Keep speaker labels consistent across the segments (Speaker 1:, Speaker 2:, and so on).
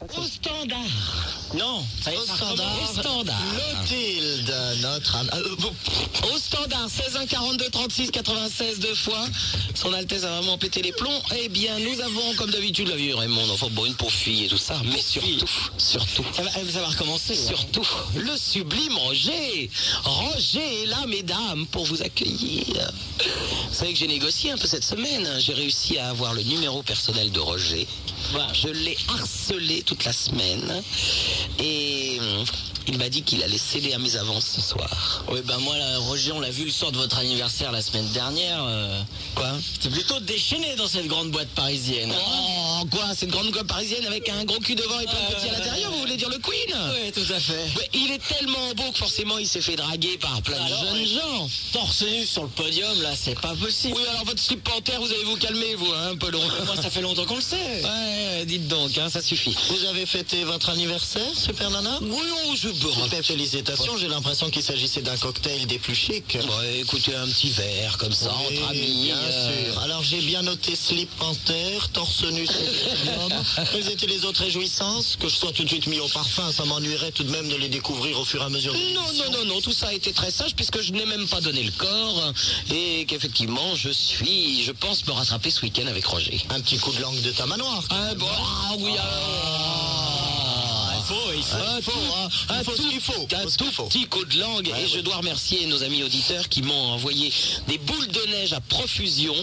Speaker 1: Au standard.
Speaker 2: Non, ça y est,
Speaker 1: Au
Speaker 2: ça recommence.
Speaker 1: standard.
Speaker 2: Clotilde, notre âme. Euh, vous- Au standard, 16 1 42 36 96 deux fois. Son Altesse a vraiment pété les plombs. Eh bien, nous avons, comme d'habitude, la vieille Raymond, enfin bon, une pauvre fille et tout ça, mais surtout, surtout.
Speaker 1: Ça va, ça va recommencer. hein.
Speaker 2: Surtout le sublime Roger. Roger est là, mesdames, pour vous accueillir. Vous savez que j'ai négocié un peu cette semaine. hein. J'ai réussi à avoir le numéro personnel de Roger. Je l'ai harcelé toute la semaine. Et hum, il m'a dit qu'il allait céder à mes avances ce soir.
Speaker 1: Oui, ben moi, là, Roger, on l'a vu le soir de votre anniversaire la semaine dernière. euh,
Speaker 2: Quoi
Speaker 1: C'est plutôt déchaîné dans cette grande boîte parisienne.
Speaker 2: Oh, quoi C'est une grande gueule parisienne avec un gros cul devant et plein de petits à l'intérieur Vous voulez dire le Queen
Speaker 1: Oui, tout à fait.
Speaker 2: Ouais, Il est tellement beau que forcément il s'est fait draguer par plein de
Speaker 1: Alors,
Speaker 2: jeunes
Speaker 1: ouais.
Speaker 2: gens.
Speaker 1: Torse nu sur le podium, là, c'est pas possible.
Speaker 2: Oui, alors votre slip panthère, vous allez vous calmer, vous, hein, un peu long.
Speaker 1: Moi, ça fait longtemps qu'on le sait.
Speaker 2: Ouais, ouais, dites donc, hein, ça suffit.
Speaker 3: Vous avez fêté votre anniversaire, Super Nana
Speaker 2: Oui, on se beurre.
Speaker 3: Mais Félicitations, j'ai l'impression qu'il s'agissait d'un cocktail des plus chics.
Speaker 2: Ouais, écoutez, un petit verre comme ça,
Speaker 3: Oui,
Speaker 2: entre amis.
Speaker 3: bien
Speaker 2: euh,
Speaker 3: sûr. Alors j'ai bien noté slip panthère, torse nu sur le podium. Quelles étaient les autres réjouissances Que je sois tout de suite mis au parfum, ça m'ennuierait tout de même de les découvrir au fur et à mesure. de
Speaker 2: Non,
Speaker 3: l'émission.
Speaker 2: non, non, non, tout ça a été très sage puisque je n'ai même pas donné le corps et qu'effectivement je suis, je pense, me rattraper ce week-end avec Roger.
Speaker 3: Un petit coup de langue de ta manoir. hein.
Speaker 2: Ah bon Ah oui, alors.
Speaker 3: Il faut, il faut, il faut, hein. Il faut ce qu'il faut.
Speaker 2: Un
Speaker 3: faut ce
Speaker 2: tout
Speaker 3: qu'il faut.
Speaker 2: petit coup de langue et
Speaker 3: Ouais,
Speaker 2: je
Speaker 3: ouais.
Speaker 2: dois remercier nos amis auditeurs qui m'ont envoyé des boules de neige à profusion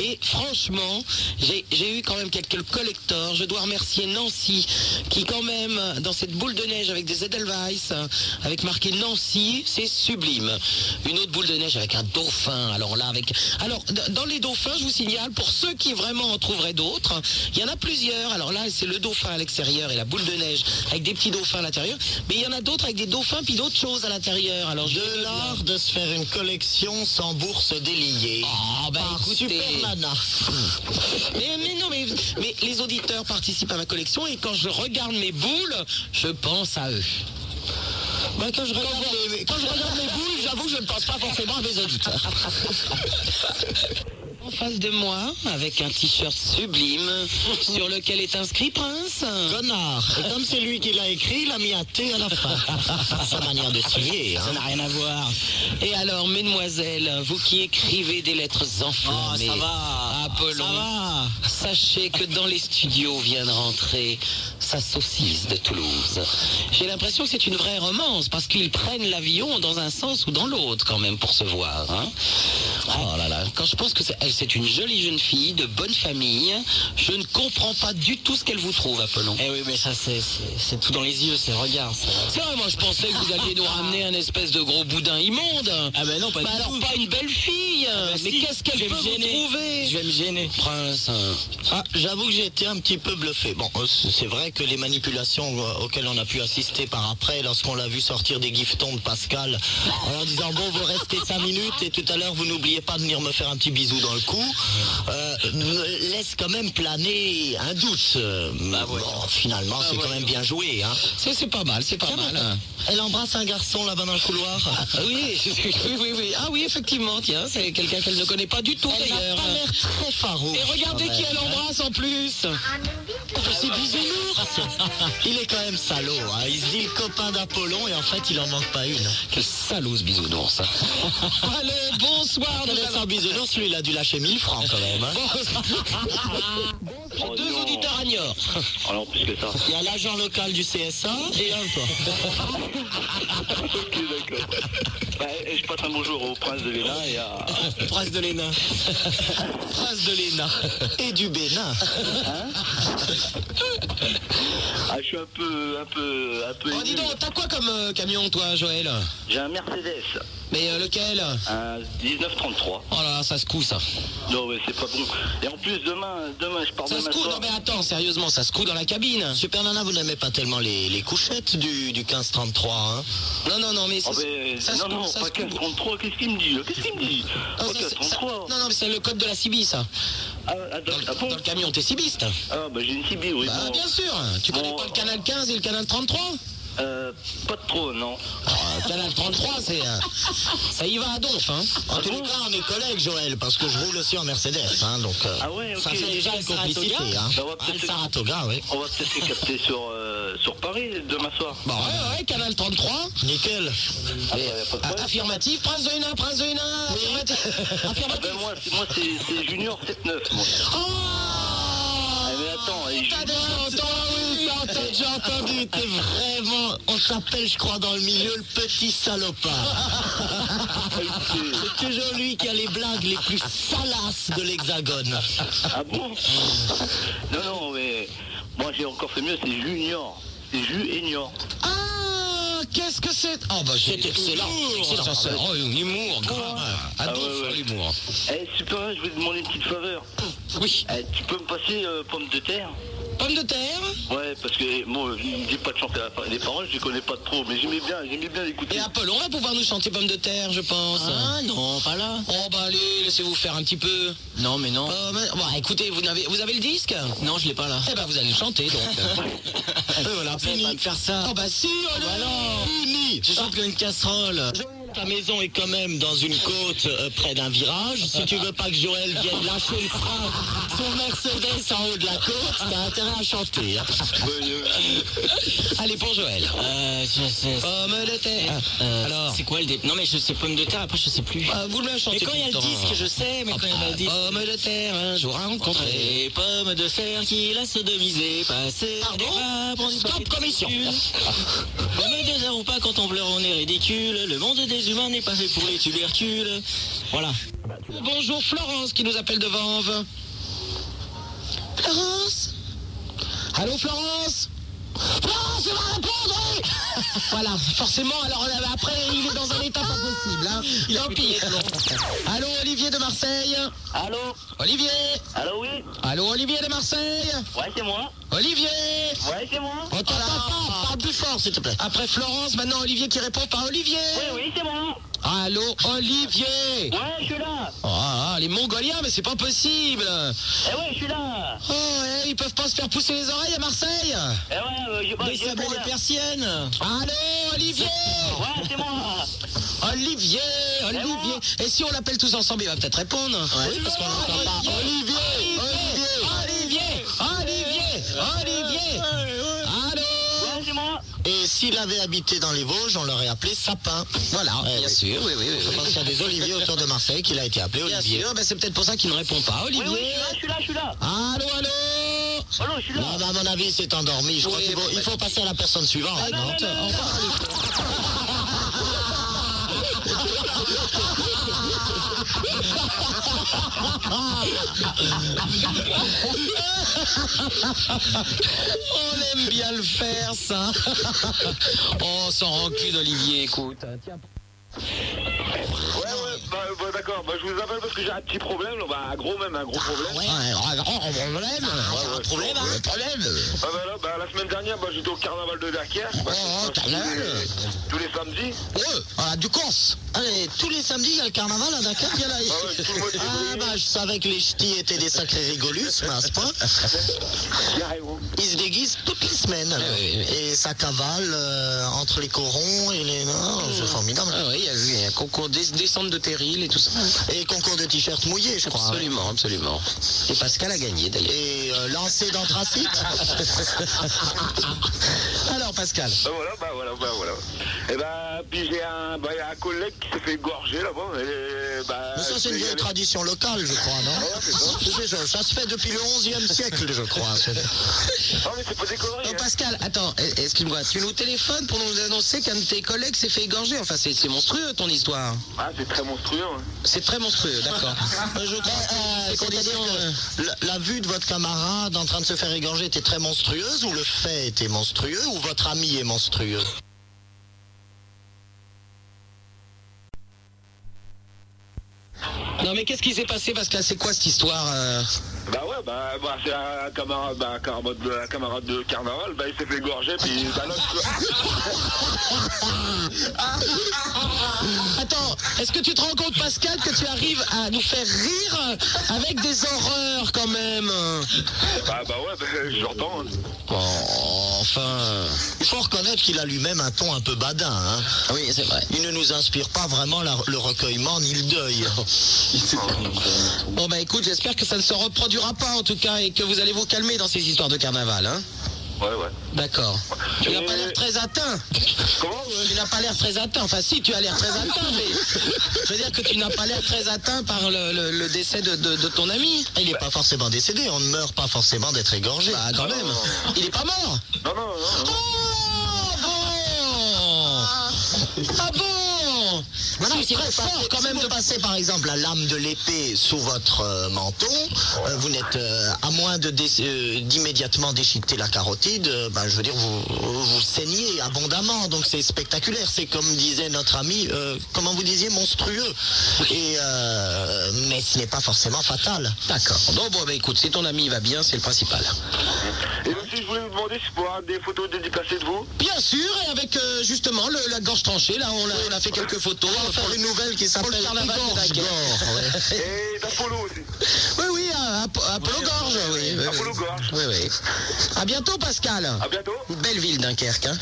Speaker 2: et franchement j'ai j'ai eu quand même quelques collecteurs je dois remercier Nancy qui quand même dans cette boule de neige avec des Edelweiss euh, avec marqué Nancy c'est sublime une autre boule de neige avec un dauphin alors là avec alors d- dans les dauphins je vous signale pour ceux qui vraiment en trouveraient d'autres il y en a plusieurs alors là c'est le dauphin à l'extérieur et la boule de neige avec des petits dauphins à l'intérieur mais il y en a d'autres avec des dauphins puis d'autres choses à l'intérieur alors je
Speaker 3: De l'art de se faire une collection sans bourse déliée.
Speaker 2: Ah, bah,
Speaker 3: Par
Speaker 2: écoutez.
Speaker 3: Super Nana.
Speaker 2: Mais, mais non, mais, mais les auditeurs participent à ma collection et quand je regarde mes boules, je pense à eux.
Speaker 3: Bah, quand je
Speaker 2: Quand,
Speaker 3: regarde
Speaker 2: vous-
Speaker 3: les-
Speaker 2: quand je regarde mes boules, j'avoue que je ne pense pas forcément à mes auditeurs. En face de moi, avec un t-shirt sublime, sur lequel est inscrit Prince.
Speaker 3: Connard. Et comme c'est lui qui l'a écrit, il a mis un T à la fin. Sa manière de signer. Hein.
Speaker 1: Ça n'a rien à voir.
Speaker 2: Et alors, mesdemoiselles, vous qui écrivez des lettres
Speaker 1: Oh,
Speaker 2: enflammées,
Speaker 1: ça va.
Speaker 2: Apollon.
Speaker 1: Ça va.
Speaker 2: Sachez que dans les studios vient de rentrer sa saucisse de Toulouse. J'ai l'impression que c'est une vraie romance parce qu'ils prennent l'avion dans un sens ou dans l'autre quand même pour se voir. hein. Oh là là, quand je pense que c'est elle, c'est une jolie jeune fille de bonne famille, je ne comprends pas du tout ce qu'elle vous trouve, Apollon.
Speaker 1: Eh oui, mais ça, c'est- c'est c'est tout dans les yeux, c'est regards. ça.
Speaker 2: C'est vrai, moi je pensais que vous alliez nous ramener un espèce de gros boudin immonde.
Speaker 1: Ah ben non, pas
Speaker 2: Bah
Speaker 1: du
Speaker 2: alors
Speaker 1: tout. Ah ben
Speaker 2: pas une belle fille.
Speaker 3: euh,
Speaker 2: mais
Speaker 1: si,
Speaker 2: qu'est-ce
Speaker 1: je
Speaker 2: qu'elle
Speaker 1: vais
Speaker 2: peut
Speaker 1: me
Speaker 2: vous
Speaker 1: gêner.
Speaker 2: trouver
Speaker 1: Je vais me gêner.
Speaker 2: Prince.
Speaker 3: Ah, j'avoue que j'ai été un petit peu bluffé. Bon, euh, c- c'est vrai que les manipulations euh, auxquelles on a pu assister par après, lorsqu'on l'a vu sortir des giftons de Pascal, en leur disant bon, vous restez cinq minutes et tout à l'heure vous n'oubliez pas de venir me faire un petit bisou dans le cou, euh, me laisse quand même planer un doute. Euh,
Speaker 2: Bah
Speaker 3: bon, finalement, c'est quand même bien joué. Hein.
Speaker 2: C'est c'est pas mal, c'est pas mal.
Speaker 3: Elle embrasse un garçon là-bas dans le couloir.
Speaker 2: Ah Oui, oui, oui, oui. Ah oui, effectivement, tiens, c'est quelqu'un qu'elle ne connaît pas du tout
Speaker 3: Elle n'a
Speaker 2: d'ailleurs.
Speaker 3: pas l'air très farouche.
Speaker 2: Et regardez
Speaker 3: quand
Speaker 2: qui
Speaker 3: même.
Speaker 2: elle embrasse en plus.
Speaker 3: C'est bisounours Il est quand même salaud, hein. il se dit le copain d'Apollon et en fait il en manque pas une.
Speaker 2: Quelle salouse bisounours. Allez, bonsoir. nous
Speaker 3: Connaissant bisounours, lui il a dû lâcher 1000 francs quand même. hein.
Speaker 2: avons- J'ai
Speaker 4: Oh
Speaker 2: deux
Speaker 4: non.
Speaker 2: auditeurs à Niort.
Speaker 4: Alors, plus que ça.
Speaker 3: Il y a l'agent local du CSA et un toi.
Speaker 4: ok, d'accord. Bah, et je passe un bonjour au prince de Vénin et à.
Speaker 1: Prince de l'ENA.
Speaker 2: Prince de l'ENA.
Speaker 3: Et du Bénin.
Speaker 4: Hein Ah, je suis un peu. un peu. un peu.
Speaker 2: Oh, dis
Speaker 4: ému.
Speaker 2: donc, t'as quoi comme euh, camion, toi, Joël
Speaker 4: J'ai un Mercedes,
Speaker 2: Mais euh, lequel
Speaker 4: un 1933.
Speaker 2: Oh là là, ça se coud, ça.
Speaker 4: Non, ouais, c'est pas bon. Et en plus, demain, demain, je pars
Speaker 2: Ça se
Speaker 4: demain
Speaker 2: coud, non
Speaker 4: soir.
Speaker 2: mais attends, sérieusement, ça se coud dans la cabine.
Speaker 3: Super Nana, vous n'aimez pas tellement les, les couchettes du, du 1533. Hein.
Speaker 2: Non, non, non, mais ça,
Speaker 4: Oh,
Speaker 2: se-
Speaker 4: ben,
Speaker 2: ça se
Speaker 4: non,
Speaker 2: coud,
Speaker 4: non,
Speaker 2: ça
Speaker 4: pas
Speaker 2: se coud.
Speaker 4: 1533, qu'est-ce qu'il me dit là Qu'est-ce qu'il me dit
Speaker 2: Non,
Speaker 4: Pas
Speaker 2: ça, c'est- ça-
Speaker 4: 1533
Speaker 2: non, non, mais c'est le code de la CB, ça.
Speaker 4: Ah, ah, donc,
Speaker 2: Dans,
Speaker 4: ah bon
Speaker 2: dans le camion, t'es cibiste.
Speaker 4: Ah, bah j'ai une Tibi, oui.
Speaker 2: Bah,
Speaker 4: bon.
Speaker 2: bien sûr. Tu connais
Speaker 4: Bon.
Speaker 2: pas le canal 15 et le canal 33
Speaker 4: Euh, pas de trop, non.
Speaker 2: Canal 33, c'est. euh, ça y va à donf, hein.
Speaker 4: Ah
Speaker 3: En tous les cas, on est collègues, Joël, parce que je roule aussi en Mercedes, hein, donc euh,
Speaker 4: Ah ouais, ok.
Speaker 3: ça fait déjà une complicité.
Speaker 2: Saratoga
Speaker 3: Hein.
Speaker 4: Bah, on va
Speaker 3: Ah,
Speaker 4: peut-être-
Speaker 3: le Saratoga, oui.
Speaker 4: On va peut-être se capter sur, euh, sur Paris demain soir.
Speaker 2: Bon, Bah, ouais, ouais, Canal 33.
Speaker 3: Nickel.
Speaker 4: Ah, y a pas de
Speaker 2: Ah,
Speaker 4: problème.
Speaker 2: affirmatif, prince de Hénin, prince de Hénin, affirmatif.
Speaker 4: Ah
Speaker 2: affirmatif.
Speaker 4: ben moi, c'est- moi c'est c'est Junior 7-9, moi.
Speaker 2: Oh
Speaker 4: Ah, mais attends, et
Speaker 2: T'as déjà
Speaker 3: Oh,
Speaker 2: entendu,
Speaker 3: J'ai entendu, j'ai entendu, t'es vraiment. On s'appelle, je crois, dans le milieu, le petit salopard.
Speaker 4: Junior,
Speaker 3: C'est toujours lui qui a les blagues les plus salaces de l'hexagone.
Speaker 4: Ah bon Non, non, mais moi j'ai encore fait mieux, c'est Junior. C'est Junior.
Speaker 2: Ah, qu'est-ce que c'est Oh, bah, c'est excellent. C'est sincère. Oh, l'humour, grave. À
Speaker 4: bah, Ah,
Speaker 2: donf,
Speaker 4: ouais, ouais.
Speaker 2: l'humour.
Speaker 4: Eh, super, je vais te demander une petite faveur.
Speaker 2: Oui.
Speaker 4: Eh, tu peux me passer euh, Pomme de terre
Speaker 2: Pomme de terre.
Speaker 4: Ouais, parce que eh, moi, je ne dis pas de chanter la- les paroles, je les connais pas trop, mais j'aimais bien, j'aimais bien l'écouter.
Speaker 2: Et Apple, on va pouvoir nous chanter Pomme de terre, je pense.
Speaker 1: Ah,
Speaker 3: non, pas là.
Speaker 2: Oh, bah, allez, laissez-vous faire un petit peu.
Speaker 3: Non, mais non.
Speaker 2: Euh, mais- bon, écoutez, vous, n'avez- vous avez le disque
Speaker 3: Non, je l'ai pas là.
Speaker 2: Eh ben, vous allez le chanter, donc.
Speaker 3: Euh, voilà,
Speaker 2: fini.
Speaker 3: pas me faire ça.
Speaker 2: oh, bah, si, oh, là, là.
Speaker 3: Je chante comme une casserole. Ta maison est quand même dans une côte euh, près d'un virage. Si tu veux pas que Joël vienne lâcher le frein son Mercedes en haut de la côte, t'as intérêt à chanter. hein.
Speaker 2: Allez, pour Joël.
Speaker 1: Euh, je sais.
Speaker 2: Pomme de terre.
Speaker 1: Euh,
Speaker 2: Alors,
Speaker 1: C'est quoi le dé... Non, mais je sais, pomme de terre, après, je sais plus.
Speaker 2: euh, vous le chantez
Speaker 1: mais quand il y a le
Speaker 2: tout temps.
Speaker 1: disque, je sais, mais quand il y a le disque.
Speaker 2: Pomme de terre, un jour à rencontrer.
Speaker 1: Ah, Les pommes de fer qui la sodomiser, passer
Speaker 2: Pardon Stop commission.
Speaker 1: Pomme de terre ou pas, quand on pleure, on est ridicule. Le monde des humains n'est pas fait pour les tubercules. Voilà.
Speaker 2: Bonjour Florence qui nous appelle de Vanves. Florence Allô Florence Florence, elle va répondre oui Voilà, forcément, alors euh, après il est dans un état pas possible,
Speaker 4: Ah,
Speaker 2: hein. Il est en pire. Allô Olivier de Marseille
Speaker 4: Allô
Speaker 2: Olivier
Speaker 4: Allô, oui
Speaker 2: Allô Olivier de Marseille
Speaker 4: Ouais, c'est moi
Speaker 2: Olivier
Speaker 4: Ouais, c'est moi Ah.
Speaker 2: On t'entend pas, parle plus fort s'il te plaît. Après Florence, maintenant Olivier qui répond par Olivier
Speaker 4: oui, c'est moi
Speaker 2: Allô Olivier
Speaker 4: Ouais, je suis là
Speaker 2: Ah, les Mongoliens, mais c'est pas possible
Speaker 4: Eh ouais, je suis là
Speaker 2: Oh, eh, ils peuvent pas se faire pousser les oreilles à Marseille
Speaker 4: Eh ouais, euh, j'ai pas j'ai pas-
Speaker 3: Dessablez les persiennes.
Speaker 2: Allô,
Speaker 1: Oh,
Speaker 2: Olivier
Speaker 4: Ouais, c'est moi
Speaker 2: Olivier
Speaker 4: Eh
Speaker 2: Olivier Et si on l'appelle tous ensemble, il va peut-être répondre.
Speaker 3: Oui, parce qu'on l'entend pas.
Speaker 2: Olivier Olivier Olivier Olivier Olivier Allô
Speaker 4: Ouais, c'est moi
Speaker 3: Et s'il avait habité dans les Vosges, on l'aurait appelé Sapin.
Speaker 2: Voilà,
Speaker 3: Eh
Speaker 2: bien
Speaker 3: oui.
Speaker 2: sûr, oui, oui, oui.
Speaker 3: Je
Speaker 2: oui.
Speaker 3: pense qu'il y a des oliviers autour de Marseille qu'il a été appelé
Speaker 2: Bien
Speaker 3: Olivier.
Speaker 2: sûr, ben, c'est peut-être pour ça qu'il ne répond pas.
Speaker 4: Oui,
Speaker 2: Olivier Ah,
Speaker 4: oui, je suis là, je suis là
Speaker 2: Allô, allô
Speaker 4: je suis là Allô, je suis là
Speaker 3: Non, mais ben, à mon avis, il s'est endormi. Je crois
Speaker 2: Oui,
Speaker 3: qu'il faut,
Speaker 2: bon,
Speaker 3: il faut passer à la personne suivante. hein.
Speaker 2: Ah, non, non, non, non. On aime bien le faire, ça. Oh, sans rancune, Olivier, écoute.
Speaker 4: Ouais, ouais, bah, bah, d'accord, bah, je vous appelle parce que j'ai un petit problème, là, bah, un gros même, un gros problème.
Speaker 3: Ouais,
Speaker 2: Ouais.
Speaker 3: un grand problème.
Speaker 4: ouais,
Speaker 3: Un problème, hein.
Speaker 4: ouais.
Speaker 3: problème.
Speaker 4: Ah bah là, bah, la semaine dernière, bah, j'étais au carnaval de Dunkerque. Bah,
Speaker 3: Oh,
Speaker 4: c'est-
Speaker 3: carnaval.
Speaker 4: tous les, tous les samedis.
Speaker 3: Ouais,
Speaker 2: Ah,
Speaker 3: voilà, du cons. Allez, tous les samedis, il y a le carnaval à Dakar. Il y a la...
Speaker 4: ouais, tout le monde est
Speaker 3: Ah,
Speaker 4: brûlé.
Speaker 3: bah, je savais que les ch'tis étaient des sacrés rigolus, mais à ce point,
Speaker 4: Carrément.
Speaker 3: ils se déguisent toutes les semaines. alors.
Speaker 2: Ah oui, oui.
Speaker 3: Et ça cavale euh, entre les corons et les... Non, c'est formidable.
Speaker 2: Ah oui, il y a- il y a un concours des- descente de terril et tout ça.
Speaker 3: Et concours de t-shirts mouillés, je crois. hein.
Speaker 2: Absolument, absolument. Et Pascal a gagné, d'ailleurs.
Speaker 3: Et euh, lancer d'anthracite.
Speaker 2: Alors, Pascal
Speaker 4: Bah voilà, bah voilà, bah voilà. Et bah, puis j'ai un, bah, il y a un collègue qui s'est fait gorger là-bas. et, Bah,
Speaker 3: Mais ça, c'est une
Speaker 4: je vais y
Speaker 3: vieille
Speaker 4: aller. Ah
Speaker 3: tradition locale, je crois, non
Speaker 4: Ouais, c'est ça.
Speaker 3: C'est ça, ça se fait depuis le 11e siècle, je crois.
Speaker 4: Ah, mais c'est pas des conneries.
Speaker 2: Oh,
Speaker 4: hein.
Speaker 2: Pascal, attends, eh, excuse-moi, tu nous téléphones pour nous annoncer qu'un de tes collègues s'est fait égorger. Enfin, c'est c'est monstrueux ton histoire.
Speaker 4: Ah, c'est très monstrueux. hein.
Speaker 2: C'est très monstrueux, d'accord.
Speaker 3: Mais, euh,
Speaker 2: ces
Speaker 3: c'est-à-dire
Speaker 2: conditions,
Speaker 3: que la, la vue de votre camarade en train de se faire égorger était très monstrueuse, ou le fait était monstrueux, ou votre ami est monstrueux
Speaker 2: Non, mais qu'est-ce qui s'est passé, Pascal C'est quoi cette histoire euh
Speaker 4: Bah ouais, bah, bah c'est un camarade, bah, un camarade, de, un camarade de carnaval, bah il s'est fait gorger, puis bah là, je-
Speaker 2: Attends, est-ce que tu te rends compte, Pascal, que tu arrives à nous faire rire euh, avec des horreurs quand même
Speaker 4: bah, bah ouais, bah, je l'entends. hein.
Speaker 2: Bon, enfin. euh,
Speaker 3: faut reconnaître qu'il a lui-même un ton un peu badin. hein.
Speaker 2: Oui, c'est vrai.
Speaker 3: Il ne nous inspire pas vraiment la- le recueillement ni le deuil.
Speaker 2: Bon bah écoute, j'espère que ça ne se reproduira pas en tout cas et que vous allez vous calmer dans ces histoires de carnaval, hein
Speaker 5: Ouais, ouais.
Speaker 2: D'accord. Tu n'as
Speaker 5: Et-
Speaker 2: pas l'air très atteint.
Speaker 5: Comment ouais
Speaker 2: Tu n'as pas l'air très atteint. Enfin si, tu as l'air très atteint, mais je veux dire que tu n'as pas l'air très atteint par le, le- le décès de, de- de ton ami.
Speaker 3: Il n'est pas forcément décédé, on ne meurt pas forcément d'être égorgé.
Speaker 2: Bah quand même. Il est pas mort.
Speaker 5: Non, non, non. non.
Speaker 2: Oh bon Ah bon
Speaker 3: Voilà,
Speaker 2: Si, c'est
Speaker 3: si vous
Speaker 2: très
Speaker 3: passez-
Speaker 2: fort quand
Speaker 3: si
Speaker 2: même
Speaker 3: vous
Speaker 2: de
Speaker 3: passez par exemple la lame de l'épée sous votre euh, menton, euh, vous n'êtes euh, à moins de dé- euh, d'immédiatement déchiqueter la carotide, euh, ben, je veux dire vous vous saignez abondamment, donc c'est spectaculaire. C'est comme disait notre ami, euh, comment vous disiez, monstrueux. Et euh, mais ce n'est pas forcément fatal.
Speaker 2: D'accord. Donc bon bah écoute, si ton ami va bien, c'est le principal.
Speaker 5: Et aussi, je voulais vous demander si je pourrais avoir des photos dédicacées de vous.
Speaker 2: Bien sûr, et avec euh, justement le- la gorge tranchée, là on a, on a fait quelques photos. On va faire une nouvelle qui s'appelle
Speaker 3: carnaval de
Speaker 2: Gorge.
Speaker 3: Dunkerque.
Speaker 2: Gorge, ouais.
Speaker 5: Et d'Apollo aussi.
Speaker 2: oui, oui, à- à- à Apollo Gorge, oui. oui, oui.
Speaker 5: Apollo Gorge.
Speaker 2: Oui, oui. À bientôt, Pascal.
Speaker 5: À bientôt.
Speaker 2: Belle ville, Dunkerque. Hein.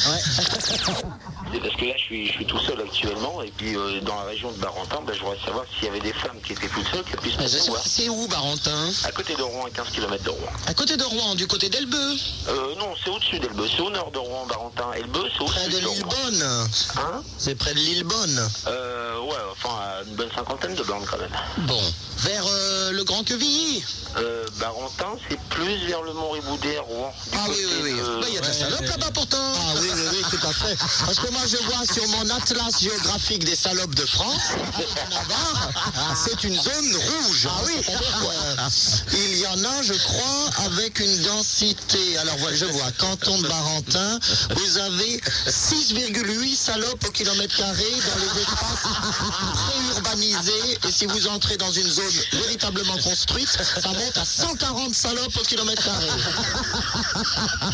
Speaker 4: C'est parce que là, je suis, je suis tout seul actuellement, et puis euh, dans la région de Barentin, ben, je voudrais savoir s'il y avait des femmes qui étaient toutes seules, qui puissent
Speaker 2: Mais
Speaker 4: me
Speaker 2: je sais
Speaker 4: savoir.
Speaker 2: pas, Ah, C'est où, Barentin
Speaker 4: À côté de Rouen, à 15 km de Rouen.
Speaker 2: À côté de Rouen, du côté d'Elbeu,
Speaker 4: Euh, non, c'est au-dessus d'Elbeu, c'est au nord de Rouen, Barentin. Elbeu, c'est
Speaker 3: Près
Speaker 4: au-dessus
Speaker 3: de
Speaker 4: de Rouen.
Speaker 3: Lillebonne.
Speaker 4: Hein
Speaker 3: C'est près de Lillebonne.
Speaker 4: euh, ouais, enfin, à une bonne cinquantaine de bornes quand même.
Speaker 3: Bon.
Speaker 2: vers euh, le Grand Quevilly.
Speaker 4: Euh, Barentin, c'est plus vers le mont Riboudet, Rouen. Du
Speaker 2: Ah oui,
Speaker 4: côté
Speaker 2: oui, oui.
Speaker 4: de-
Speaker 2: Bah, Il y a de la salope là-bas pourtant.
Speaker 3: Ah oui, oui, oui, tout à fait. Parce que moi, je vois sur mon atlas géographique des salopes de France, la Navarre, c'est une zone rouge. Ah oui Il y en a, je crois, avec une densité. Alors, voilà, je vois, canton de Barentin, vous avez 6,8 salopes au kilomètre carré dans les espaces préurbanisés. Et si vous entrez dans une zone véritablement construite, ça monte à 140 salopes au kilomètre carré.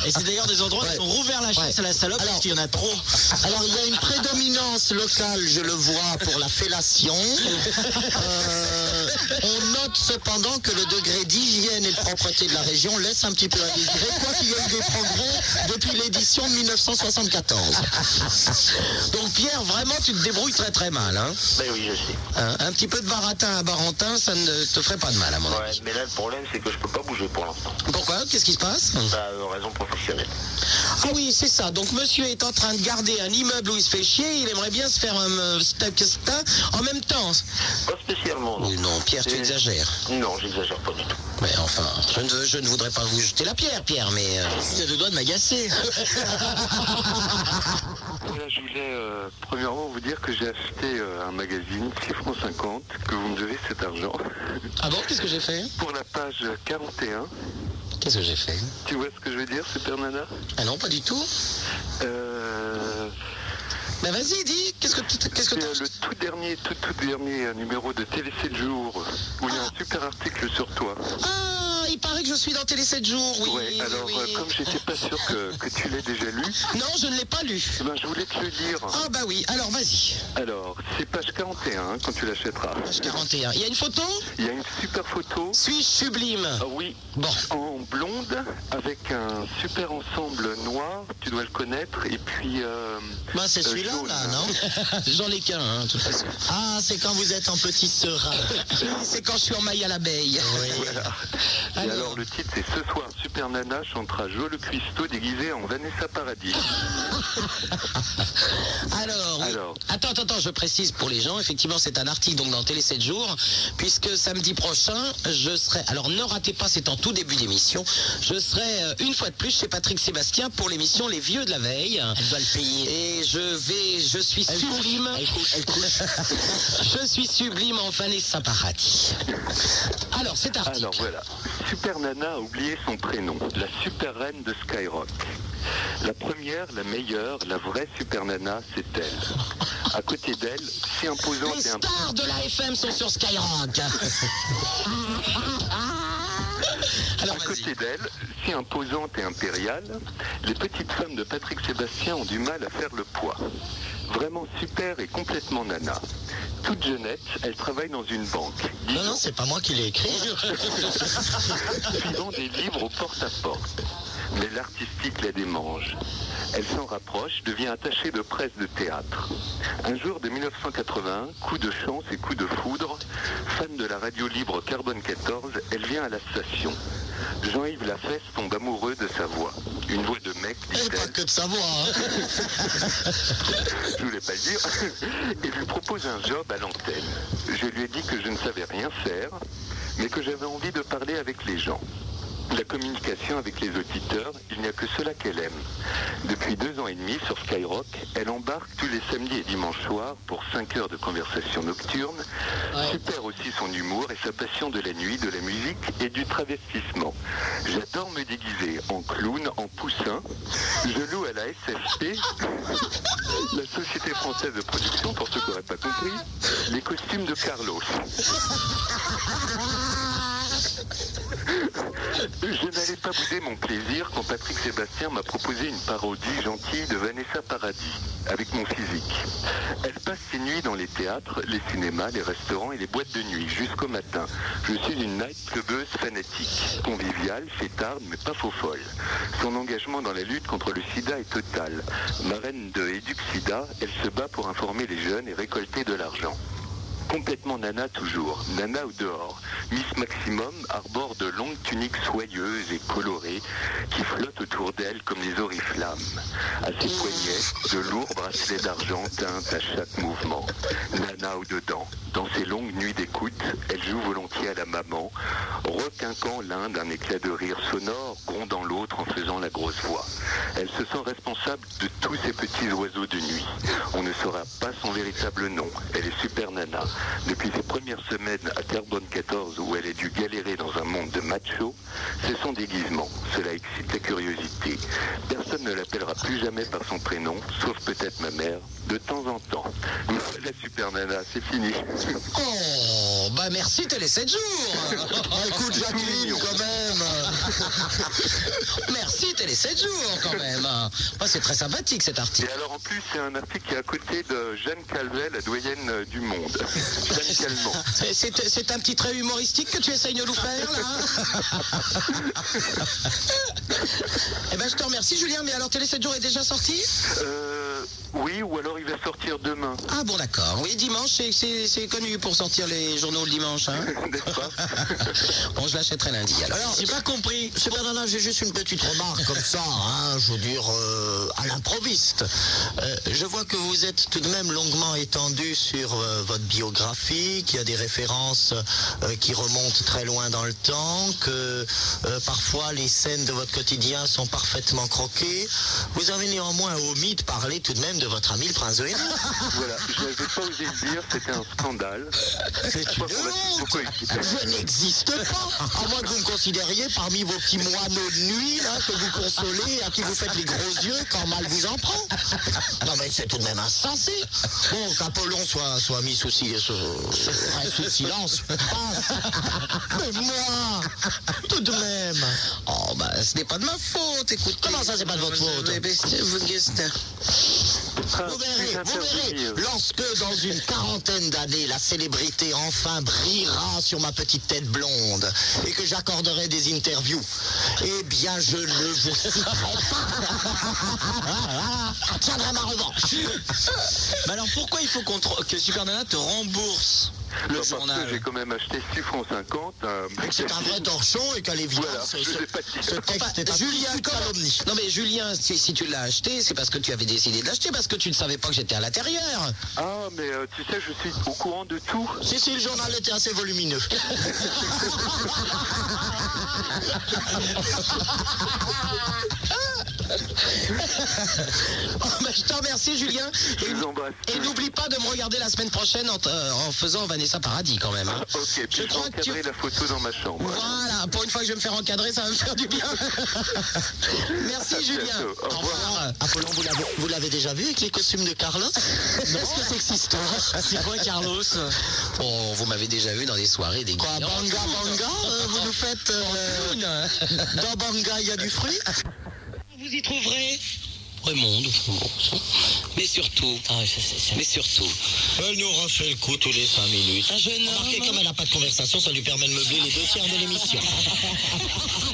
Speaker 2: Et c'est d'ailleurs des endroits qui ont rouvert la chasse à la salope
Speaker 3: Alors-
Speaker 2: parce qu'il y en a trop.
Speaker 3: Alors il y a une prédominance locale, je le vois, pour la fellation. Euh, on note cependant que le degré d'hygiène et de propreté de la région laisse un petit peu à désirer, quoi qu'il y ait eu des progrès depuis l'édition de 1974.
Speaker 2: Donc Pierre, vraiment, tu te débrouilles très très mal. Hein.
Speaker 4: Ben oui, je sais.
Speaker 2: Hein, un petit peu de baratin à barentin, ça ne te ferait pas de mal à mon avis.
Speaker 4: Ouais, mais là, le problème, c'est que je peux pas bouger pour l'instant.
Speaker 2: Pourquoi Qu'est-ce qui se passe
Speaker 4: Bah, euh, raison professionnelle.
Speaker 2: Ah oui, c'est ça. Donc monsieur est en train de garder un immeuble où il se fait chier, il aimerait bien se faire un euh, stack stack en même temps.
Speaker 4: Pas spécialement, non.
Speaker 2: Oui, non, Pierre, tu
Speaker 4: Et-
Speaker 2: exagères.
Speaker 4: Non, j'exagère pas du tout.
Speaker 2: Mais enfin, je ne, veux- je ne voudrais pas vous jeter la pierre, Pierre, mais euh, c'est le doigt de m'agacer.
Speaker 6: Voilà, je voulais euh, premièrement vous dire que j'ai acheté euh, un magazine 6 francs 50, que vous me devez cet argent.
Speaker 2: Ah bon, qu'est-ce que j'ai fait
Speaker 6: Pour la page 41,
Speaker 2: Qu'est-ce que j'ai fait
Speaker 6: tu vois ce que je veux dire, Super Nana
Speaker 2: Ah non, pas du tout.
Speaker 6: Euh,
Speaker 2: Mais vas-y, dis, qu'est-ce que tu qu'est-ce que
Speaker 6: C'est
Speaker 2: t'as
Speaker 6: euh, le tout dernier, tout, tout dernier euh, numéro de TVC de jour, où il y a un super article sur toi.
Speaker 2: Ah, il paraît que je suis dans Télé 7 jours, oui.
Speaker 6: ouais,
Speaker 2: oui,
Speaker 6: alors
Speaker 2: oui.
Speaker 6: euh, comme j'étais pas sûr que, que tu l'aies déjà lu,
Speaker 2: Non, je ne l'ai pas lu.
Speaker 6: eh ben, je voulais te le dire.
Speaker 2: Ah bah oui, alors vas-y.
Speaker 6: Alors, c'est page 41 hein, quand tu l'achèteras.
Speaker 2: Page 41. Il y a une photo
Speaker 6: Il y a une super photo.
Speaker 2: Suis-je sublime
Speaker 6: Ah oui,
Speaker 2: Bon,
Speaker 6: en blonde avec un super ensemble noir, tu dois le connaître, et puis euh,
Speaker 2: Bah,
Speaker 3: Ben, c'est
Speaker 6: Euh,
Speaker 3: celui-là,
Speaker 6: jaune.
Speaker 2: Ah,
Speaker 3: là, non
Speaker 2: j'en ai qu'un, hein, de toute façon.
Speaker 3: Ah, c'est quand vous êtes en petit serin.
Speaker 2: C'est quand je suis en maille à l'abeille.
Speaker 6: et alors le titre c'est Ce soir Super Nana chantera Joe le Cuistot déguisé en Vanessa Paradis.
Speaker 2: Ah, Alors, oui.
Speaker 6: Alors.
Speaker 2: attends, attends, attends, je précise pour les gens, effectivement, c'est un article donc dans Télé 7 jours, puisque samedi prochain, je serai. Alors, ne ratez pas, c'est en tout début d'émission. Je serai euh, une fois de plus chez Patrick Sébastien pour l'émission Les Vieux de la veille. Elle doit le payer. Et je vais, je suis sublime. je suis sublime en Vanessa Paradis. Alors, cet article.
Speaker 6: Alors voilà, Super Nana a oublié son prénom, la super reine de Skyrock. La première, la meilleure, la vraie Super Nana, c'est elle. À côté d'elle, si imposante
Speaker 2: les
Speaker 6: et imp-
Speaker 2: stars de la FM sont sur Skyrock. Alors,
Speaker 6: À
Speaker 2: vas-y.
Speaker 6: côté d'elle, si imposante et impériale, les petites femmes de Patrick Sébastien ont du mal à faire le poids. Vraiment super et complètement nana. Toute jeunette, elle travaille dans une banque,
Speaker 3: Non, non, c'est pas moi qui l'ai écrit.
Speaker 6: suivant des livres au porte-à-porte. mais l'artistique la démange. Elle s'en rapproche, devient attachée de presse de théâtre. Un jour de 1981, coup de chance et coup de foudre, fan de la radio libre Carbone 14, elle vient à la station. Jean-Yves Lafesse tombe amoureux de sa voix. Une voix de mec,
Speaker 3: Pas
Speaker 6: dit-elle,
Speaker 3: que de savoir. hein.
Speaker 6: je voulais pas le dire, et lui propose un job à l'antenne. Je lui ai dit que je ne savais rien faire, mais que j'avais envie de parler avec les gens. La communication avec les auditeurs, il n'y a que cela qu'elle aime. Depuis deux ans et demi sur Skyrock, elle embarque tous les samedis et dimanches soirs pour 5 heures de conversation nocturne. Super aussi son humour et sa passion de la nuit, de la musique et du travestissement. J'adore me déguiser en clown, en poussin. Je loue à la SFP la Société française de production, pour ceux qui n'auraient pas compris, les costumes de Carlos. Je n'allais pas bouder mon plaisir quand Patrick Sébastien m'a proposé une parodie gentille de Vanessa Paradis, avec mon physique. Elle passe ses nuits dans les théâtres, les cinémas, les restaurants et les boîtes de nuit, jusqu'au matin. Je suis une night clubeuse fanatique, conviviale, fêtarde, mais pas faux folle. Son engagement dans la lutte contre le sida est total. Marraine de Éduc Sida, elle se bat pour informer les jeunes et récolter de l'argent. Complètement nana toujours, nana au dehors. Miss Maximum arbore de longues tuniques soyeuses et colorées qui flottent autour d'elle comme des oriflammes. À ses poignets, de lourds bracelets d'argent teintent à chaque mouvement. Nana au dedans. Dans ses longues nuits d'écoute, elle joue volontiers à la maman, requinquant l'un d'un éclat de rire sonore, grondant l'autre en faisant la grosse voix. Elle se sent responsable de tous ces petits oiseaux de nuit. On ne saura pas son véritable nom. Elle est super nana. Depuis ses premières semaines à Carbone 14 où elle a dû galérer dans un monde de machos, c'est son déguisement. Cela excite la curiosité. Personne ne l'appellera plus jamais par son prénom, sauf peut-être ma mère, de temps en temps. La super nana, c'est fini.
Speaker 2: Oh, bah merci, t'es les 7 jours.
Speaker 3: Ah, écoute, Jacqueline, quand même.
Speaker 2: merci, t'es les 7 jours quand même. Oh, c'est très sympathique cet
Speaker 6: Et
Speaker 2: article.
Speaker 6: alors en plus, c'est un article qui est à côté de Jeanne Calvet, la doyenne euh, du monde. Jeanne Calment.
Speaker 2: C'est- C'est c'est un petit trait humoristique que tu essayes de nous faire là hein Eh ben je te remercie Julien, mais alors Télé 7 jours est déjà sorti
Speaker 6: Euh, oui, ou alors il va sortir demain,
Speaker 2: Ah bon d'accord, oui dimanche c'est- c'est c'est connu pour sortir les journaux le dimanche. Hein
Speaker 6: n'est-ce pas
Speaker 2: bon je l'achèterai lundi alors.
Speaker 3: Alors, j'ai pas compris. Super Nana, j'ai juste une petite remarque comme ça, hein, je veux dire, euh, à l'improviste. Euh, je vois que vous êtes tout de même longuement étendu sur euh, votre biographie, qu'il y a des références euh, qui remontent très loin dans le temps, que euh, parfois les scènes de votre quotidien sont parfaitement croquées. Vous avez néanmoins omis de parler tout de même de votre ami le prince de Hénin.
Speaker 6: Voilà, je n'avais pas osé le dire, c'était un scandale.
Speaker 3: C'est
Speaker 6: Pourquoi pourquoi il-
Speaker 3: Je n'existe pas, à moins que vous me considériez parmi vos petits moineaux de nuit, là, que vous consolez, à qui vous faites les gros yeux quand mal vous en prend. Non mais c'est tout de même insensé. Bon, qu'Apollon soit, soit mis sous, si- sous- ouais, sous silence, je pense. Mais moi, tout de même.
Speaker 2: Oh bah ce n'est pas de ma faute, écoute.
Speaker 3: Comment ça, c'est pas de votre faute
Speaker 2: Mais- mais c'est- vous-
Speaker 6: Ah,
Speaker 3: Vous verrez,
Speaker 6: c'est
Speaker 3: vous
Speaker 6: interdit,
Speaker 3: verrez,
Speaker 6: euh,
Speaker 3: lorsque dans une quarantaine d'années, la célébrité enfin brillera sur ma petite tête blonde et que j'accorderai des interviews, eh bien, je ne vous citerai pas. Je Tiendrai ma revanche.
Speaker 1: Mais alors pourquoi il faut qu'on te- que Super Nana te rembourse le
Speaker 6: parce que j'ai
Speaker 1: journal
Speaker 6: quand même acheté 6 francs 50. un
Speaker 3: C'est un vrai torchon et qu'à l'évidence,
Speaker 6: Voilà,
Speaker 3: ce,
Speaker 6: je
Speaker 3: ce-
Speaker 6: l'ai pas dit.
Speaker 3: ce texte est un
Speaker 2: Julien,
Speaker 3: petit peu de calomnie.
Speaker 2: Non mais Julien, si, si tu l'as acheté, c'est parce que tu avais décidé de l'acheter, parce que tu ne savais pas que j'étais à l'intérieur.
Speaker 6: Ah, mais euh, tu sais, je suis au courant de tout.
Speaker 3: Si, si, le journal était assez volumineux.
Speaker 2: Oh, bah, je te remercie Julien. Et
Speaker 6: Je vous embrasse.
Speaker 2: Et n'oublie pas de me regarder la semaine prochaine en, t- euh, en faisant Vanessa Paradis quand même. hein.
Speaker 6: Ok,
Speaker 2: je
Speaker 6: puis je vais
Speaker 2: crois que tu-
Speaker 6: encadrer la photo dans ma chambre.
Speaker 2: Voilà, pour une fois que je vais me faire encadrer, ça va me faire du bien. Merci
Speaker 6: À
Speaker 2: Julien.
Speaker 6: bientôt. Au
Speaker 2: revoir.
Speaker 3: Apollon, vous l'avez- vous l'avez déjà vu avec les costumes de Carlos Qu'est-ce que c'est que cette histoire
Speaker 1: C'est quoi Carlos
Speaker 2: Bon, Oh, vous m'avez déjà vu dans des soirées des
Speaker 3: Quoi,
Speaker 2: clients.
Speaker 3: banga, banga euh, Vous nous faites... euh, dans banga, il y a du fruit
Speaker 1: Vous y trouverez
Speaker 2: Raymond, bon, mais surtout, ah, mais surtout,
Speaker 3: Elle nous refait le coup tous les 5 minutes.
Speaker 2: un jeune
Speaker 3: Remarquez,
Speaker 2: homme.
Speaker 3: comme elle n'a pas de conversation, ça lui permet de meubler les deux tiers de l'émission.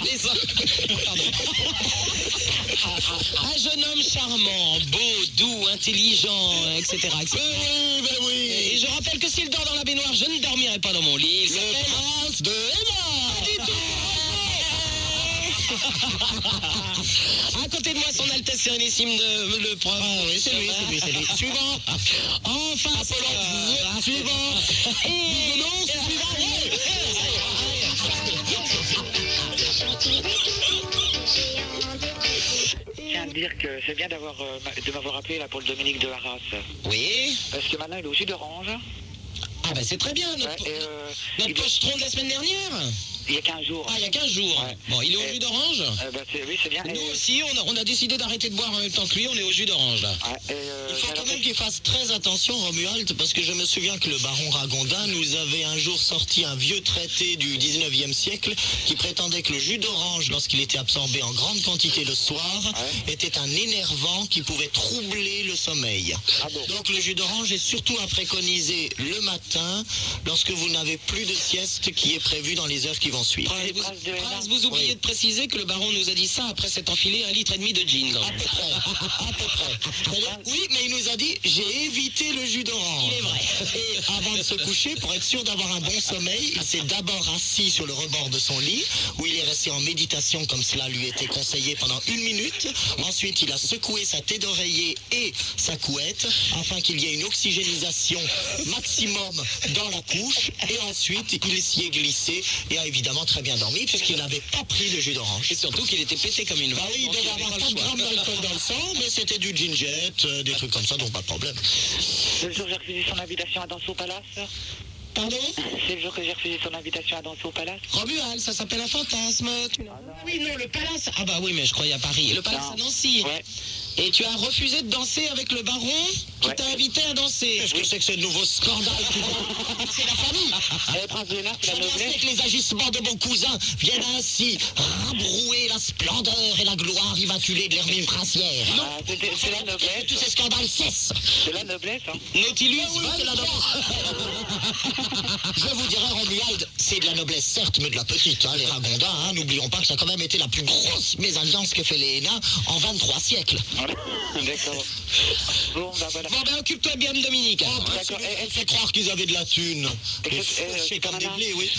Speaker 2: Les hommes- Pardon. Un jeune homme charmant, beau, doux, intelligent, etc. etc.
Speaker 3: oui, ben oui.
Speaker 2: Et je rappelle que s'il dort dans la baignoire, je ne dormirai pas dans mon lit. Il
Speaker 3: Le
Speaker 2: s'appelle-
Speaker 3: prince de Hénin.
Speaker 2: À côté de moi, son Altesse Sérénissime, de, le prince.
Speaker 3: Ah oui, c'est lui, c'est lui, c'est lui.
Speaker 2: Suivant. Enfin,
Speaker 3: Apollon. Suivant.
Speaker 2: Et non,
Speaker 1: Je tiens à me dire que c'est bien d'avoir euh, ma- de m'avoir appelé là pour le Dominique de Arras.
Speaker 2: Oui.
Speaker 1: Parce que maintenant il est au sud orange.
Speaker 2: Ah ben c'est très bien.
Speaker 1: Ouais,
Speaker 2: Notre,
Speaker 1: et, euh,
Speaker 2: notre
Speaker 1: il, doit-
Speaker 2: pochetron de la semaine dernière.
Speaker 1: il y a 15 jours.
Speaker 2: Ah, il y a 15 jours.
Speaker 1: Ouais.
Speaker 2: Bon, il est au
Speaker 1: Et-
Speaker 2: jus d'orange.
Speaker 1: Euh, bah, c'est- oui, c'est bien.
Speaker 2: Nous
Speaker 1: Et,
Speaker 2: aussi, on a, on a décidé d'arrêter de boire en même temps que lui. On est au jus d'orange là.
Speaker 1: ouais, et, euh,
Speaker 3: Il faut
Speaker 1: j'ai
Speaker 3: quand même
Speaker 1: l'impression-
Speaker 3: qu'il fasse très attention, Romuald, parce que je me souviens que le baron Ragondin nous avait un jour sorti un vieux traité du 19e siècle qui prétendait que le jus d'orange, lorsqu'il était absorbé en grande quantité le soir, était un énervant qui pouvait troubler le sommeil.
Speaker 1: Ah bon
Speaker 3: Donc le jus d'orange est surtout à préconiser le matin, lorsque vous n'avez plus de sieste qui est prévue dans les heures qui vont suivre.
Speaker 2: Prince, vous,
Speaker 1: phrases de Hénin.
Speaker 2: Prince, vous oubliez
Speaker 3: Oui.
Speaker 2: de préciser que le baron nous a dit ça après s'être enfilé un litre et demi de gin. quand même.
Speaker 3: À peu près. C'est-à-dire, Oui, mais il nous a dit j'ai évité le jus d'orange.
Speaker 2: Il est vrai.
Speaker 3: Et avant de se coucher, pour être sûr d'avoir un bon sommeil, il s'est d'abord assis sur le rebord de son lit, où il est resté en méditation comme cela lui était conseillé pendant une minute. Ensuite, il a secoué sa tête d'oreiller et sa couette afin qu'il y ait une oxygénisation maximum dans la couche. Et ensuite, il s'y est glissé et a évidemment très bien dormi puisqu'il n'avait pas pris le jus d'orange.
Speaker 2: Et surtout qu'il était pété comme une
Speaker 3: Bah
Speaker 2: vache.
Speaker 3: oui, il
Speaker 2: donc
Speaker 3: devait
Speaker 2: avait
Speaker 3: avoir
Speaker 2: pas le
Speaker 3: 4
Speaker 2: choix.
Speaker 3: grammes d'alcool dans le sang, mais c'était du gin jet, euh, des trucs comme ça, donc pas de problème.
Speaker 1: Le jour où j'ai refusé son invitation à danser au palace.
Speaker 3: Pardon
Speaker 1: C'est le jour que j'ai refusé son invitation à danser au palace.
Speaker 2: Romuald, ça s'appelle un fantasme. Tu l'as- oui, non, le palace. Ah bah oui, mais je croyais à Paris. Le palace
Speaker 1: Non.
Speaker 2: à Nancy.
Speaker 1: Ouais.
Speaker 2: Et tu as refusé de danser avec le baron qui
Speaker 1: Ouais.
Speaker 2: t'a invité à danser.
Speaker 3: Qu'est-ce que c'est que ce nouveau scandale qui C'est la
Speaker 1: Et
Speaker 3: famille
Speaker 1: Ah, le prince de Hénin, c'est la
Speaker 3: Je
Speaker 1: noblesse.
Speaker 3: sais que les agissements de mon cousin viennent ainsi rabrouer la splendeur et la gloire immaculée de l'hermine princière.
Speaker 1: Ah, c'est c'est la
Speaker 3: Que tous
Speaker 1: noblesse.
Speaker 3: ces scandales cessent
Speaker 1: C'est la noblesse. Hein.
Speaker 2: Nautilus,
Speaker 3: Ah oui, c'est la noblesse. Je vous dirais, Romuald, c'est de la noblesse, certes, mais de la petite, hein, les Ragondins. hein. N'oublions pas que ça a quand même été la plus grosse mésalliance que fait les Hénins en 23 siècles.
Speaker 1: D'accord. Bon, bah voilà.
Speaker 2: Bon, ben occupe-toi bien de Dominique.
Speaker 1: Oh, D'accord. Et-
Speaker 3: Hein, fait croire qu'ils avaient de la thune.
Speaker 1: Et
Speaker 3: Les
Speaker 1: c'est-
Speaker 3: fauchés
Speaker 1: euh,
Speaker 3: comme des
Speaker 1: Superman.
Speaker 3: blés, oui.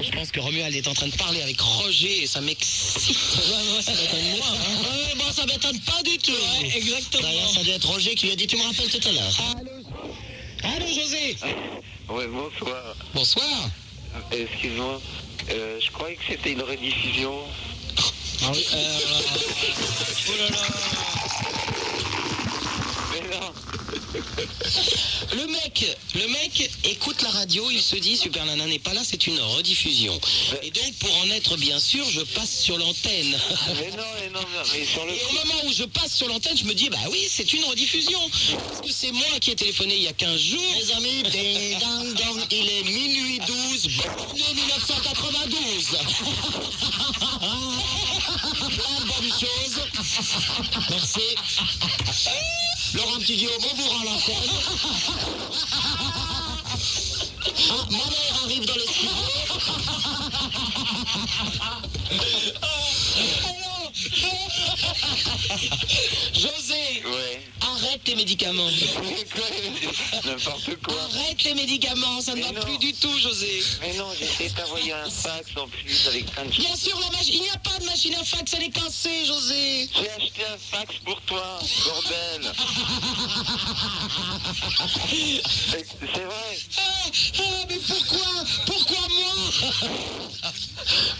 Speaker 2: Je pense que Romuald est en train de parler avec
Speaker 3: Oh,
Speaker 2: Roger et ça m'excite. Ouais, ouais, ça m'étonne moins.
Speaker 3: Ouais, bon, ça m'étonne pas du tout.
Speaker 2: exactement.
Speaker 3: hein. D'ailleurs, ça doit être Roger qui lui a dit, tu me rappelles tout à l'heure.
Speaker 2: Allô, José
Speaker 1: Ouais, bonsoir.
Speaker 2: Bonsoir.
Speaker 1: Excuse-moi. Euh, je croyais que c'était une rediffusion.
Speaker 2: Euh, oh
Speaker 1: Mais non.
Speaker 2: le mec, le mec écoute la radio, il se dit Super Nana n'est pas là, c'est une rediffusion. Et donc pour en être bien sûr, je passe sur l'antenne.
Speaker 1: Mais non, mais non, mais- mais sur le
Speaker 2: Et au moment où je passe sur l'antenne, je me dis bah oui, c'est une rediffusion. Parce que c'est moi qui ai téléphoné il y a 15 jours.
Speaker 3: Mes amis, ding, dang, dang, il est minuit 12, bonne année 1992. Plein de bonnes choses. Merci. Laurent Petit Guillaume, on vous rend l'antenne. Ah, ma mère arrive dans le studio.
Speaker 2: José,
Speaker 1: Ouais.
Speaker 2: arrête tes médicaments.
Speaker 1: N'importe quoi.
Speaker 2: Arrête les médicaments, ça ne
Speaker 1: Mais
Speaker 2: va
Speaker 1: non.
Speaker 2: plus du tout, José.
Speaker 1: Mais non, j'essaie d'envoyer un fax en plus avec plein de choses.
Speaker 2: Bien sûr, la mach- il n'y a pas de machine à fax, elle est cassée, José.
Speaker 1: J'ai acheté un fax pour toi, bordel. C'est c'est vrai.
Speaker 2: Ah, ah, mais pourquoi Pourquoi moi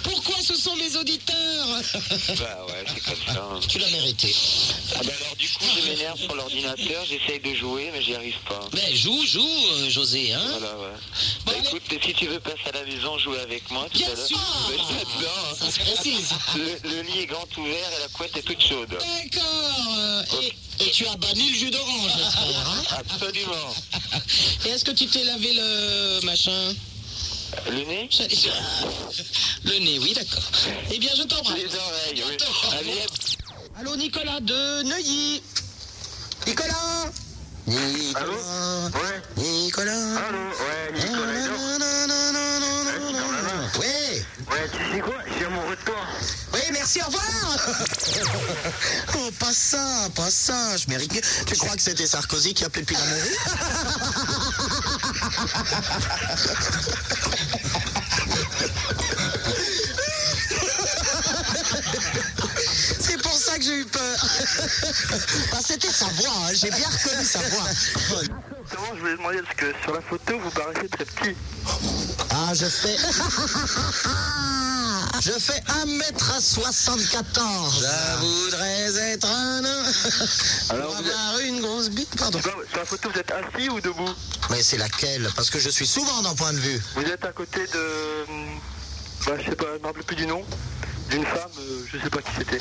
Speaker 2: Pourquoi ce sont mes auditeurs
Speaker 1: Bah ouais, c'est comme ça. hein.
Speaker 3: Tu l'as mérité.
Speaker 1: Ah bah alors du coup, je m'énerve sur l'ordinateur, j'essaye de jouer, mais j'y arrive pas.
Speaker 2: Ben, joue, joue, euh, José, hein
Speaker 1: Voilà, ouais. Bah
Speaker 2: allez.
Speaker 1: écoute, si tu veux passer à la maison, jouer avec moi tout
Speaker 2: Bien
Speaker 1: à l'heure.
Speaker 2: sûr.
Speaker 1: Ouais, j'adore.
Speaker 3: Ça se précise.
Speaker 1: hein. Le, le lit est grand ouvert et la couette est toute chaude.
Speaker 2: D'accord euh, et-
Speaker 3: Et tu as banni le jus d'orange, j'espère. hein
Speaker 1: Absolument.
Speaker 2: Et est-ce que tu t'es lavé le machin
Speaker 1: Le nez
Speaker 2: Le nez, oui, d'accord. Eh bien, je t'embrasse.
Speaker 1: Les oreilles, oui.
Speaker 2: Attends.
Speaker 1: Allez,
Speaker 2: Allô, Nicolas de Neuilly
Speaker 3: Nicolas
Speaker 4: Allô
Speaker 3: Nicolas
Speaker 4: Ouais
Speaker 3: Nicolas
Speaker 4: Allô Ouais, Nicolas Hédor
Speaker 3: Non, non, non, non, non. Ouais
Speaker 4: Ouais, tu sais quoi Je suis amoureux de toi.
Speaker 3: Oui, merci, au revoir Oh, pas ça, pas ça, je mérite mieux. Tu crois que c'était Sarkozy qui appelait depuis la mairie C'est pour ça que j'ai eu peur. Bah, c'était sa voix, hein, j'ai bien reconnu sa voix.
Speaker 4: Comment je voulais demander parce que sur la photo vous paraissez très petit.
Speaker 3: Ah, je fais... Je fais 1m74. Je voudrais être un... Alors, avoir une grosse bite, pardon.
Speaker 4: Sur sur la photo vous êtes assis ou debout
Speaker 3: Mais c'est laquelle Parce que je suis souvent d'un point de vue.
Speaker 4: Vous êtes à côté de. hum, Bah je sais pas, je me rappelle plus du nom. D'une femme, euh, je sais pas qui c'était.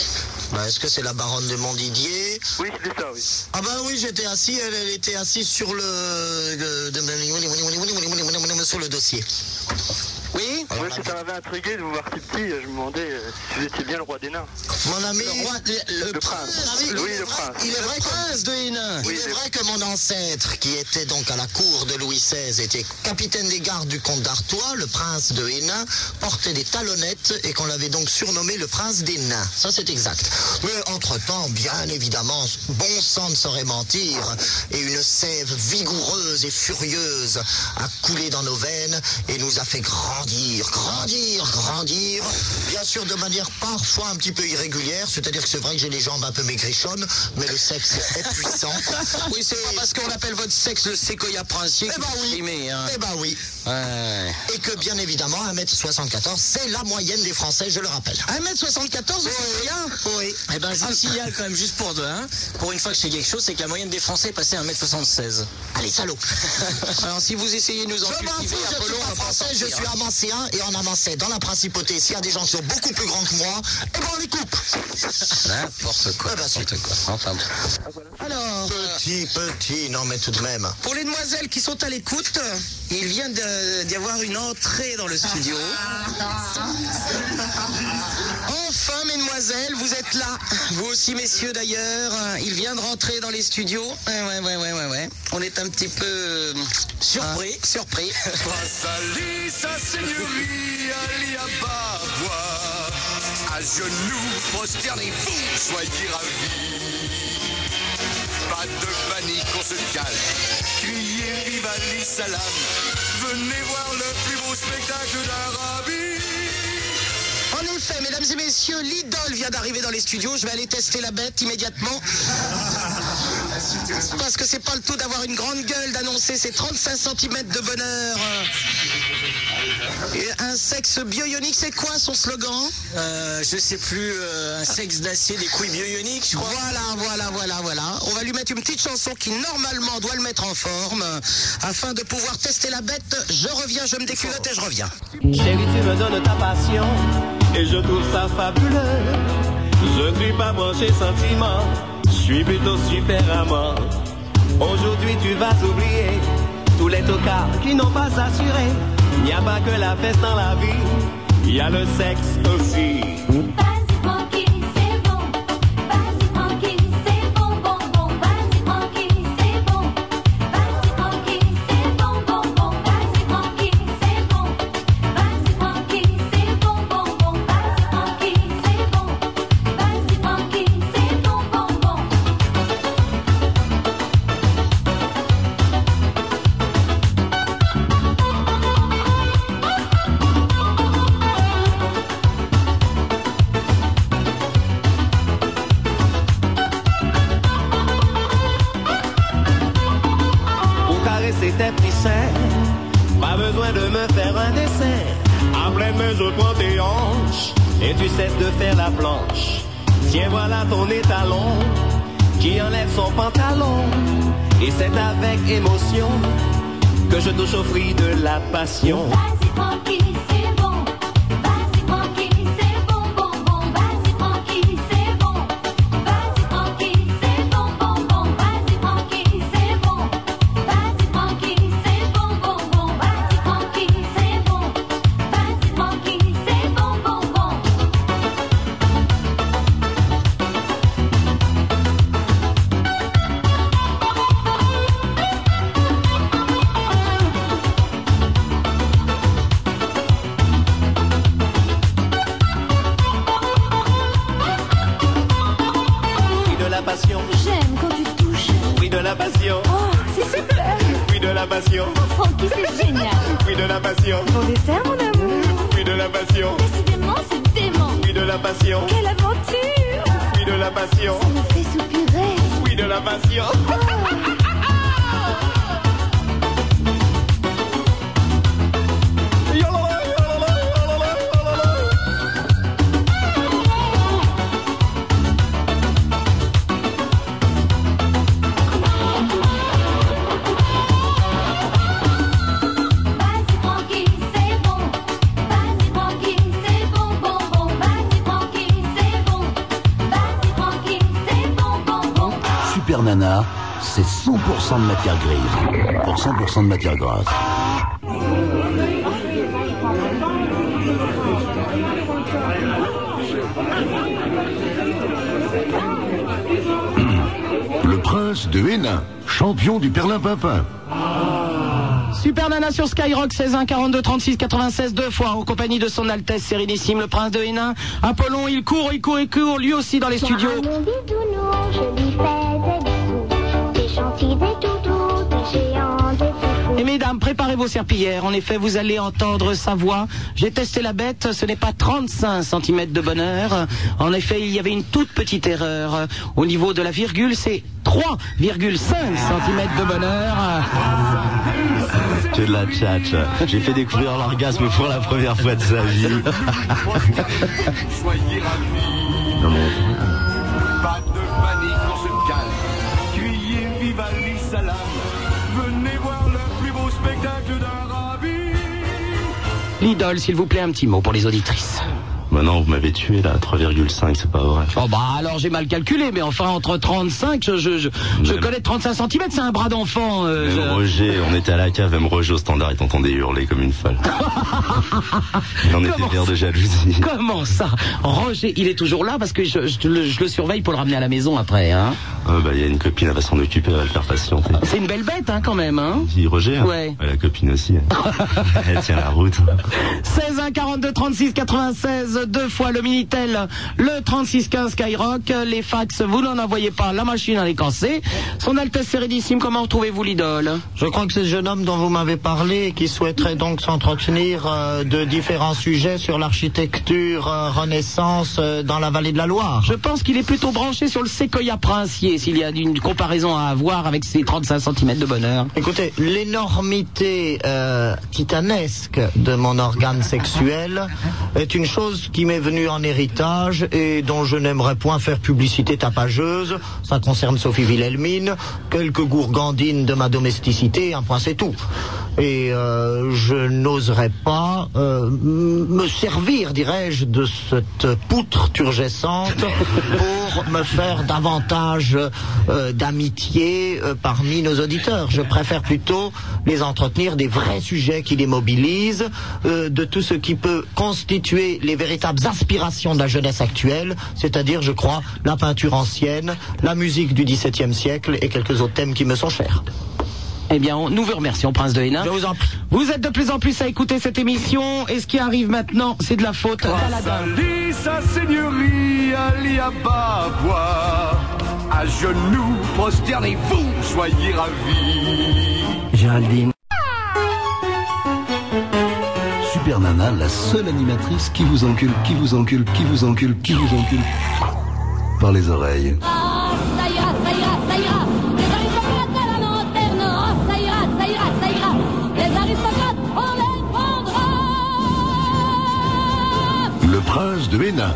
Speaker 3: Bah, Est-ce que c'est la baronne de Montdidier
Speaker 4: Oui, c'était ça, oui.
Speaker 3: Ah bah oui, j'étais assis, elle, elle était assise sur le... le- sur le dossier. Oui
Speaker 4: Ouais, c'est ça m'avait intrigué de vous voir si petit, je me demandais euh, si vous étiez bien le roi des nains.
Speaker 3: Mon ami, le,
Speaker 4: le prince. Oui,
Speaker 3: il est
Speaker 4: le
Speaker 3: vrai-
Speaker 4: prince.
Speaker 3: Il est vrai, que, il
Speaker 4: Oui,
Speaker 3: est
Speaker 4: le-
Speaker 3: vrai que mon ancêtre, qui était donc à la cour de Louis XVI, était capitaine des gardes du comte d'Artois, le prince de Hénin, portait des talonnettes et qu'on l'avait donc surnommé le prince des nains. Ça, c'est exact. Mais entre-temps, bien évidemment, bon sang ne saurait mentir, et une sève vigoureuse et furieuse a coulé dans nos veines et nous a fait grandir, grandir, grandir. Bien sûr, de manière parfois un petit peu irrégulière, c'est-à-dire que c'est vrai que j'ai les jambes un peu maigrichonnes, mais le sexe est très puissant. Oui, c'est parce qu'on appelle votre sexe le séquoia princier.
Speaker 2: Bah
Speaker 3: Eh ben oui. Eh ben oui. Et que bien évidemment, 1m74, c'est la moyenne des Français, je le rappelle. 1m74, c'est rien Oui. Ah,
Speaker 2: Eh ben, je vous signale quand même juste pour deux, hein. Pour une fois que je sais quelque chose, c'est que la moyenne des Français est passée à 1m76.
Speaker 3: Allez, salaud.
Speaker 2: Alors, si vous essayez de nous en
Speaker 3: Je m'en fous,
Speaker 2: cultiver,
Speaker 3: je suis
Speaker 2: Apollon,
Speaker 3: pas
Speaker 2: on va en
Speaker 3: français, je
Speaker 2: sortir.
Speaker 3: suis amancéen et en amancé dans la principauté, s'il y a des gens qui sont beaucoup plus grands que moi, eh ben on les coupe N'importe quoi, n'importe quoi.
Speaker 2: Alors,
Speaker 3: Petit, petit, non mais tout de même.
Speaker 2: pour les demoiselles qui sont à l'écoute, il vient de- d'y avoir une entrée dans le studio. Enfin, mesdemoiselles, vous êtes là. Vous aussi, messieurs d'ailleurs. Il vient de rentrer dans les studios. Ouais, ouais, ouais, ouais, ouais, ouais. On est un petit peu euh, surpris. surpris.
Speaker 7: Sali, sa seigneurie, Ali Ababoua. À genoux, prosternez-vous, soyez ravis. Pas de panique, on se calme. Criez Rivali Salam. Venez voir le plus beau spectacle d'Arabie.
Speaker 2: En effet, mesdames et messieurs, l'idole vient d'arriver dans les studios. Je vais aller tester la bête immédiatement. Parce que c'est pas le tout d'avoir une grande gueule, d'annoncer ses 35 cm de bonheur. Et un sexe bioionique, c'est quoi son slogan Euh, Je sais plus, euh, un sexe d'acier, des couilles bioioniques, je crois. Voilà, voilà, voilà, voilà. On va lui mettre une petite chanson qui normalement doit le mettre en forme. euh, Afin de pouvoir tester la bête, je reviens, je me déculotte et je reviens.
Speaker 8: Chérie, tu me donnes ta passion et je trouve ça fabuleux. Je ne suis pas branché sentiment, je suis plutôt super amant. Aujourd'hui, tu vas oublier tous les tocards qui n'ont pas assuré. Il n'y a pas que la fête dans la vie, il y a le sexe aussi.
Speaker 1: Vas-y tranquille, c'est bon. Vas-y tranquille, c'est bon, bon, bon. Vas-y tranquille, c'est bon. Vas-y tranquille, c'est bon, bon, bon. Vas-y tranquille, c'est bon. Vas-y tranquille, c'est bon, bon, bon. Vas-y tranquille, c'est bon. Vas-y tranquille, c'est bon, bon, bon.
Speaker 8: pour caresser tes petits seins. Pas besoin de me faire un dessin. À pleine main, je prends tes hanches et tu cesses de faire la planche. Tiens, voilà ton étalon qui enlève son pantalon. Et c'est avec émotion que je touche au fruit de la passion.
Speaker 1: Vas-y tranquille, c'est bon. Vas-y tranquille, c'est bon, bon, bon. Vas-y tranquille, c'est bon. Vas-y tranquille, c'est bon, bon, bon. Vas-y tranquille, c'est bon. Vas-y tranquille, c'est bon, bon, bon. Vas-y tranquille, c'est bon. Vas-y tranquille, c'est bon, bon, bon. quand tu touches.
Speaker 9: Fruit de la passion,
Speaker 1: Oh, c'est super
Speaker 9: fruit de la passion,
Speaker 1: Francky, c'est génial
Speaker 9: fruit de la passion,
Speaker 1: Bon dessert, mon amour
Speaker 9: fruit de la passion,
Speaker 1: Décidément, c'est dément
Speaker 9: fruit de la passion,
Speaker 1: Quelle aventure
Speaker 9: fruit de la passion,
Speaker 1: Ça me fait soupirer
Speaker 9: fruit de la passion.
Speaker 1: Vas-y, Francky, c'est bon Vas-y, Francky, c'est bon, bon, bon Vas-y, Francky, c'est bon Vas-y, Francky, c'est bon, bon, bon
Speaker 10: Super Nana, c'est 100% de matière grise pour 100% de matière grasse.
Speaker 11: Le prince de Hénin, champion du Perlin-Pimpin.
Speaker 2: Super Nana sur Skyrock 16 1 42 36 96 deux fois en compagnie de son Altesse Sérénissime le Prince de Hénin. Apollon il court il court il court lui aussi dans les studios. Et mesdames, préparez vos serpillères. En effet, vous allez entendre sa voix. J'ai testé la bête, ce n'est pas 35 cm de bonheur. En effet, il y avait une toute petite erreur. Au niveau de la virgule, c'est 3,5 cm de bonheur.
Speaker 12: C'est de la tchatche. J'ai fait découvrir l'orgasme pour la première fois de sa vie.
Speaker 7: Soyez ravis. Pas de panique, on se calme. Criez vive Ali Salam. Venez voir le plus beau spectacle d'Arabie.
Speaker 2: L'idole, s'il vous plaît, un petit mot pour les auditrices.
Speaker 12: Maintenant, Bah vous m'avez tué là, 3,5, c'est pas vrai.
Speaker 2: Oh bah alors j'ai mal calculé, mais enfin entre 35, je, je, je, je connais 35 cm, c'est un bras d'enfant. euh,
Speaker 12: Même
Speaker 2: je-
Speaker 12: Roger, on était à la cave, même Roger au standard, il t'entendait hurler comme une folle. Il en était vert de jalousie.
Speaker 2: Comment ça Roger, il est toujours là parce que je, je le, je le surveille pour le ramener à la maison après. Hein.
Speaker 12: Ah bah, il y a une copine, elle va s'en occuper, elle va le faire patienter.
Speaker 2: C'est une belle bête hein, quand même. Hein
Speaker 12: Dis Roger hein
Speaker 2: Ouais.
Speaker 12: La copine aussi. hein. Elle tient la route.
Speaker 2: 16 1 42 36 96 deux fois le minitel le 36 15 Skyrock les fax vous n'en envoyez pas la machine à les cancer son altesse sérénissime comment trouvez-vous l'idole
Speaker 3: Je crois que c'est ce jeune homme dont vous m'avez parlé et qui souhaiterait donc s'entretenir euh, de différents sujets sur l'architecture euh, Renaissance euh, dans la vallée de la Loire.
Speaker 2: je pense qu'il est plutôt branché sur le séquoia princier s'il y a une comparaison à avoir avec ses 35 cm de bonheur
Speaker 3: Écoutez, l'énormité euh, titanesque de mon organe sexuel est une chose qui m'est venue en héritage et dont je n'aimerais point faire publicité tapageuse. Ça concerne Sophie Wilhelmine, quelques gourgandines de ma domesticité, un point c'est tout. Et euh, je n'oserais pas euh, m- me servir, dirais-je, de cette poutre turgescente pour me faire davantage euh, d'amitié euh, parmi nos auditeurs. Je préfère plutôt les entretenir des vrais sujets qui les mobilisent, euh, de tout ce qui peut constituer les véritables aspirations de la jeunesse actuelle, c'est-à-dire, je crois, la peinture ancienne, la musique du XVIIe siècle et quelques autres thèmes qui me sont chers.
Speaker 2: Eh bien, on- nous vous remercions, Prince de Hénin.
Speaker 3: Je vous en prie.
Speaker 2: Vous êtes de plus en plus à écouter cette émission et ce qui arrive maintenant, c'est de la faute d'Aladin.
Speaker 7: Salut sa seigneurie, Ali Ababa. À genoux, prosternez-vous, soyez ravis.
Speaker 10: Géraldine. Super Nana, la seule animatrice qui vous encule, qui vous encule, qui vous encule, qui vous encule. Par les oreilles.
Speaker 1: Ah, Ça ira, ça ira, ça ira Les aristocrates à la lanterne Ah, ça ira, ça ira, ça ira Les aristocrates, on les prendra
Speaker 11: Le prince de Hénin.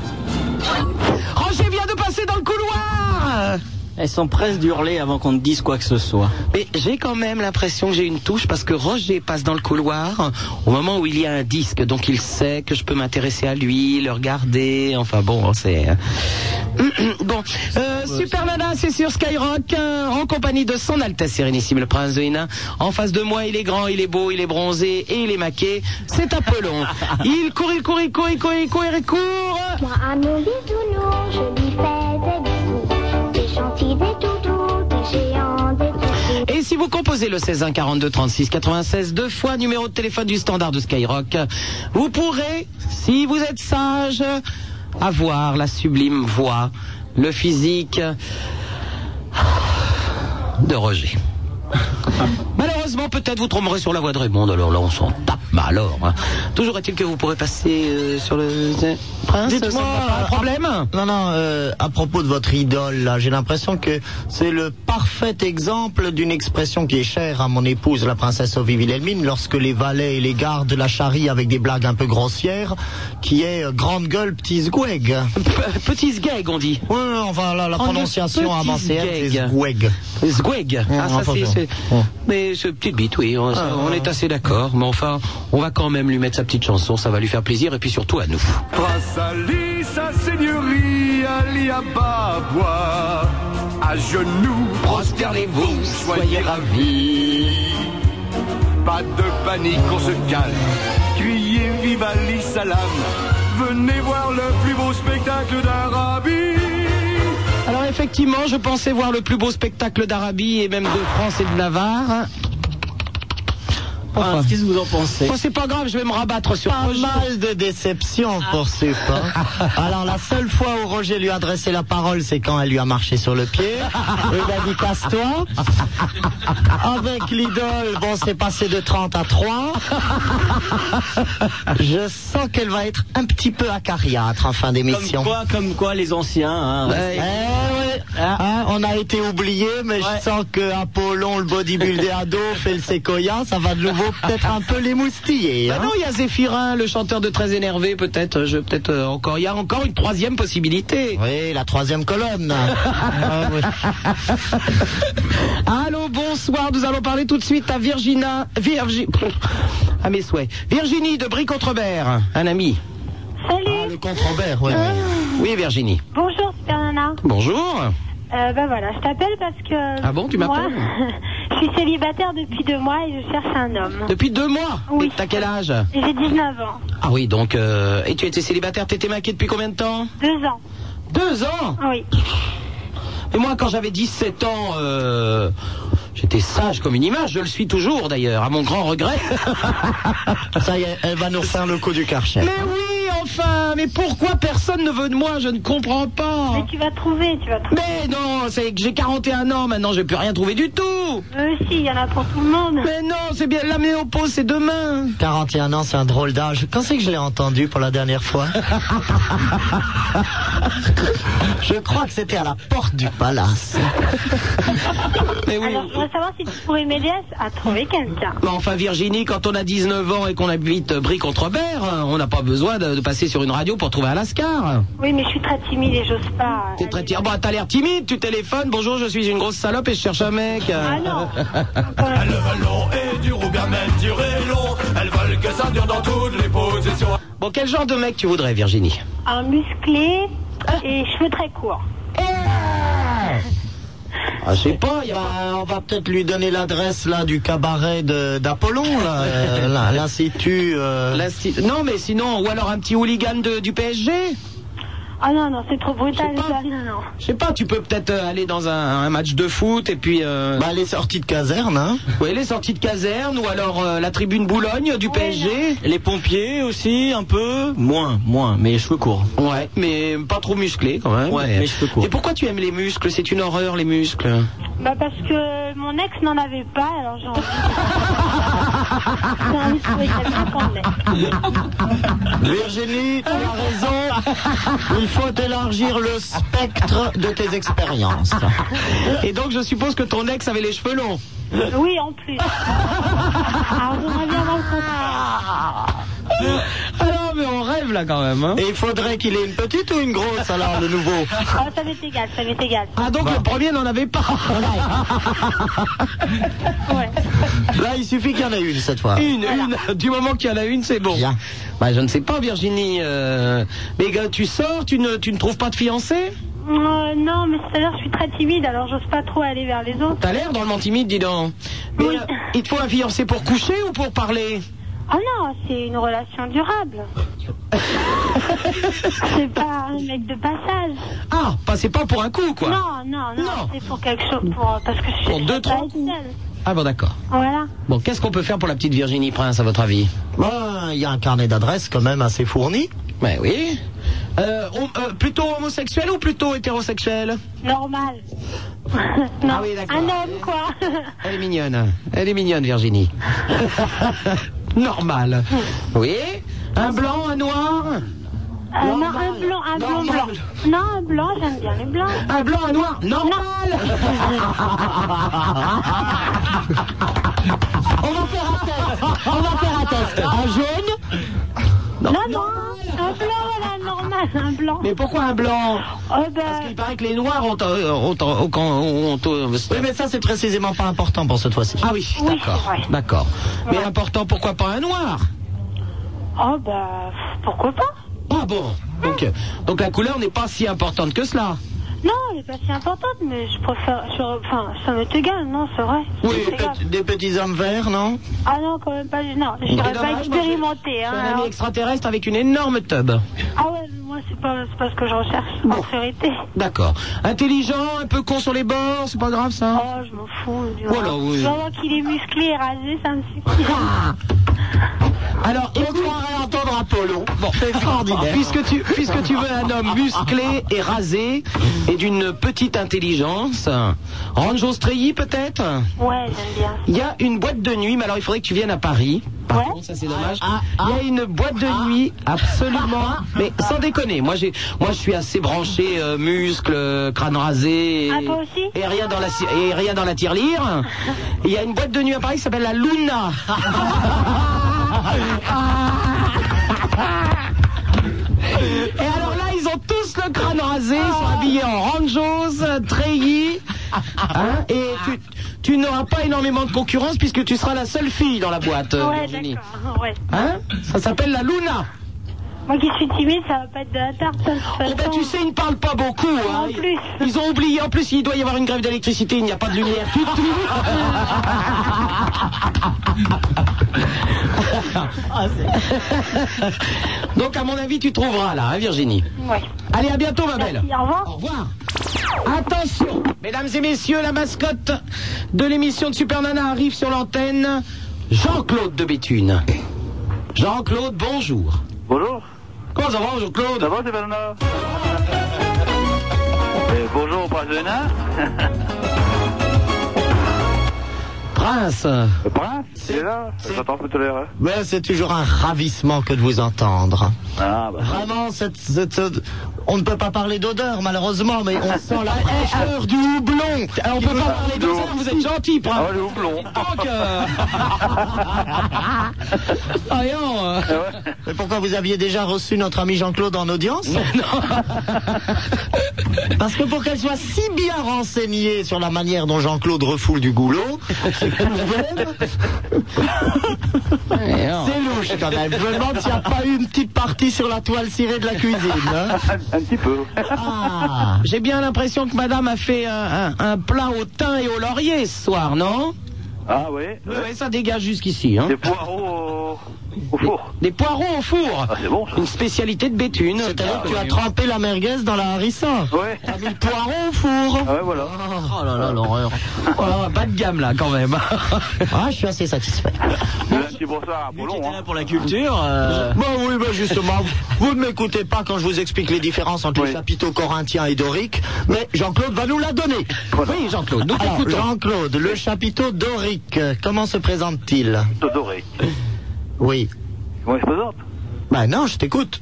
Speaker 2: Roger vient de passer dans le couloir
Speaker 13: Elles sont presses d'hurler avant qu'on ne dise quoi que ce soit.
Speaker 2: Mais j'ai quand même l'impression que j'ai une touche parce que Roger passe dans le couloir au moment où il y a un disque, donc il sait que je peux m'intéresser à lui, le regarder, enfin bon, c'est... Bon, euh, Super Nana, c'est sur Skyrock, euh, en compagnie de son Altesse Sérénissime, le Prince de Hénin. En face de moi, il est grand, il est beau, il est bronzé et il est maqué. C'est Apollon. Il court, il court, il court, il court, il court, il court.
Speaker 1: Moi à mon bisounours, je lui fais des bisous Des gentils, des toutous, des géants, des toutous
Speaker 2: Et si vous composez le 16 1 42 36 96 deux fois numéro de téléphone du standard de Skyrock, vous pourrez, si vous êtes sage, avoir la sublime voix, le physique de Roger. Malheureusement, peut-être vous tromperez sur la voix de Raymond, alors là on s'en tape, mais alors. hein. Toujours est-il que vous pourrez passer euh, sur le. Prince, Ah, ça
Speaker 3: Dites-moi,
Speaker 2: me va pas.
Speaker 3: un problème Non, non, euh, à propos de votre idole, là, j'ai l'impression que c'est le parfait exemple d'une expression qui est chère à mon épouse, la princesse Ovie Wilhelmine, lorsque les valets et les gardes la charrient avec des blagues un peu grossières, qui est euh, grande gueule, petits gweg.
Speaker 2: Petit zgeg, on dit.
Speaker 3: Oui, enfin, là, la
Speaker 2: Oh, le
Speaker 3: prononciation
Speaker 2: petit
Speaker 3: avancée, c'est
Speaker 2: zgeg.
Speaker 3: zgweg.
Speaker 2: Zgweg. Ah, ça,
Speaker 3: enfin,
Speaker 2: c'est-
Speaker 3: bon.
Speaker 2: c'est- Mais ce petite bite, oui, on, ça, on est assez d'accord. Mais enfin, on va quand même lui mettre sa petite chanson, ça va lui faire plaisir et puis surtout à nous.
Speaker 7: Grâce à lui, sa seigneurie, Ali Ababa, à genoux, prosternez-vous, soyez ravis. Pas de panique, on se calme. Criez vive Ali Salam. Venez voir le plus beau spectacle d'Arabie.
Speaker 2: Alors effectivement, je pensais voir le plus beau spectacle d'Arabie et même de France et de Navarre. Qu'est-ce que vous en pensez Oh, C'est pas grave, je vais me rabattre sur Ah.
Speaker 3: Pas mal de déception pour ces pains. Alors, la seule fois où Roger lui a adressé la parole, c'est quand elle lui a marché sur le pied. Et
Speaker 2: Eh ben,
Speaker 3: il a dit casse-toi. Avec l'idole, bon, c'est passé de 30 à 3. Je sens qu'elle va être un petit peu acariâtre en fin d'émission.
Speaker 14: Comme quoi, comme quoi, les anciens. hein,
Speaker 3: Ouais. Eh ouais. Hein, on a été oublié, mais je sens que Apollon, le bodybuilder ado, fait le séquoia, ça va de nouveau peut-être un peu les moustiller. hein.
Speaker 2: Ah non, il y a Zéphirin, le chanteur de Très Énervé, peut-être. Je peut-être euh, encore. Il y a encore une troisième possibilité.
Speaker 3: Oui, la troisième colonne.
Speaker 2: Allô, bonsoir. Nous allons parler tout de suite à Virginia. Virgi... À mes souhaits. Virginie de brie contrebert un ami.
Speaker 15: Salut.
Speaker 2: Ah,
Speaker 3: le contrebert, ouais.
Speaker 2: Oui, Virginie.
Speaker 15: Bonjour Super Nana.
Speaker 2: Bonjour.
Speaker 15: Euh, ben voilà, je t'appelle parce que.
Speaker 2: Ah bon, tu m'appelles
Speaker 15: moi, Je suis célibataire depuis deux mois et je cherche un homme.
Speaker 2: Depuis deux mois
Speaker 15: Oui.
Speaker 2: T'as quel âge
Speaker 15: Et J'ai 19 ans.
Speaker 2: Ah oui, donc. euh, et tu étais célibataire, t'étais maquée depuis combien de temps
Speaker 15: Deux ans.
Speaker 2: Deux ans
Speaker 15: Oui.
Speaker 2: Et moi, quand j'avais 17 ans, euh, j'étais sage comme une image. Je le suis toujours, d'ailleurs, à mon grand regret.
Speaker 3: Ça y est, elle va nous faire le coup du karcher.
Speaker 2: Mais oui, enfin Mais pourquoi personne ne veut de moi Je ne comprends pas. Mais
Speaker 15: tu vas trouver, tu vas
Speaker 2: trouver. Mais non, c'est que j'ai 41 ans maintenant, je vais plus rien trouver du tout.
Speaker 15: Mais si, il y en a pour tout le monde.
Speaker 2: Mais non, c'est bien, la ménopause, c'est demain.
Speaker 3: 41 ans, c'est un drôle d'âge. Quand c'est que je l'ai entendu pour la dernière fois Je crois que c'était à la porte du palace.
Speaker 2: Eh
Speaker 15: Alors, je voudrais savoir si tu pourrais m'aider à- à trouver quelqu'un.
Speaker 2: Mais enfin, Virginie, quand on a 19 ans et qu'on habite euh, Brie-Contrebert, euh, on n'a pas besoin de, de passer sur une radio pour trouver un lascar.
Speaker 15: Oui, mais je suis très timide et j'ose pas.
Speaker 2: T'es très timide. Ah bah, t'as l'air timide, tu téléphones. Bonjour, je suis une grosse salope et je cherche un mec.
Speaker 15: Ah non.
Speaker 7: Elle va long Oh, et dur ou bien même dur et long. Elles veulent que ça dure dans toutes les positions.
Speaker 2: Bon, quel genre de mec tu voudrais, Virginie
Speaker 15: Un musclé et cheveux très courts.
Speaker 3: Ah, je sais pas, il y a- on va peut-être lui donner l'adresse là du cabaret de- d'Apollon, là, euh, là, l'institut. euh,
Speaker 2: L'insti- Non, mais sinon, ou alors un petit hooligan de- du PSG
Speaker 15: Ah non, non, c'est trop brutal. ça. Non, non.
Speaker 2: Je sais pas, tu peux peut-être euh, aller dans un, un match de foot et puis.
Speaker 3: Bah, les sorties de caserne, hein
Speaker 2: Oui, les sorties de caserne ou alors euh, la tribune Boulogne du PSG.
Speaker 14: Les pompiers aussi, un peu. Moins, moins, mais les cheveux courts.
Speaker 2: Ouais, mais pas trop musclé quand même.
Speaker 14: Ouais, mes cheveux courts.
Speaker 2: Et pourquoi tu aimes les muscles C'est une horreur, les muscles.
Speaker 15: Bah parce que mon ex n'en avait pas, alors j'ai envie. j'ai envie de trouver quelqu'un qu'on ait.
Speaker 3: Virginie, tu as raison. Il faut élargir le spectre de tes expériences.
Speaker 2: Et donc, je suppose que ton ex avait les cheveux longs.
Speaker 15: Oui, en plus. Ah, Alors j'aimerais bien avoir le contraire.
Speaker 2: Alors, Ah, mais on rêve là quand même. hein.
Speaker 3: Et il faudrait qu'il ait une petite ou une grosse, alors, le nouveau
Speaker 15: Ah, ça m'est égal, ça m'est égal.
Speaker 2: Ah, donc le premier n'en avait pas.
Speaker 3: Là, il suffit qu'il y en ait une cette fois.
Speaker 2: Une, une. Du moment qu'il y en a une, c'est bon. Bah, je ne sais pas, Virginie. euh, Mais gars, tu sors, tu ne, tu ne trouves pas de fiancé
Speaker 15: Euh, non, mais c'est-à-dire je suis très timide, alors j'ose pas trop aller vers les autres.
Speaker 2: T'as l'air dans le timide, dis donc. Mais euh, il te faut un fiancé pour coucher ou pour parler
Speaker 15: Ah non, c'est une relation durable. c'est pas un mec de passage.
Speaker 2: Ah, bah, c'est pas pour un coup, quoi.
Speaker 15: Non, non, non, c'est pour quelque chose, pour, parce que je suis
Speaker 2: Pour deux,
Speaker 15: je peux
Speaker 2: trois
Speaker 15: pas être seule.
Speaker 2: Ah bon, d'accord.
Speaker 15: Voilà.
Speaker 2: Bon, qu'est-ce qu'on peut faire pour la petite Virginie Prince, à votre avis
Speaker 3: Bah, Il y a un carnet d'adresses quand même assez fourni.
Speaker 2: Ben oui. Euh, hom- euh, plutôt homosexuel ou plutôt hétérosexuel
Speaker 15: Normal. non,
Speaker 2: Ah
Speaker 15: un homme, quoi. Euh,
Speaker 2: Elle est mignonne. Elle est mignonne, Virginie. Normal. Oui Un blanc, un noir
Speaker 15: Euh, non, un blanc, un blanc, blanc. Non, un blanc, j'aime bien les blancs.
Speaker 2: Un blanc, un noir, normal
Speaker 1: On va faire un test. On va faire un test.
Speaker 2: Un jaune
Speaker 15: Non, non, un blanc, voilà, normal, un blanc. Oh, ben,
Speaker 2: Mais pourquoi un blanc
Speaker 15: Parce
Speaker 2: qu'il paraît que les noirs ont... euh, ont- ont- ont- ont- ont-
Speaker 3: Oui, mais ça, c'est précisément pas important pour cette fois-ci.
Speaker 2: Ah oui,
Speaker 15: Oui,
Speaker 2: d'accord.
Speaker 15: c'est vrai.
Speaker 2: D'accord. Mais important, pourquoi pas un noir
Speaker 15: Oh, bah, pourquoi pas
Speaker 2: Ah bon donc, donc la couleur n'est pas si importante que cela.
Speaker 15: Non, elle est pas si importante, mais je préfère. je- Enfin, ça m'est égal, non, c'est vrai.
Speaker 3: Oui,
Speaker 15: C'est égal.
Speaker 3: des petits hommes verts, non
Speaker 15: Ah non, quand même pas. Non, je
Speaker 2: Mais
Speaker 15: dirais
Speaker 2: dommage,
Speaker 15: pas
Speaker 2: moi,
Speaker 15: expérimenté.
Speaker 2: C'est
Speaker 15: Hein,
Speaker 2: un ami
Speaker 15: alors.
Speaker 2: extraterrestre avec une énorme tube.
Speaker 15: Ah ouais, mais moi, c'est pas, c'est pas ce que je recherche, en vérité.
Speaker 2: D'accord. Intelligent, un peu con sur les bords, c'est pas grave ça
Speaker 15: Oh, je m'en fous. du
Speaker 2: Voilà,
Speaker 15: moins.
Speaker 2: oui. Ah,
Speaker 15: Du moment qu'il est musclé et rasé, ça me suffit.
Speaker 2: Alors, on croirait entendre Apollo. Bon, c'est
Speaker 3: extraordinaire.
Speaker 2: Puisque tu, puisque tu veux un homme musclé et rasé et d'une petite intelligence, Ranjo Streilly peut-être
Speaker 15: Ouais, j'aime bien.
Speaker 2: Il y a une boîte de nuit, mais alors il faudrait que tu viennes à Paris. Par contre, ça c'est dommage.
Speaker 1: Ah.
Speaker 2: Il y a une boîte de nuit, absolument. Mais sans déconner, moi j'ai, moi je suis assez branché euh, muscles, euh, crâne rasé et,
Speaker 15: Ah, toi aussi
Speaker 2: et rien dans la ci- et rien dans la tirelire. Il y a une boîte de nuit à Paris qui s'appelle la Luna. Et alors là, ils ont tous le crâne rasé, ils sont habillés en ranjos, euh, treillis. Hein, et tu, tu n'auras pas énormément de concurrence puisque tu seras la seule fille dans la boîte, euh,
Speaker 15: ouais,
Speaker 2: Virginie.
Speaker 15: d'accord, ouais.
Speaker 2: Hein Ça s'appelle la Luna.
Speaker 15: Moi qui suis timide, ça va pas être de la tarte. ça, de toute
Speaker 2: Eh ben,
Speaker 15: façon.
Speaker 2: tu sais, ils ne parlent pas beaucoup. hein.
Speaker 15: En plus.
Speaker 2: Ils ont oublié. En plus, il doit y avoir une grève d'électricité. Il n'y a pas de lumière. Tout,
Speaker 15: Ah,
Speaker 2: tout. Donc, à mon avis, tu trouveras là, hein, Virginie.
Speaker 15: Ouais.
Speaker 2: Allez, à bientôt, ma belle.
Speaker 15: Au revoir.
Speaker 2: Au revoir. Attention, mesdames et messieurs, la mascotte de l'émission de Super Nana arrive sur l'antenne. Jean-Claude de Béthune. Jean-Claude, bonjour.
Speaker 4: Bonjour.
Speaker 2: Comment ça va, Jean-Claude
Speaker 4: Ça va, Super Nana Euh, Bonjour, Prince de Hénin.
Speaker 2: Prince.
Speaker 4: Le Prince, il est là. J'attends tout à l'heure. hein.
Speaker 3: Ben, euh, c'est toujours un ravissement que de vous entendre.
Speaker 4: Ah, bah.
Speaker 3: Vraiment, cette, cette- cette- on ne peut pas parler d'odeur, malheureusement, mais on sent la fraîcheur du houblon.
Speaker 2: Alors, on peut pas parler de ça, vous êtes gentil, Prince.
Speaker 3: Oh,
Speaker 4: Ah, le houblon.
Speaker 2: Donc, euh, voyons, euh,
Speaker 3: Mais pourquoi vous aviez déjà reçu notre ami Jean-Claude en audience Parce que pour qu'elle soit si bien renseignée sur la manière dont Jean-Claude refoule du goulot, c'est quand même- c'est louche quand même. Je me demande s'il n'y a pas eu une petite partie sur la toile cirée de la cuisine. hein.
Speaker 4: Un petit peu.
Speaker 2: Ah, J'ai bien l'impression que madame a fait un, un- un plat au thym et au laurier ce soir, non
Speaker 4: Ah, ouais.
Speaker 2: Oui, oui, ça dégage jusqu'ici. Hein.
Speaker 4: Des poireaux au, au four.
Speaker 2: Des poireaux au four
Speaker 4: Ah, c'est bon, ça.
Speaker 2: Une spécialité de Béthune.
Speaker 3: C'est-à-dire
Speaker 2: Ah,
Speaker 3: que tu as trempé la merguez dans la harissa.
Speaker 4: Ouais.
Speaker 3: T'as mis le poiron au four.
Speaker 4: Ah, ouais, voilà.
Speaker 2: Oh là là, l'horreur. Oh là, pas de gamme là quand même.
Speaker 3: Ah, je suis assez satisfait.
Speaker 4: Le lundi, bonsoir, Boulon. Hein.
Speaker 2: Pour la culture. euh,
Speaker 3: Bon oui, ben justement, vous ne m'écoutez pas quand je vous explique les différences entre les chapiteaux corinthiens et doriques, mais Jean-Claude va nous la donner.
Speaker 2: Oui, Jean-Claude, nous
Speaker 3: Alors,
Speaker 2: t'écoutons.
Speaker 3: Jean-Claude, le chapiteau dorique, euh, comment se présente-t-il
Speaker 4: Tout doré.
Speaker 3: Oui.
Speaker 4: Comment il se présente
Speaker 2: Bah
Speaker 3: Ben non, je t'écoute.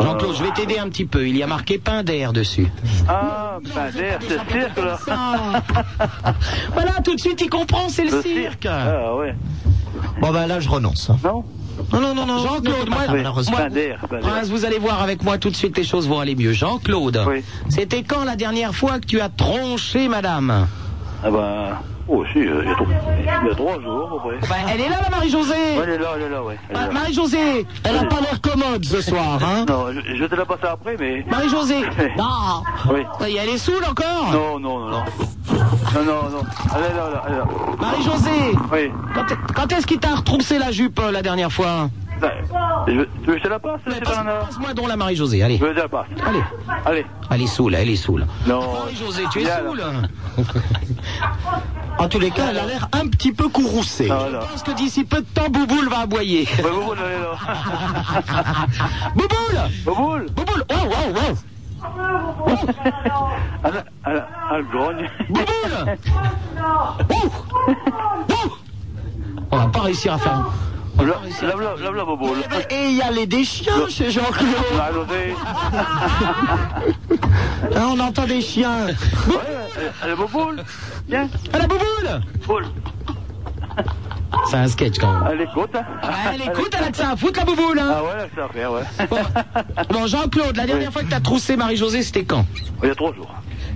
Speaker 2: Jean-Claude, je vais t'aider un petit peu. Il y a marqué pain d'air dessus.
Speaker 4: Ah, bah, d'air, c'est le cirque, là.
Speaker 2: Voilà, tout de suite, il comprend, c'est le,
Speaker 4: Le
Speaker 2: cirque.
Speaker 4: cirque. Ah, ouais.
Speaker 3: Bon ben là, je renonce.
Speaker 4: Non
Speaker 2: Non, non, non, non. Jean-Claude, moi,
Speaker 3: ça, malheureusement.
Speaker 2: moi-
Speaker 4: Pain d'air, pain d'air.
Speaker 2: Prince, vous allez voir avec moi tout de suite, les choses vont aller mieux. Jean-Claude,
Speaker 4: Oui.
Speaker 2: c'était quand la dernière fois que tu as tronché, madame
Speaker 4: Ah, bah. Oh, si, euh, il y a trois- il y a trois jours, au près.
Speaker 2: Bah, Elle est là, la Marie-Josée
Speaker 4: Ouais, elle est là, elle est là, ouais. Elle est
Speaker 2: Ah,
Speaker 4: là.
Speaker 2: Marie-Josée,
Speaker 3: Elle a pas l'air commode ce soir, hein
Speaker 4: Non, je, je te la passe après, mais.
Speaker 2: Marie-Josée. Non.
Speaker 4: Oui.
Speaker 2: Ça y est, Elle est saoule encore
Speaker 4: Non, non, non, non. Non, non, non. Elle est là, elle est là,
Speaker 2: Marie-Josée,
Speaker 4: elle est là.
Speaker 2: quand est- quand est-ce qu'il t'a retroussé la jupe euh, la dernière fois
Speaker 4: Oui. Bah, je, tu veux que je te la passe, c'est pas nana
Speaker 2: Passe-moi donc la Marie-Josée, allez.
Speaker 4: Je veux que je te la passe.
Speaker 2: Allez.
Speaker 4: Allez.
Speaker 2: Elle est saoule, Ah elle est saoule.
Speaker 4: Non.
Speaker 2: Marie-Josée, tu es
Speaker 4: Viens, là.
Speaker 2: saoule En tous les cas, elle a l'air un petit peu courroucée.
Speaker 4: Voilà.
Speaker 2: Je pense que d'ici peu de temps, Bouboule va aboyer.
Speaker 4: Bouboule, elle est là.
Speaker 2: Bouboule
Speaker 4: Bouboule
Speaker 2: Bouboule Oh, wow, wow
Speaker 4: Elle, elle, elle grogne.
Speaker 2: Bouboule On va pas réussir à faire un-
Speaker 4: Lave-la, lave-la, Bouboule.
Speaker 2: Et il y a les des chiens chez Jean-Claude.
Speaker 3: Bah
Speaker 4: Ah, l'osé.
Speaker 2: Là, Hein, on entend des chiens.
Speaker 4: Elle- Elle est Bouboule. Viens.
Speaker 2: Elle est Bouboule
Speaker 4: Boule.
Speaker 2: C'est un sketch quand même.
Speaker 4: Elle écoute. hein.
Speaker 2: Ah, Elle écoute, elle a que ça à foutre la bouboule. hein.
Speaker 4: Ah ouais, elle sait faire, ouais.
Speaker 2: Bon, Jean-Claude, la dernière fois que t'as troussé Marie-Josée, c'était quand
Speaker 4: Il y a trois jours.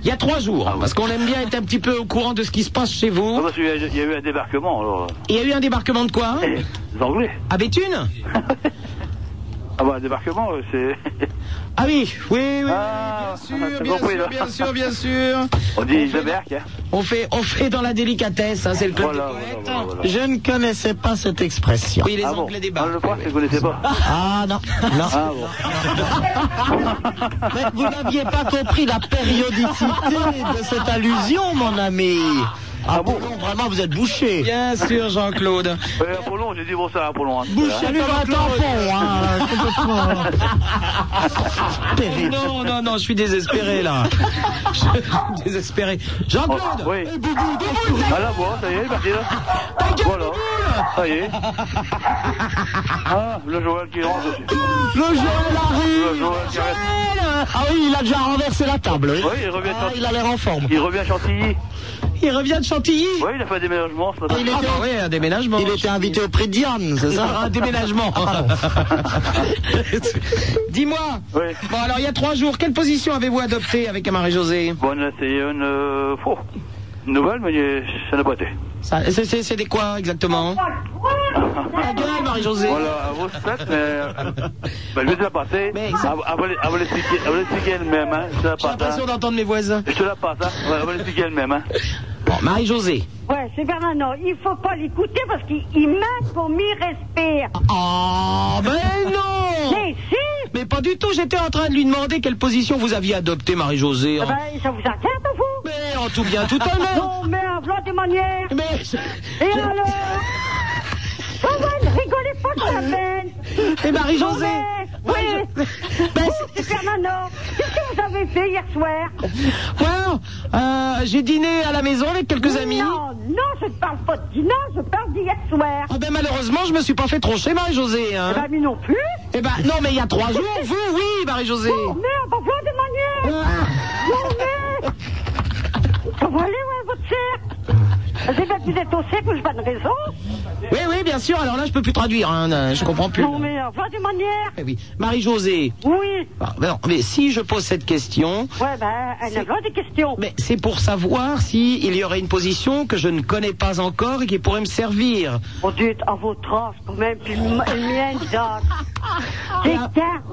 Speaker 2: Il y a trois jours, parce qu'on aime bien être un petit peu au courant de ce qui se passe chez
Speaker 4: Ah,
Speaker 2: vous.
Speaker 4: parce qu'il y a- il y a eu un débarquement, alors.
Speaker 2: Il y a eu un débarquement de quoi hein
Speaker 4: Les Anglais.
Speaker 2: À Béthune
Speaker 4: Ah bah, un débarquement, euh, c'est.
Speaker 2: Ah oui, oui, oui, oui,
Speaker 4: t'as
Speaker 2: bien,
Speaker 4: compris,
Speaker 2: sûr,
Speaker 4: là.
Speaker 2: bien sûr, bien sûr, bien sûr.
Speaker 4: On dit je débarque, hein.
Speaker 2: On fait, on fait dans la délicatesse, hein, c'est le club
Speaker 4: Voilà,
Speaker 2: des poètes.
Speaker 4: voilà, voilà, voilà.
Speaker 2: Je-
Speaker 3: Je ne connaissais pas cette expression.
Speaker 2: Oui, les
Speaker 3: Ah bon.
Speaker 2: Anglais débarquent.
Speaker 4: Je crois que vous ne connaissez pas.
Speaker 3: Ah non, non.
Speaker 4: Ah bon.
Speaker 3: Mais vous n'aviez pas compris la périodicité de cette allusion, mon ami. Ah, bon Vraiment, vous êtes bouché.
Speaker 2: Bien sûr, Jean-Claude.
Speaker 4: Euh, Apollon, j'ai dit bon ça à Apollon. hein.
Speaker 3: Bouché
Speaker 4: Voilà.
Speaker 3: comme un tampon,
Speaker 2: Ah,
Speaker 3: hein, complètement. Terrible.
Speaker 2: Non, non, non, je suis désespéré là. Je suis désespéré. Jean-Claude
Speaker 4: Oui.
Speaker 3: Eh,
Speaker 4: Ah là, bon, ça y est, il est parti là. Voilà. Ça y est. Ah, le Joël qui rentre aussi.
Speaker 3: Le Joël
Speaker 4: Le
Speaker 3: arrive.
Speaker 4: Joël qui reste.
Speaker 3: Ah oui, il a déjà renversé la table. Oui,
Speaker 4: Oui, il revient de
Speaker 3: Ah,
Speaker 4: Chantilly.
Speaker 3: il a l'air en forme.
Speaker 4: Il revient à Chantilly.
Speaker 2: Il revient de Chantilly
Speaker 4: Oui, il a fait un déménagement ce matin.
Speaker 3: Il était,
Speaker 2: Ah, bah Oui, un déménagement.
Speaker 3: il était invité au prix de Diane, c'est ça Ah,
Speaker 2: Un déménagement. Dis-moi. Bon, alors, il y a trois jours, quelle position avez-vous adoptée avec Marie-Josée
Speaker 4: Bon, là, c'est une, euh, faux. Une nouvelle, mais ça n'a pas été.
Speaker 2: Ça, c'est- C'est c'est des quoi exactement La gueule, Marie-Josée.
Speaker 4: Voilà, à vos stats, mais. euh, Ben, je vais te la passer. Ah, Elle va- elle va l'expliquer- elle va l'expliquer elle-même, hein. Je te la
Speaker 2: J'ai
Speaker 4: passe,
Speaker 2: l'impression
Speaker 4: hein.
Speaker 2: d'entendre mes voisins.
Speaker 4: Je te la passe, hein. Ouais, Elle va l'expliquer elle-même, hein.
Speaker 2: Bon, Marie-Josée.
Speaker 1: Ouais, c'est Bernard, non, il faut pas l'écouter parce qu'il il m'a commis respire.
Speaker 2: Ah, ben non
Speaker 1: Mais si
Speaker 2: Mais pas du tout, j'étais en train de lui demander quelle position vous aviez adoptée, Marie-Josée. hein.
Speaker 1: Ah ben, ça vous inquiète, vous
Speaker 2: Mais en tout bien, tout honneur.
Speaker 1: Non, mais un blanc de manière
Speaker 2: Mais
Speaker 1: Et alors Ah ouais, ne rigolez pas de la peine
Speaker 2: Et Eh ben, Marie-Josée Ben,
Speaker 1: Oui C'est permanent Qu'est-ce que vous avez fait hier soir
Speaker 2: Wow, euh, j'ai dîné à la maison avec quelques amis.
Speaker 1: Non, non, je ne parle pas de dîner, je parle d'hier soir
Speaker 2: Ah ben malheureusement, je me suis pas fait troncher, Marie-Josée. Hein.
Speaker 1: Eh ben, mais non plus
Speaker 2: Eh ben non, mais il y a trois jours, vous, oui, Marie-Josée. Ah.
Speaker 1: Non, merde, un blanc de manière Non, mais Ça va aller, ouais, votre cirque C'est parce que vous êtes au cirque, mais je pas de raison
Speaker 2: Oui, oui, bien sûr. Alors là, je peux plus traduire, hein, euh, je comprends plus.
Speaker 1: Non, mais un blanc de manière
Speaker 2: Eh oui, Marie-Josée.
Speaker 1: Oui
Speaker 2: Ah, ben non, mais si je pose cette question,
Speaker 1: Ouais, ben, elle a des questions
Speaker 2: mais c'est pour savoir si il y aurait une position que je ne connais pas encore et qui pourrait me servir.
Speaker 1: Vous dites à votre âge quand même, puis m- le mien date. J'ai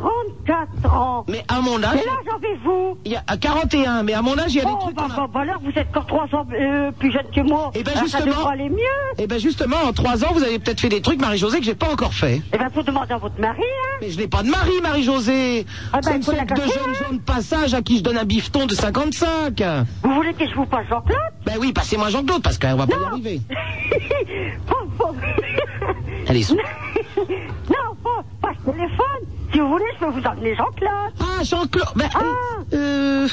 Speaker 1: 44 ans.
Speaker 2: Mais à mon âge,
Speaker 1: Quel âge avez-vous
Speaker 2: il y a à 41, mais à mon âge, il y a des
Speaker 1: Oh,
Speaker 2: trucs.
Speaker 1: bah, bah, bah, alors vous êtes qu'en 3 ans euh, plus jeune que moi.
Speaker 2: Eh ben,
Speaker 1: Alors, Ça
Speaker 2: justement.
Speaker 1: devra aller mieux.
Speaker 2: Eh ben justement, en trois ans, vous avez peut-être fait des trucs, Marie-Josée, que j'ai pas encore fait.
Speaker 1: Eh ben, faut demander à votre mari, hein.
Speaker 2: Mais je n'ai pas de mari, Marie-Josée.
Speaker 1: Ah ben,
Speaker 2: C'est une
Speaker 1: faut la
Speaker 2: sorte de
Speaker 1: casser,
Speaker 2: jeunes
Speaker 1: hein.
Speaker 2: gens de passage à Ah, qui je donne un bifton de 55. Ben
Speaker 1: Vous voulez que je vous passe Jean-Claude
Speaker 2: oui, passez-moi Jean-Claude, parce qu'on va pas y arriver.
Speaker 1: Faut- faut-
Speaker 2: Allez, sous.
Speaker 1: Non, faut pas le téléphone. Si vous voulez, je peux vous emmener Jean-Claude.
Speaker 2: Ah, Jean-Claude, ben, euh,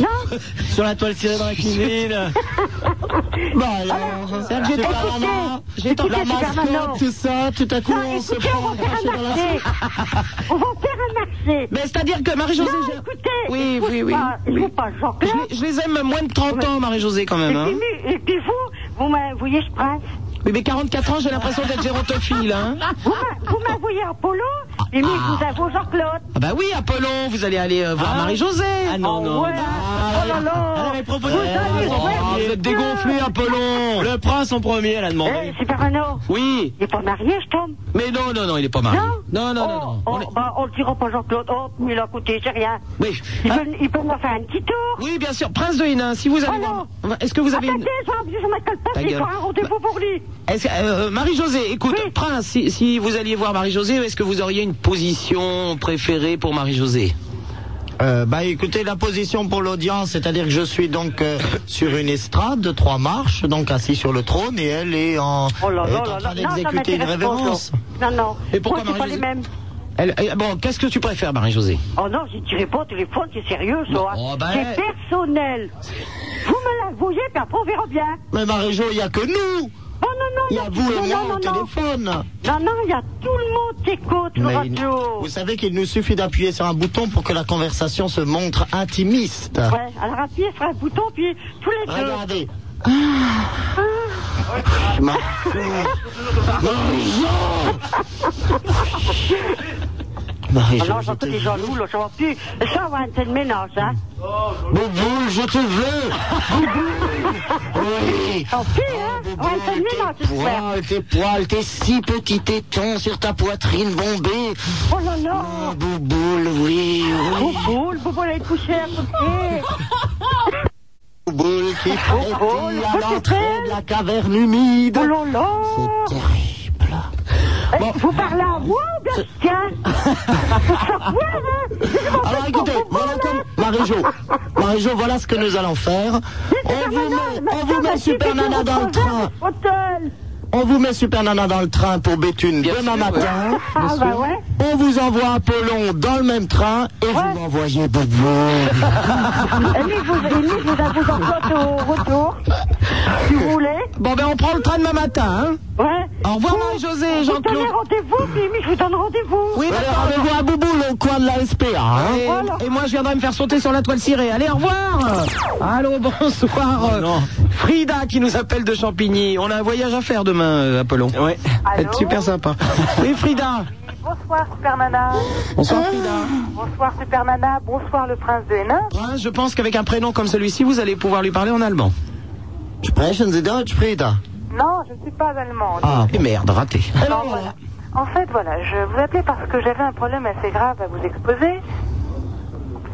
Speaker 1: Non
Speaker 3: Sur la toile tirée dans la cuisine.
Speaker 15: Bah,
Speaker 3: Bah, Bon, alors,
Speaker 2: c'est-à-dire que j'ai
Speaker 3: j'ai
Speaker 2: pas
Speaker 3: pas la
Speaker 2: écouté,
Speaker 3: main,
Speaker 2: j'ai
Speaker 3: j'ai
Speaker 2: pas-
Speaker 3: la
Speaker 2: écoutez, c'est
Speaker 3: mascotte,
Speaker 1: permanent.
Speaker 3: tout ça, tout à coup,
Speaker 1: Non,
Speaker 3: on se
Speaker 1: écoutez, on
Speaker 3: prend
Speaker 1: va faire
Speaker 3: arraché
Speaker 1: un
Speaker 3: dans la
Speaker 1: marché. On va faire un marché.
Speaker 2: mais c'est-à-dire que Marie-Josée...
Speaker 1: Non,
Speaker 2: j'ai-
Speaker 1: écoutez,
Speaker 2: oui,
Speaker 1: je
Speaker 2: oui,
Speaker 1: vous
Speaker 2: oui,
Speaker 1: parle, je
Speaker 2: oui.
Speaker 1: vous parle, Jean-Claude.
Speaker 2: Je les- Je les aime moins de 30 ans, Marie-Josée, quand
Speaker 1: Et
Speaker 2: même. Hein.
Speaker 1: puis, lui- et puis vous, vous m'avouillez, je presse.
Speaker 2: Oui, mais 44 ans, j'ai l'impression d'être gérontophile. Hein.
Speaker 1: Vous m'a- vous m'avouillez Apollo, et moi, je vous avoue Jean-Claude.
Speaker 2: Ah bah oui, Apollon, vous allez aller euh, voir Marie-Josée. Ah,
Speaker 3: Ah non, non.
Speaker 1: Ouais, oh là là.
Speaker 3: Elle avait proposé.
Speaker 1: Vous allez
Speaker 3: Oh,
Speaker 1: voir
Speaker 2: vous êtes dégonflé, Apollon.
Speaker 3: Le prince en premier, elle a
Speaker 1: Ah. Eh,
Speaker 3: demandé.
Speaker 1: c'est Parano.
Speaker 2: Oui,
Speaker 1: Il n'est pas marié, cet homme
Speaker 2: mais non, non, non, il est pas marié.
Speaker 1: Non
Speaker 2: Non, non,
Speaker 1: oh,
Speaker 2: non, non.
Speaker 1: oh,
Speaker 2: On est-
Speaker 1: bah, on le dira pas Jean-Claude. Oh, mais là, écoutez, c'est rien.
Speaker 2: Oui.
Speaker 1: Il
Speaker 2: Ah,
Speaker 1: peut, il peut me faire un petit tour.
Speaker 2: oui, bien sûr. Prince de Hénin, si vous allez
Speaker 1: Ah
Speaker 2: voir- Est-ce que vous avez
Speaker 1: Attendez,
Speaker 2: une...
Speaker 1: je vais obliger ma calpate,
Speaker 2: Ta
Speaker 1: j'ai
Speaker 2: gueule.
Speaker 1: encore un rendez-vous pour lui.
Speaker 2: Est-ce que- euh, Marie-Josée, écoute,
Speaker 1: Oui.
Speaker 2: Prince, si, si vous alliez voir Marie-Josée, est-ce que vous auriez une position préférée pour Marie-Josée
Speaker 3: Euh, bah écoutez, la position pour l'audience, c'est-à-dire que je suis donc euh, sur une estrade de trois marches, donc assis sur le trône, et elle est en,
Speaker 15: Oh là
Speaker 3: elle est
Speaker 15: là
Speaker 3: en
Speaker 15: là
Speaker 3: train
Speaker 15: là, non, ça
Speaker 3: d'exécuter une
Speaker 15: m'intéresse pas,
Speaker 3: révérence.
Speaker 15: Non, non.
Speaker 3: Et pourquoi,
Speaker 15: Moi, c'est pas les
Speaker 3: Marie-Josée
Speaker 15: mêmes.
Speaker 3: Elle- elle- bon, qu'est-ce que tu préfères, Marie-Josée
Speaker 15: Oh non, j'y tirais pas au téléphone, c'est sérieux, ça. hein.
Speaker 3: Oh, ben-
Speaker 15: C'est personnel. Vous me l'avouez, puis après, on verra bien.
Speaker 3: Mais Marie-Jo, il n'y a que nous
Speaker 15: Oh non, non,
Speaker 3: Il y a vous et
Speaker 15: non,
Speaker 3: moi
Speaker 15: non,
Speaker 3: au
Speaker 15: non.
Speaker 3: téléphone
Speaker 15: Non, non, il y a tout le monde qui écoute le
Speaker 3: Mais il-
Speaker 15: radio.
Speaker 3: Vous savez qu'il nous suffit d'appuyer sur un bouton pour que la conversation se montre intimiste.
Speaker 15: Ouais, alors appuyez sur un bouton, puis tous les deux.
Speaker 3: Regardez.
Speaker 1: Ah.
Speaker 15: Alors, Ah j'entends des jaloux, là, ça va plus. Ça va, c'est le ménage, hein.
Speaker 3: Bouboule, je te veux
Speaker 15: Oui Tant pis, hein Ouais, c'est le ménage, j'espère.
Speaker 3: Poil, tes poils, tes six petits tétons sur ta poitrine bombée.
Speaker 15: Oh là là
Speaker 3: Bouboule, oui, oui.
Speaker 15: Bouboule, bouboule, elle est couchée à côté.
Speaker 3: Bouboule qui frétille à l'entrée de la caverne humide.
Speaker 15: Oh là là
Speaker 3: C'est terrible.
Speaker 15: Vous parlez à moi ou bien tiens hein.
Speaker 3: Alors écoutez, voilà comme... Marie-Jo, Marie-Jo, voilà ce que nous allons faire. On vous met, on vous met Super Nana dans le train. On vous met Super Nana dans le train pour Béthune demain matin.
Speaker 15: Ah bah ouais
Speaker 3: On vous envoie Apollon dans le même train et vous m'envoyez Bouboule.
Speaker 15: Et lui, vous, et lui, vous, vous en faites au retour. Si vous voulez.
Speaker 3: Bon, ben, on prend le train demain matin,
Speaker 15: hein Ouais.
Speaker 3: Au revoir,
Speaker 15: Vous-
Speaker 3: Marie-Josée,
Speaker 15: Vous
Speaker 3: Jean-Claude.
Speaker 15: donnez rendez-vous, puis oui, je vous donne rendez-vous.
Speaker 3: Oui, d'accord. Rendez-vous à Bouboule au coin de la SPA. hein.
Speaker 2: Et, et moi, je viendrai me faire sauter sur la toile cirée. Allez, au revoir Allô, bonsoir Frida qui nous appelle de Champigny. On a un voyage à faire demain, euh, Apollon. Ouais.
Speaker 15: Allô
Speaker 2: super sympa. Oui, Frida
Speaker 15: Bonsoir, Supermana.
Speaker 2: Bonsoir, Frida.
Speaker 15: Bonsoir, Supermana. Bonsoir, le prince de Hénin.
Speaker 2: Prince, je pense qu'avec un prénom comme celui-ci, vous allez pouvoir lui parler en allemand.
Speaker 3: Sprechen Sie Deutsch, Frida
Speaker 16: Non, je ne suis pas allemande.
Speaker 2: Ah, et merde, raté.
Speaker 16: Non, voilà. En fait, voilà, je vous appelais parce que j'avais un problème assez grave à vous exposer.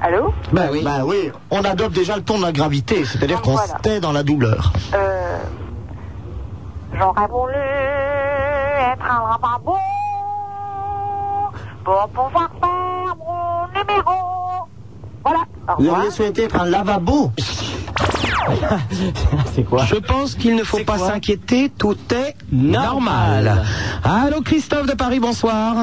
Speaker 16: Allô
Speaker 4: Bah
Speaker 3: Ben oui. Ben oui, on adopte déjà le ton de la gravité, c'est-à-dire qu'on se tait dans la douleur.
Speaker 16: Euh, J'aurais voulu être un rababou pour pouvoir faire mon numéro. Voilà. Au
Speaker 3: Vous
Speaker 16: revoir.
Speaker 3: auriez souhaité être un lavabo
Speaker 2: Ah,
Speaker 3: C'est quoi
Speaker 2: Je pense qu'il ne faut pas s'inquiéter, tout est normal. Allô, Christophe de Paris, bonsoir.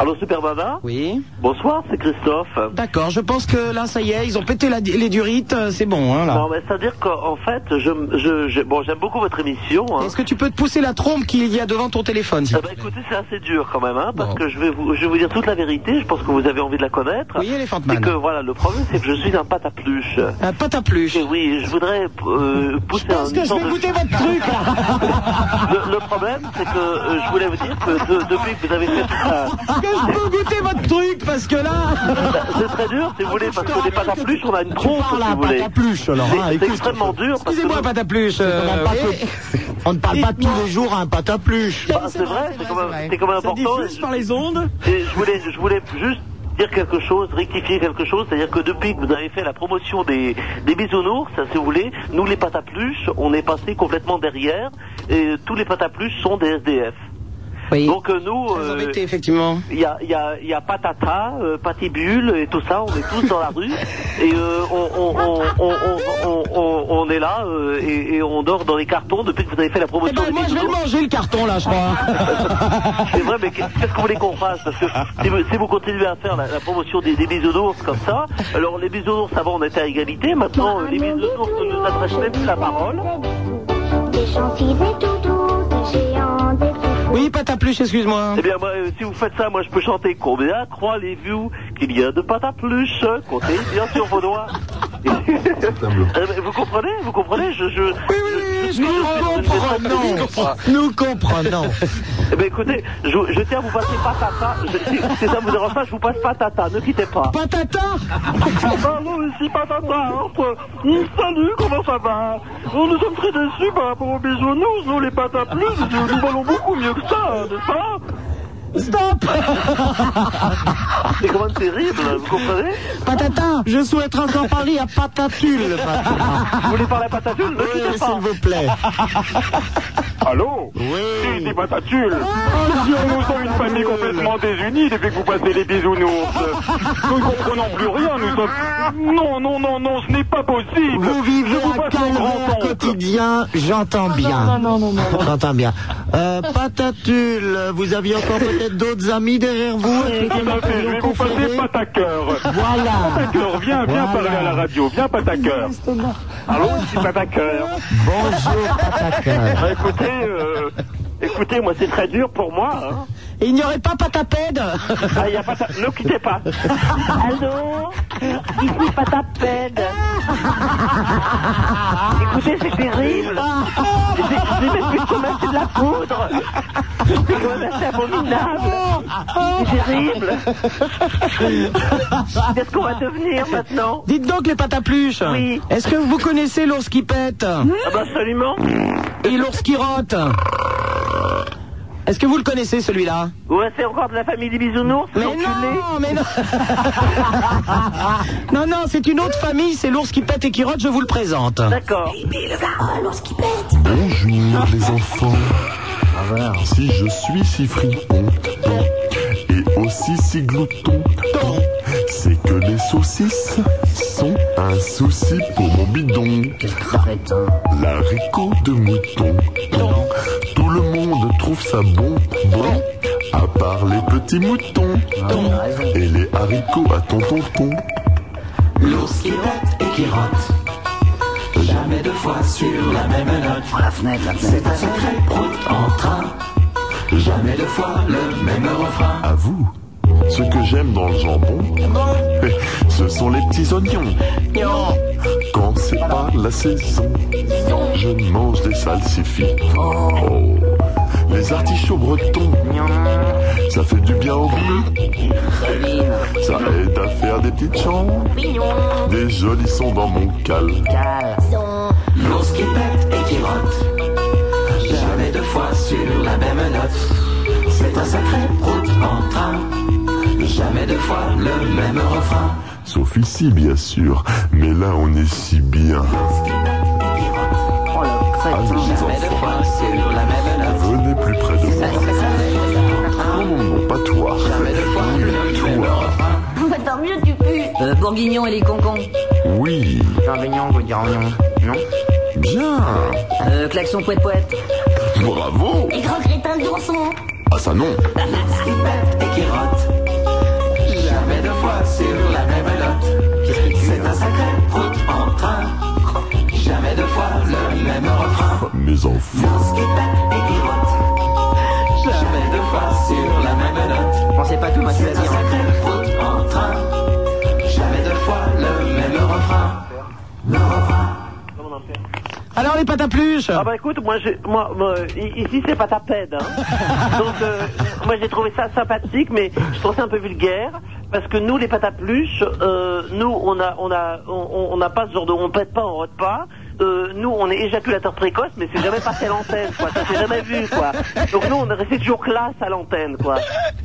Speaker 4: Allô, Super Baba
Speaker 2: Oui.
Speaker 4: Bonsoir, c'est Christophe.
Speaker 2: D'accord, je pense que là, ça y est, ils ont pété la- les durites, euh, c'est bon, hein, là.
Speaker 4: Non, mais c'est-à-dire qu'en fait, je, je, je- bon, j'aime beaucoup votre émission. hein.
Speaker 2: Est-ce que tu peux te pousser la trompe qu'il y a devant ton téléphone s'il
Speaker 4: Eh
Speaker 2: te
Speaker 4: ben,
Speaker 2: plaît
Speaker 4: écoutez, c'est assez dur quand même, hein, parce que je vais, vous, je vais vous dire toute la vérité. Je pense que vous avez envie de la connaître.
Speaker 2: Oui, Elephant
Speaker 4: C'est
Speaker 2: Man.
Speaker 4: que voilà, le problème, c'est que je suis un pâte à pluche.
Speaker 2: Un pâte à pluche.
Speaker 4: oui, je voudrais euh, pousser un.
Speaker 2: Est-ce que je vais goûter votre truc, là
Speaker 4: Le, le problème, c'est que euh, je voulais vous dire que de- depuis que vous avez fait tout ça,
Speaker 2: Est-ce que je peux goûter votre truc Parce que là.
Speaker 4: c'est très dur, si vous voulez, parce que les pâtes à pluche, on a une trompe,
Speaker 2: parles
Speaker 4: si
Speaker 2: à
Speaker 4: vous voulez.
Speaker 2: pâte à pluche, alors, hein,
Speaker 4: C'est- C'est
Speaker 2: écoute.
Speaker 4: extrêmement dur. parce que-
Speaker 2: Excusez-moi, pâte à pluche. euh,
Speaker 3: On n'a pas
Speaker 2: oui.
Speaker 3: tout- on ne parle pas tous les jours à un patapluche.
Speaker 4: Bah, c'est vrai, c'est quand même, c'est quand même
Speaker 2: Ça
Speaker 4: important.
Speaker 2: diffuse par les ondes.
Speaker 4: Et je voulais, je voulais juste dire quelque chose, rectifier quelque chose, c'est-à-dire que depuis que vous avez fait la promotion des, des bisounours, ça, si vous voulez, nous les patapluches, on est passé complètement derrière, et tous les patapluches sont des SDF. Donc euh, nous, euh,
Speaker 2: embêtés, effectivement.
Speaker 4: il y a, il y, a, il y a patata, euh, patibule et tout ça, on est tous dans la rue et euh, on, on, on, on, on, on- on- on est là euh, et, et on dort dans les cartons depuis que vous avez fait la promotion. des
Speaker 2: Moi, je vais le
Speaker 4: bisounours.
Speaker 2: manger, le carton, là, je crois.
Speaker 4: C'est vrai, mais qu'est-ce que vous voulez qu'on fasse Parce que si vous, si vous continuez à faire la, la promotion des, des bisounours comme ça, alors les bisounours avant on était à égalité, maintenant euh, les bisounours ne nous adressent même plus la parole.
Speaker 1: Des gentils, des toutous, des géants, des
Speaker 2: Oui, pâte à pluche, excuse-moi.
Speaker 4: Eh bien, moi, euh, si vous faites ça, moi je peux chanter Combien croyez-vous qu'il y a de pâte à pluche Comptez bien sur vos doigts. Eh ben, vous comprenez Vous comprenez Je. je oui,
Speaker 3: Nous comprenons. Nous comprenons.
Speaker 4: Eh ben, écoutez, je, je tiens à vous passer patata. Je- si- si ça vous dérange pas, je vous passe patata. Ne quittez pas.
Speaker 2: Patata
Speaker 4: Ah non, ici patata. hein. Hum, Salut, comment ça va Oh, Nous sommes très déçus par rapport aux bisounours. Nous, les pataplus, nous, nous valons beaucoup mieux que ça, hein, n'est-ce pas
Speaker 2: Stop
Speaker 4: C'est quand même terrible, vous comprenez
Speaker 3: Patata, je souhaite encore parler à Patatule. Vous
Speaker 2: Euh,
Speaker 4: voulez parler à Patatule
Speaker 3: Oui, s'il vous plaît.
Speaker 9: Allô bah, Oui Des patatules Nous sommes une famille complètement désunie depuis que vous passez les bisounours Nous ne comprenons plus rien, nous sommes... Non, non, non, non, ce n'est pas possible
Speaker 3: Vous vivez un calvaire quotidien, j'entends bien.
Speaker 2: Ah non, non, non, non.
Speaker 3: J'entends bien. Euh, Patatule, vous aviez encore peut-être d'autres amis derrière vous
Speaker 9: Tout à fait, je vais vous passer Pataqueur
Speaker 3: Voilà
Speaker 9: Pataqueur, viens, viens parler
Speaker 4: Ah.
Speaker 9: à la radio, viens Pataqueur Allô, ici Pataqueur
Speaker 3: Bonjour Pataqueur
Speaker 4: Bah, écoutez, euh, écoutez, moi c'est très dur pour moi. hein.
Speaker 2: Et il n'y aurait pas patapède
Speaker 4: Ah, y a pas ta- Ne quittez pas.
Speaker 15: Allô Ici Patapède Écoutez, c'est terrible J'ai j'ai même plus de chômage, c'est de la poudre C'est quand même assez abominable C'est terrible Qu'est-ce qu'on va devenir maintenant
Speaker 2: Dites donc les patapluches.
Speaker 15: Oui.
Speaker 2: Est-ce que vous connaissez l'ours qui pète
Speaker 4: absolument.
Speaker 2: Et l'ours qui rote Est-ce que vous le connaissez celui-là
Speaker 4: Ouais, c'est encore de la famille des bisounours,
Speaker 2: Mais
Speaker 4: l'enculé.
Speaker 2: non, mais non Non, non, c'est une autre famille, c'est l'ours qui pète et qui rote, je vous le présente.
Speaker 4: D'accord.
Speaker 17: Bonjour les enfants. Si je suis si fripon et aussi si glouton, c'est que les saucisses sont un souci pour mon bidon. L'haricot de mouton. Tout le monde trouve ça bon, bon, à part les petits moutons et les haricots à ton tonton.
Speaker 18: L'ours qui pète et qui rote. Jamais deux fois sur la même note. la fenêtre, C'est un sacré prout en train. Jamais deux fois le même refrain.
Speaker 17: À vous. Ce que j'aime dans le jambon, ce sont les petits oignons. Quand c'est pas la saison, je mange des salsifis. Oh. Les artichauts bretons, ça fait du bien au goût. Ça aide à faire des petites chambres, des jolis sons dans mon cal.
Speaker 18: L'ours qui pète et qui rote. Jamais deux fois sur la même note. C'est un sacré prout en train. Jamais deux fois le même refrain.
Speaker 17: Sauf ici, bien sûr, mais là on est si bien. Allez, les
Speaker 18: Jamais deux fois sur la même note.
Speaker 17: Venez plus près de moi. Non, non, non, pas toi. Toi.
Speaker 19: Ah,
Speaker 20: Bah, tant mieux, tu pues. Euh, Bourguignon et les concons.
Speaker 17: Oui.
Speaker 18: Bourguignon, bourguignon. Non
Speaker 17: Bien.
Speaker 20: Euh, klaxon poète poète.
Speaker 17: Ah, Bravo.
Speaker 20: Et grand crétin de ourson.
Speaker 17: Ah, ça non.
Speaker 18: L'ours qui pète et qui rote. Jamais deux fois sur la même note. C'est un sacré prout en train. Jamais deux fois le même refrain.
Speaker 17: Mes enfants.
Speaker 18: L'ours qui pète et qui rote. Jamais deux fois sur la même note. On sait pas tout, moi, C'est un sacré prout en train. Jamais deux fois le même refrain. Le refrain.
Speaker 2: Alors les patapluches
Speaker 4: Ah bah écoute, moi, j'ai- moi, moi, i- ici c'est patapède. Hein. Donc euh, moi j'ai trouvé ça sympathique, mais je trouve ça un peu vulgaire parce que nous les patapluches, euh, nous on a, on a, on on n'a pas ce genre de, on pète pas, on rote pas. Euh, nous on est éjaculateurs précoces, mais c'est jamais passé à l'antenne, quoi. Ça s'est jamais vu, quoi. Donc nous on est resté toujours classe à l'antenne, quoi.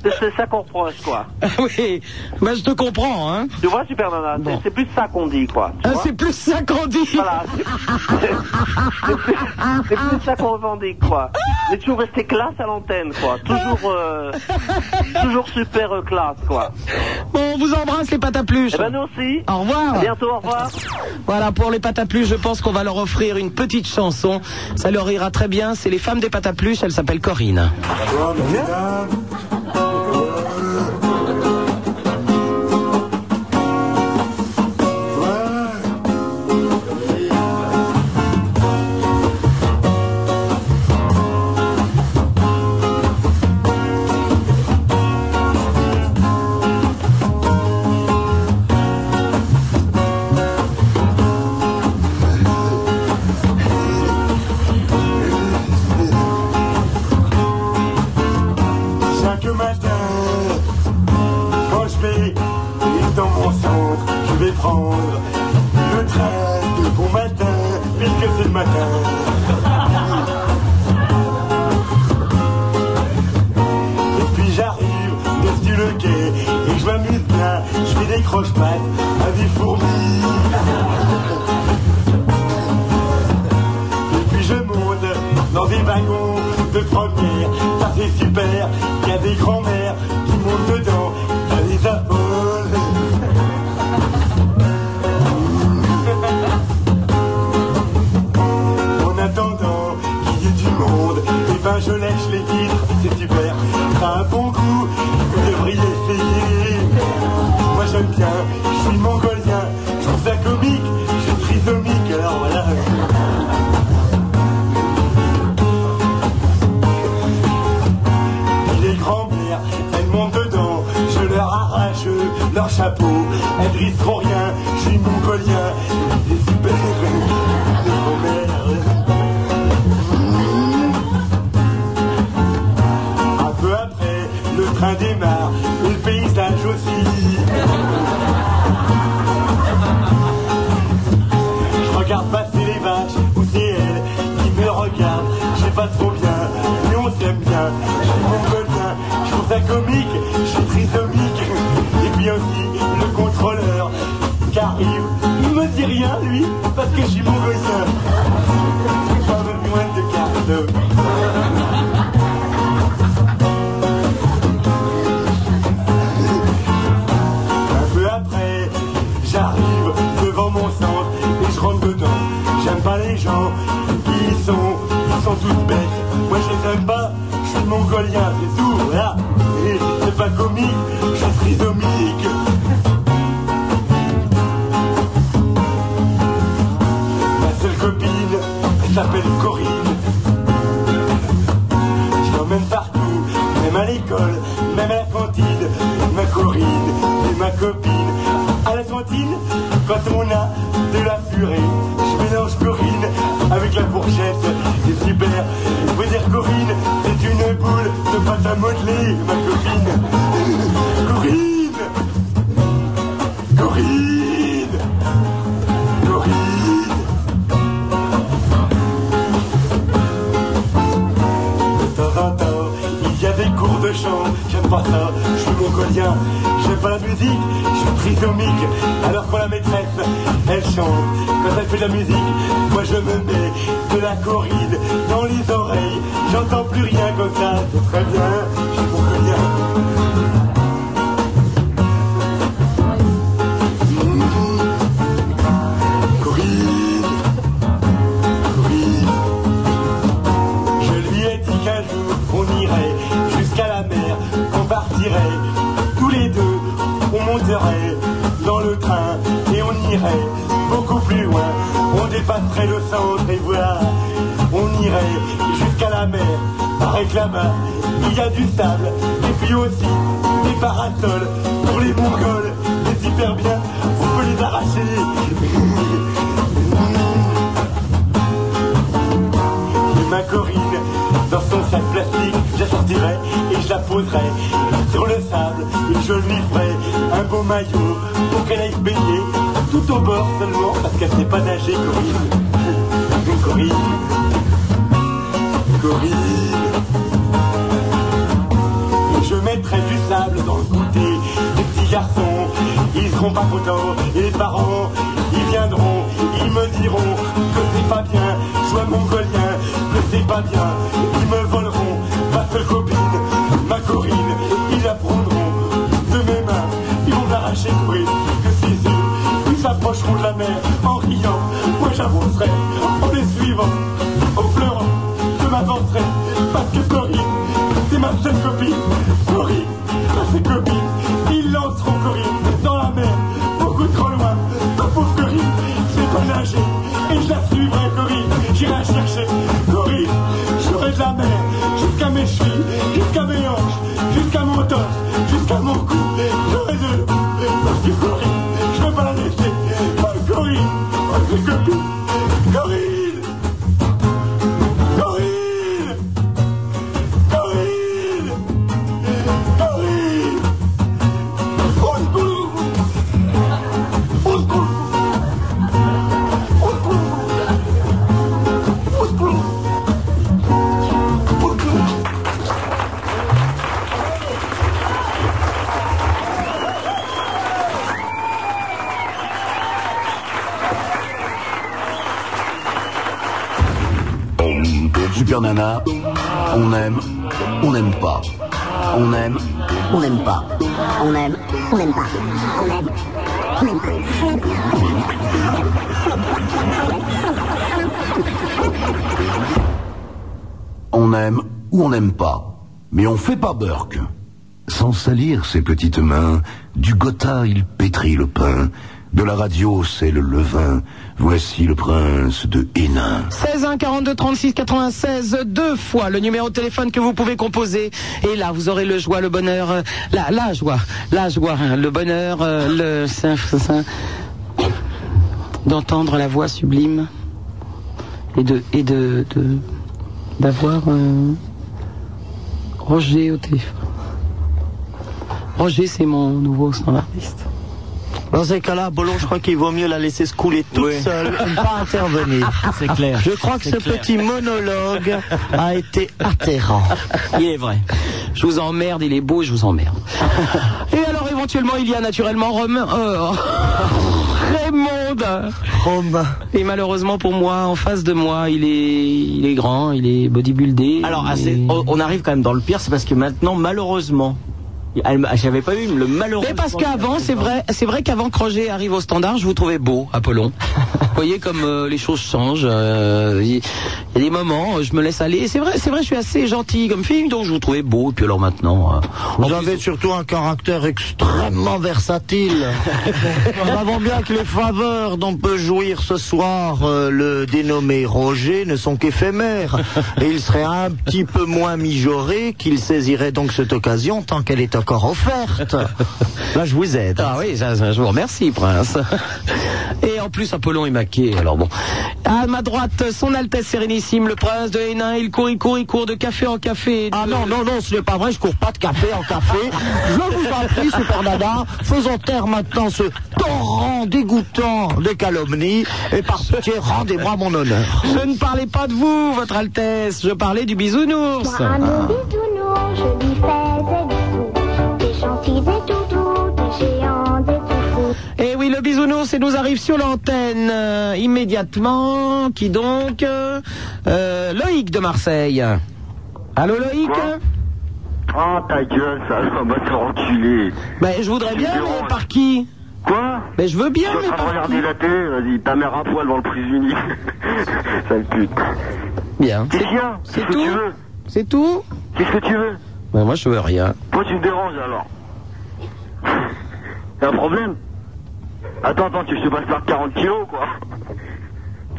Speaker 4: C'est- C'est ça qu'on reproche, quoi.
Speaker 2: Ah oui, bah, je te comprends, hein.
Speaker 4: Tu vois, Super Nana, c'est- c'est plus ça qu'on dit, quoi. Tu
Speaker 2: Ah,
Speaker 4: vois
Speaker 2: c'est plus ça qu'on dit.
Speaker 4: Voilà. C'est plus ça qu'on revendique, quoi.
Speaker 6: Ah
Speaker 4: Mais toujours rester classe à l'antenne, quoi. Toujours, euh, toujours super euh, classe, quoi.
Speaker 2: Bon, on vous embrasse les patapluches.
Speaker 4: Eh ben, nous aussi.
Speaker 2: Au revoir.
Speaker 4: À bientôt, au revoir.
Speaker 2: Voilà, pour les patapluches, je pense qu'on va leur offrir une petite chanson. Ça leur ira très bien. C'est les femmes des patapluches, elle s'appelle Corinne.
Speaker 17: Chaque matin,
Speaker 9: dans des wagons de première. Ça c'est super, il y a des grands-mères qui montent dedans, ça les appelle. En attendant qu'il y ait du monde, et ben je lèche les vitres, c'est super, ça a un bon goût, vous devriez essayer. Moi j'aime bien, je suis mongolien, je trouve ça comique, je suis trisomique, alors voilà. Et les grand-mères, elles montent dedans, je leur arrache leur chapeau, elles risquent trop rien, je suis mongolien, c'est super, les grand-mères. Un peu après, le train démarre, et le paysage aussi. Je regarde passer les vaches, ou c'est elle qui me regarde, je sais pas trop bien, mais on s'aime bien, je suis mongolien, je trouve ça comique, je suis trisomique, et puis aussi le contrôleur qui arrive, il me dit rien lui, parce que je suis mongolien. J'ai Pas besoin de carte. Un peu après, j'arrive devant mon centre et je rentre dedans. J'aime pas les gens qui y sont, ils sont tous bêtes. Moi je les aime pas, je suis mongolien, c'est tout, voilà. Et c'est pas comique, je suis trisomique. Ma seule copine, elle s'appelle Corinne. Je l'emmène partout, même à l'école, même à la cantine. Ma Corinne, c'est ma copine. À la cantine, quand on a de la purée, je mélange Corinne avec la fourchette. C'est super. Vous dire Corinne, c'est une boule de pâte à modeler, ma copine. Corinne Corinne Corinne De temps en temps, il y a des cours de chant, j'aime pas ça, je suis mongolien, j'aime pas la musique, je suis trisomique, alors quand la maîtresse, elle chante, quand elle fait de la musique, moi je me mets de la corride dans les oreilles, j'entends plus rien comme ça, c'est très bien, je suis mongolien. Je lui ai dit qu'un jour on irait jusqu'à la mer, qu'on partirait tous les deux, on monterait dans le train et on irait beaucoup plus loin. On dépasserait le centre et voilà, on irait jusqu'à la mer. Paraît que là-bas, il y a du sable et puis aussi des parasols pour les Mongols. C'est super bien, on peut les arracher. Et ma Corinne dans son sac plastique, je la sortirai et je la poserai sur le sable et je lui ferai un beau maillot pour qu'elle aille se baigner tout au bord seulement parce qu'elle sait pas nager, Corinne. Corinne. Corinne. Et je mettrai du sable dans le goûter des petits garçons. Ils seront pas contents et les parents, ils viendront, ils me diront que c'est pas bien, sois mongolien, que c'est pas bien. Ils me voleront ma seule copine, ma Corinne, ils la prendront de mes mains, ils vont l'arracher Corinne, que c'est sûr. Ils s'approcheront de la mer en riant, moi j'avancerai en les suivant, en pleurant, je m'avancerai parce que Corinne, c'est ma seule copine, Corinne, ma seule copine, ils lanceront Corinne dans la mer, beaucoup trop loin, ma pauvre Corinne, c'est pas nager, et je la suivrai Corinne, j'irai la chercher, Corinne, j'aurai de la mer, jusqu'à mes chevilles, jusqu'à mes hanches, jusqu'à mon torse, jusqu'à mon cou, j'aurai de l'eau, parce que Corinne, je veux pas la laisser, oh, Corinne, ma seule copine, Corinne, Corinne. Corinne Corinne Au secours Au secours Au secours Au secours
Speaker 10: Super Nana, on aime, on n'aime pas. On aime, on n'aime pas.
Speaker 21: On aime, on n'aime pas. On aime, on n'aime pas.
Speaker 10: On aime ou on n'aime pas. Mais on fait pas Burke. Sans salir ses petites mains, du gotha il pétrit le pain. De la radio, c'est le levain. Voici le prince de Hénin.
Speaker 2: 16 1 42 36 96 deux fois le numéro de téléphone que vous pouvez composer et là vous aurez le joie le bonheur euh, la, la joie la joie hein, le bonheur euh, le ça- ça- ça- d'entendre la voix sublime et de et de de- d'avoir euh, Roger au téléphone Roger c'est mon nouveau standardiste
Speaker 3: Dans ces cas-là, Bolon, je crois qu'il vaut mieux la laisser se couler toute seule et ne pas intervenir.
Speaker 22: C'est clair.
Speaker 3: Je crois que
Speaker 22: C'est
Speaker 3: ce
Speaker 22: clair.
Speaker 3: petit monologue a été atterrant.
Speaker 2: il est vrai je vous emmerde il est beau je vous emmerde Et alors éventuellement il y a naturellement Romain. euh, Raymond
Speaker 3: Romain.
Speaker 2: Et malheureusement pour moi, en face de moi, il est, il est grand, il est bodybuildé.
Speaker 22: Alors, ah, c'est- on on arrive quand même dans le pire, c'est parce que maintenant, malheureusement, elle- j'avais pas eu le malheureux.
Speaker 2: Mais parce qu'avant, c'est vrai, c'est vrai qu'avant que Roger arrive au standard, je vous trouvais beau, Apollon. vous voyez comme euh, les choses changent. euh, Il il y a des moments, euh, je me laisse aller. Et C'est vrai, c'est vrai, je suis assez gentil comme fille, donc je vous trouvais beau. Et puis alors maintenant, euh,
Speaker 3: Vous avez surtout un caractère extrêmement versatile. Nous savons bien que les faveurs dont peut jouir ce soir euh, le dénommé Roger ne sont qu'éphémères. Et il serait un petit peu moins mijoré qu'il saisirait donc cette occasion tant qu'elle est encore offerte. Là, je vous aide.
Speaker 2: Ah oui, ça, ça, je vous remercie, Prince. Et en plus, Apollon est maqué, alors bon. À ma droite, son Altesse Sérénissime, le Prince de Hénin, il court, il court, il court de café en café. Ah non,
Speaker 3: non, non, ce n'est pas vrai, je cours pas de café en café. Je vous en prie, Super Nana, faisons taire maintenant ce torrent dégoûtant de calomnies. Et par pitié, rendez-moi mon honneur.
Speaker 2: Je ne parlais pas de vous, Votre Altesse, je parlais du bisounours.
Speaker 1: bisounours, je lui fais des bisous. Des gentils, des toutous, des géants, des toutous.
Speaker 2: Et Eh oui, le bisounours, et nous arrive sur l'antenne euh, immédiatement. Qui donc euh, euh, Loïc de Marseille. Allô, Loïc
Speaker 6: Ah, ta gueule, ça, ça va te enculer.
Speaker 2: Ben, Bah, je voudrais bien, mais par qui
Speaker 6: Quoi
Speaker 2: Ben, je veux bien,
Speaker 6: Je suis
Speaker 2: mais
Speaker 6: en train de
Speaker 2: par
Speaker 6: regarder la télé, vas-y, ta mère à poil dans le prisonnier. Sale pute.
Speaker 2: Bien.
Speaker 6: T'es bien C'est tout
Speaker 2: C'est tout
Speaker 6: Qu'est-ce que tu veux
Speaker 2: Ben, moi, je veux rien.
Speaker 6: Pourquoi tu me déranges alors T'as un problème Attends, attends, tu je te passe par 40 kilos, quoi.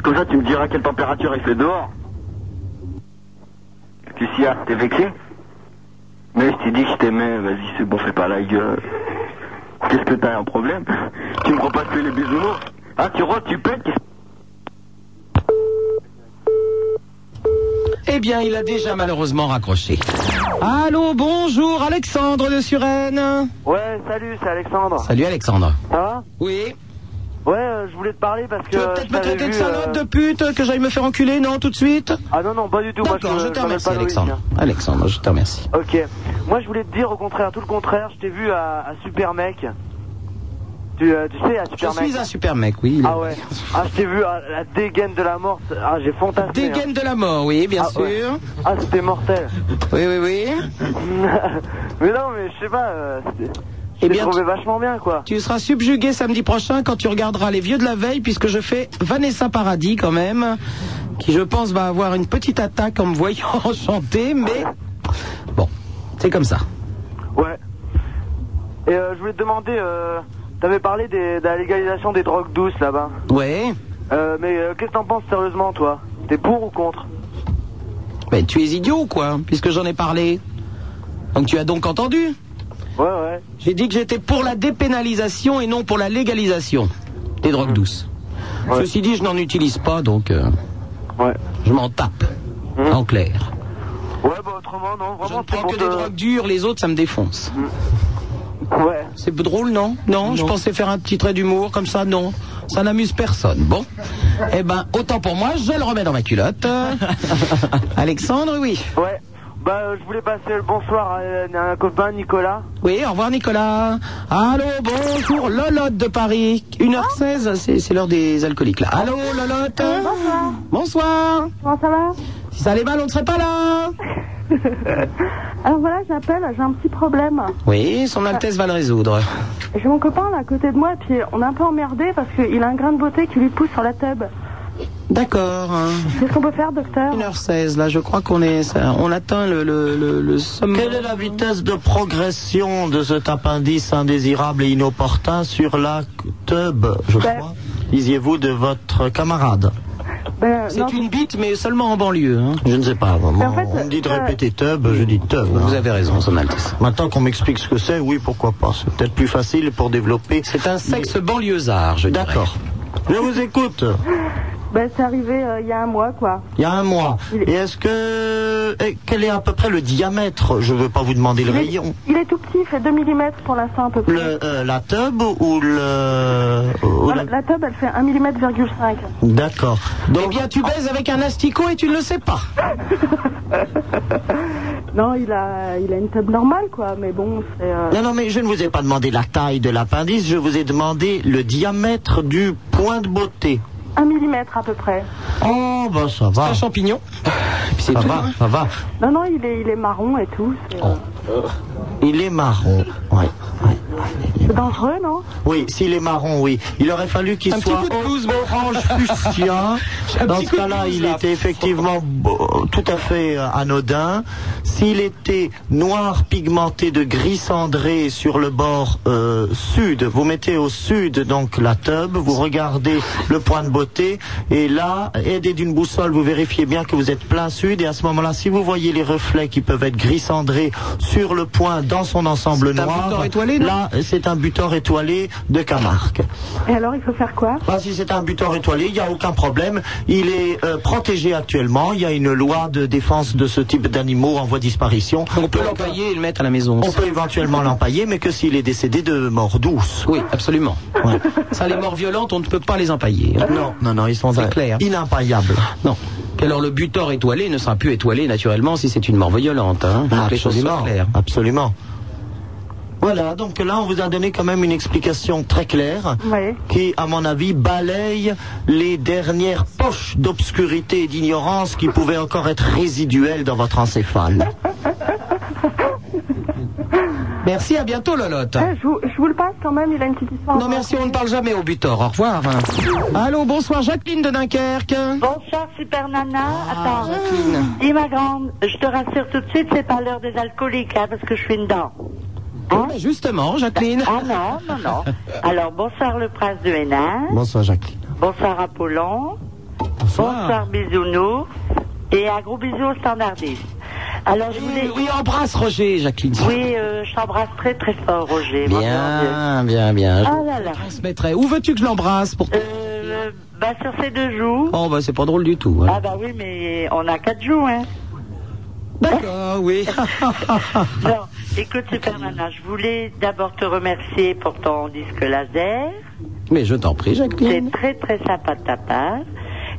Speaker 6: Comme ça, tu me diras quelle température il fait dehors. Tu s'y as, t'es vexé Mais je t'ai dit que je t'aimais, vas-y, c'est bon, fais pas la gueule. Qu'est-ce que t'as, un problème Tu me repasses que les bisounours Ah, tu rôles, tu pètes, qu'est-ce
Speaker 2: Eh bien, il a déjà malheureusement raccroché. Allô, bonjour, Alexandre de Suresnes.
Speaker 4: Ouais, salut, c'est Alexandre.
Speaker 2: Salut, Alexandre.
Speaker 4: Ça va
Speaker 2: Oui.
Speaker 4: Ouais, euh, je voulais te parler parce que.
Speaker 2: Tu veux
Speaker 4: je
Speaker 2: peut-être me
Speaker 4: t'avais
Speaker 2: traiter de
Speaker 4: vu,
Speaker 2: salope,
Speaker 4: euh,
Speaker 2: de pute, que j'aille me faire enculer, non, tout de suite
Speaker 4: Ah non, non, pas du tout. Moi,
Speaker 2: D'accord, je,
Speaker 4: je
Speaker 2: te
Speaker 4: m'appelle
Speaker 2: remercie,
Speaker 4: pas Loïc,
Speaker 2: Alexandre.
Speaker 6: hein
Speaker 2: Alexandre, je te remercie.
Speaker 4: Ok. Moi, je voulais te dire au contraire, tout le contraire. Je t'ai vu à, à Super Mec. Tu, euh, tu sais, à
Speaker 2: Je
Speaker 4: Super Mec.
Speaker 2: suis un super mec, oui.
Speaker 4: Ah ouais. Ah, je t'ai vu à la dégaine de la mort. Ah, j'ai fantasmé.
Speaker 2: Dégaine de la mort, oui, bien
Speaker 4: Ah, ouais.
Speaker 2: sûr.
Speaker 4: Ah, c'était mortel.
Speaker 2: Oui, oui, oui.
Speaker 4: mais non, mais je sais pas. Euh, c'était- je
Speaker 2: Eh
Speaker 4: t'ai
Speaker 2: bien,
Speaker 4: trouvé
Speaker 2: tu-
Speaker 4: vachement bien, quoi.
Speaker 2: Tu seras subjugué samedi prochain quand tu regarderas les vieux de la veille, puisque je fais Vanessa Paradis quand même, qui je pense va avoir une petite attaque en me voyant chanter, mais bon, c'est comme ça.
Speaker 4: Ouais. Et euh, je voulais te demander, euh, t'avais parlé des- de la légalisation des drogues douces là-bas.
Speaker 2: Ouais.
Speaker 4: Euh, mais euh, qu'est-ce que t'en penses sérieusement, toi T'es pour ou contre
Speaker 2: Mais tu es idiot ou quoi Puisque j'en ai parlé. Donc tu as donc entendu
Speaker 4: Ouais, ouais.
Speaker 2: J'ai dit que j'étais pour la dépénalisation et non pour la légalisation des drogues
Speaker 4: Mmh.
Speaker 2: douces. Ceci dit, je n'en utilise pas, donc euh, je m'en tape,
Speaker 4: Mmh.
Speaker 2: en clair.
Speaker 4: bah,
Speaker 2: je ne prends que des drogues dures, les autres, ça me défonce.
Speaker 4: Mmh. Ouais.
Speaker 2: C'est peu drôle, non, non je pensais faire un petit trait d'humour, comme ça, non. Ça n'amuse personne. Bon, eh ben, autant pour moi, je le remets dans ma culotte. Euh, Alexandre, oui.
Speaker 4: Ouais.
Speaker 23: Bah, euh, je voulais passer le bonsoir à, euh, à un copain, Nicolas.
Speaker 2: Oui, au revoir Nicolas. Allô, bonjour, Lolotte de Paris. 1h16, c'est c'est l'heure des alcooliques là. Allô, Lolotte
Speaker 16: Euh, Bonsoir.
Speaker 2: Bonsoir.
Speaker 16: Comment ça va
Speaker 2: Si ça allait mal, on ne serait pas là.
Speaker 16: Alors voilà, j'appelle, j'ai un petit problème.
Speaker 2: Oui, son Altesse va le résoudre.
Speaker 16: J'ai mon copain là à côté de moi, et puis on est un peu emmerdé parce qu'il a un grain de beauté qui lui pousse sur la tube.
Speaker 2: D'accord. hein.
Speaker 16: Qu'est-ce qu'on peut faire, docteur
Speaker 2: 1h16, là, je crois qu'on est, ça- on atteint le, le, le, le sommet.
Speaker 3: Quelle est la vitesse de progression de cet appendice indésirable et inopportun sur la tube, je
Speaker 2: Ben.
Speaker 3: crois Disiez-vous de votre camarade
Speaker 19: ben,
Speaker 2: C'est une bite, mais seulement en banlieue. hein.
Speaker 3: Je ne sais pas,
Speaker 2: Mais
Speaker 3: vraiment.
Speaker 2: en fait,
Speaker 3: on me dit de
Speaker 2: euh,
Speaker 3: répéter tub, je dis tub. Vous
Speaker 2: avez raison, Son Altesse.
Speaker 3: Maintenant qu'on m'explique ce que c'est, oui, pourquoi pas. C'est peut-être plus facile pour développer.
Speaker 2: C'est un sexe banlieusard, je dirais.
Speaker 3: D'accord. Je vous écoute.
Speaker 16: Ben, c'est arrivé euh, il y a un mois, quoi.
Speaker 3: Il y a un mois. Et est-ce que. et quel est à peu près le diamètre Je ne veux pas vous demander le
Speaker 16: Il est,
Speaker 3: rayon.
Speaker 16: il est tout petit, il fait 2 mm pour l'instant, à peu près.
Speaker 3: Le, euh, la tub ou le. ou
Speaker 16: Voilà,
Speaker 3: la-
Speaker 16: La tube, elle fait 1 mm,5.
Speaker 3: D'accord.
Speaker 2: Eh bien, tu baises avec un asticot et tu ne le sais pas.
Speaker 16: Non, il a, il a une tube normale, quoi, mais bon, c'est. euh,
Speaker 3: Non, non, mais je ne vous ai pas demandé la taille de l'appendice, je vous ai demandé le diamètre du point de beauté.
Speaker 16: 1 mm à peu près.
Speaker 3: Oh, bah ça va. un
Speaker 2: champignon.
Speaker 3: Ça va,
Speaker 16: hein.
Speaker 3: ça va.
Speaker 16: Non, non, il est, il est marron et tout. C'est euh,
Speaker 3: Il est marron. Ouais.
Speaker 16: c'est dangereux, non
Speaker 3: Oui, s'il est marron, oui. Il aurait fallu qu'il
Speaker 16: Un petit
Speaker 3: soit
Speaker 16: coup de blouse, mais-
Speaker 3: orange fuchsia.
Speaker 16: J'ai un
Speaker 3: Dans
Speaker 16: petit
Speaker 3: ce
Speaker 16: coup de
Speaker 3: cas-là,
Speaker 16: blouse,
Speaker 3: il
Speaker 16: là.
Speaker 3: était effectivement beau- tout à fait euh, anodin. S'il était noir pigmenté de gris cendré sur le bord euh, sud, vous mettez au sud donc la tube, vous regardez le point de beauté et là, aidé d'une boussole, vous vérifiez bien que vous êtes plein sud et à ce moment-là, si vous voyez les reflets qui peuvent être gris cendré sur le point dans son ensemble
Speaker 2: C'est un
Speaker 3: noir,
Speaker 2: butor étoilé, non
Speaker 3: là, c'est un butor étoilé de Camargue.
Speaker 16: Et alors, il faut faire quoi
Speaker 3: Bah, si c'est un buteur étoilé, il n'y a aucun problème. Il est euh, protégé actuellement. Il y a une loi de défense de ce type d'animaux en voie de disparition. euh,
Speaker 2: On peut l'empailler et le mettre à la maison.
Speaker 3: On peut éventuellement l'empailler, mais que s'il est décédé de mort douce.
Speaker 2: Oui, absolument. Ça, les morts violentes, on ne peut pas les empailler. hein.
Speaker 3: Non, non, non, ils sont
Speaker 2: C'est clair.
Speaker 3: inimpaillables.
Speaker 2: Non. Et Alors le butor étoilé ne sera plus étoilé naturellement si c'est une mort violente. Hein. Faut que les choses soient
Speaker 3: Ah, absolument,
Speaker 2: claires.
Speaker 3: Absolument. Voilà, donc là, on vous a donné quand même une explication très claire qui, à mon avis, balaye les dernières poches d'obscurité et d'ignorance qui pouvaient encore être résiduelles dans votre encéphale.
Speaker 2: Merci, à bientôt Lolotte.
Speaker 16: Eh, je, vous, je vous le passe quand même, il a une petite histoire.
Speaker 2: Non merci, on ne parle jamais au butor. Au revoir. Allô, bonsoir Jacqueline de Dunkerque. Ah,
Speaker 19: Bonsoir Super Nana. Attends, dis ma grande, je te rassure tout de suite, c'est pas l'heure des alcooliques, hein, parce que je suis dedans. Hein
Speaker 2: Ah, bah, Justement, Jacqueline.
Speaker 19: Ah non, non, non. Alors bonsoir le prince de Hénin,
Speaker 3: Bonsoir, Jacques.
Speaker 19: bonsoir Apollon, bonsoir, Bisounours, et un gros bisou au standardiste. Alors je voulais...
Speaker 2: Oui, embrasse Roger, Jacqueline.
Speaker 19: Oui, euh, je t'embrasse très très fort Roger. mon grand
Speaker 2: Bien, bien, bien.
Speaker 19: Dieu.
Speaker 2: Je
Speaker 19: Ah là là.
Speaker 2: transmettrai. Où veux-tu que je l'embrasse pour toi
Speaker 19: Euh, bah sur ces deux jours.
Speaker 2: Oh bah c'est pas drôle du tout. hein.
Speaker 19: Ah bah oui, mais on a quatre jours, hein.
Speaker 2: D'accord, oui.
Speaker 19: non, écoute, Super Nana, je voulais d'abord te remercier pour ton disque laser.
Speaker 2: Mais je t'en prie, Jacqueline.
Speaker 19: C'est très très sympa de ta part.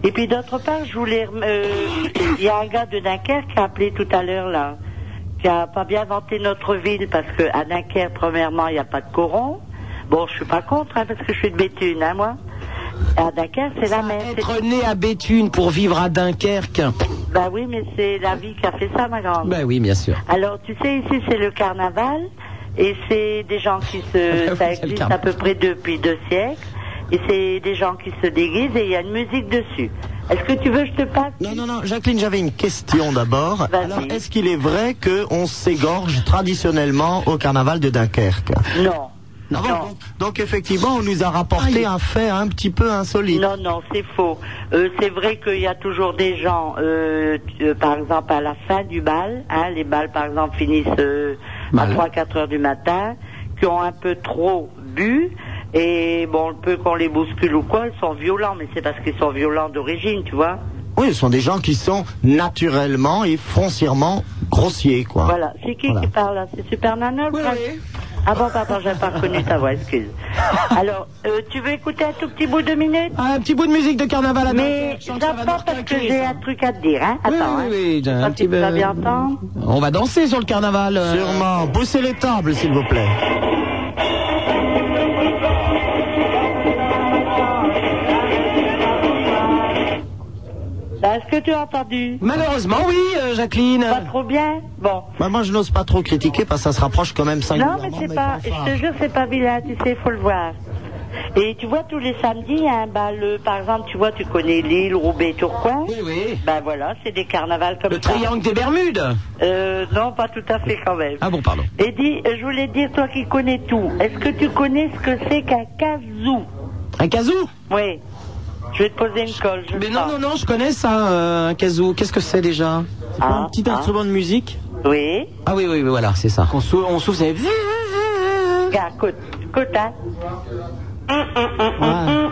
Speaker 19: Et puis d'autre part, je voulais. rem- euh, Il y a un gars de Dunkerque qui a appelé tout à l'heure là, qui a pas bien vanté notre ville parce que à Dunkerque, premièrement, il n'y a pas de coron. Bon, je suis pas contre hein, parce que je suis de Béthune, hein, moi. À Dunkerque, c'est la même.
Speaker 2: Être né à Béthune pour vivre à Dunkerque.
Speaker 19: Bah oui, mais c'est la vie qui a fait ça, ma grande.
Speaker 2: Ben oui, bien sûr.
Speaker 19: Alors, tu sais, ici, c'est le carnaval, et c'est des gens qui se... ça existe à peu près depuis deux siècles, et c'est des gens qui se déguisent, et il y a une musique dessus. Est-ce que tu veux que je te passe
Speaker 3: Non, non, non, Jacqueline, j'avais une question d'abord. Alors, est-ce qu'il est vrai qu'on s'égorge traditionnellement au carnaval de Dunkerque
Speaker 19: Non.
Speaker 3: Ah bon, Donc, donc effectivement, on nous a rapporté un fait un petit peu insolite.
Speaker 19: Non, non, c'est faux. Euh, c'est vrai qu'il y a toujours des gens, euh, tu- euh, par exemple, à la fin du bal, hein, les balles, par exemple, finissent euh, à 3-4 heures du matin, qui ont un peu trop bu, et bon, peu qu'on les bouscule ou quoi, ils sont violents, mais c'est parce qu'ils sont violents d'origine, tu vois.
Speaker 3: Oui, ce sont des gens qui sont naturellement et foncièrement grossiers, quoi.
Speaker 19: Voilà. C'est qui qui parle là C'est Super Nana le prince Ah bon, pardon, j'avais pas reconnu ta voix, excuse. Alors, euh, tu veux écouter un tout petit bout de minute
Speaker 2: Un petit bout de musique de carnaval à
Speaker 19: Mais j'entends parce que j'ai un truc à te dire, hein Attends,
Speaker 2: Oui, oui, j'ai
Speaker 19: hein.
Speaker 2: un
Speaker 19: Quand
Speaker 2: petit
Speaker 19: tu
Speaker 2: peu.
Speaker 19: vas bien entendre.
Speaker 2: On va danser sur le carnaval. euh.
Speaker 3: Sûrement. Poussez les tables, s'il vous plaît.
Speaker 19: Bah, Est-ce que tu as entendu
Speaker 3: Malheureusement, oui, Jacqueline.
Speaker 19: Pas trop bien Bon.
Speaker 3: Bah, moi, je n'ose pas trop critiquer parce que ça se rapproche quand même
Speaker 19: Non,
Speaker 3: singulièrement.
Speaker 19: mais c'est pas, je te jure, c'est pas vilain, tu sais, faut le voir. Et tu vois, tous les samedis, hein, bah, le, par exemple, tu vois, tu connais Lille, Roubaix, Tourcoing. Oui,
Speaker 2: oui.
Speaker 19: Ben voilà, c'est des carnavals comme
Speaker 2: Le
Speaker 19: ça.
Speaker 2: triangle des Bermudes.
Speaker 19: Euh, non, pas tout à fait quand même.
Speaker 2: Ah bon, pardon.
Speaker 19: Et dis, euh, je voulais dire, toi qui connais tout, est-ce que tu connais ce que c'est qu'un kazoo
Speaker 2: Un casou
Speaker 19: Oui. Je vais te poser une colle. Je
Speaker 2: Mais non, non, non, je connais ça, euh, un casou. Qu'est-ce que c'est déjà C'est pas un petit instrument de musique
Speaker 19: Ah, Oui.
Speaker 2: Ah oui, oui, oui, voilà, c'est ça. On souffle, on souffle, ça fait-
Speaker 19: Regarde, écoute, écoute, hein. Hum,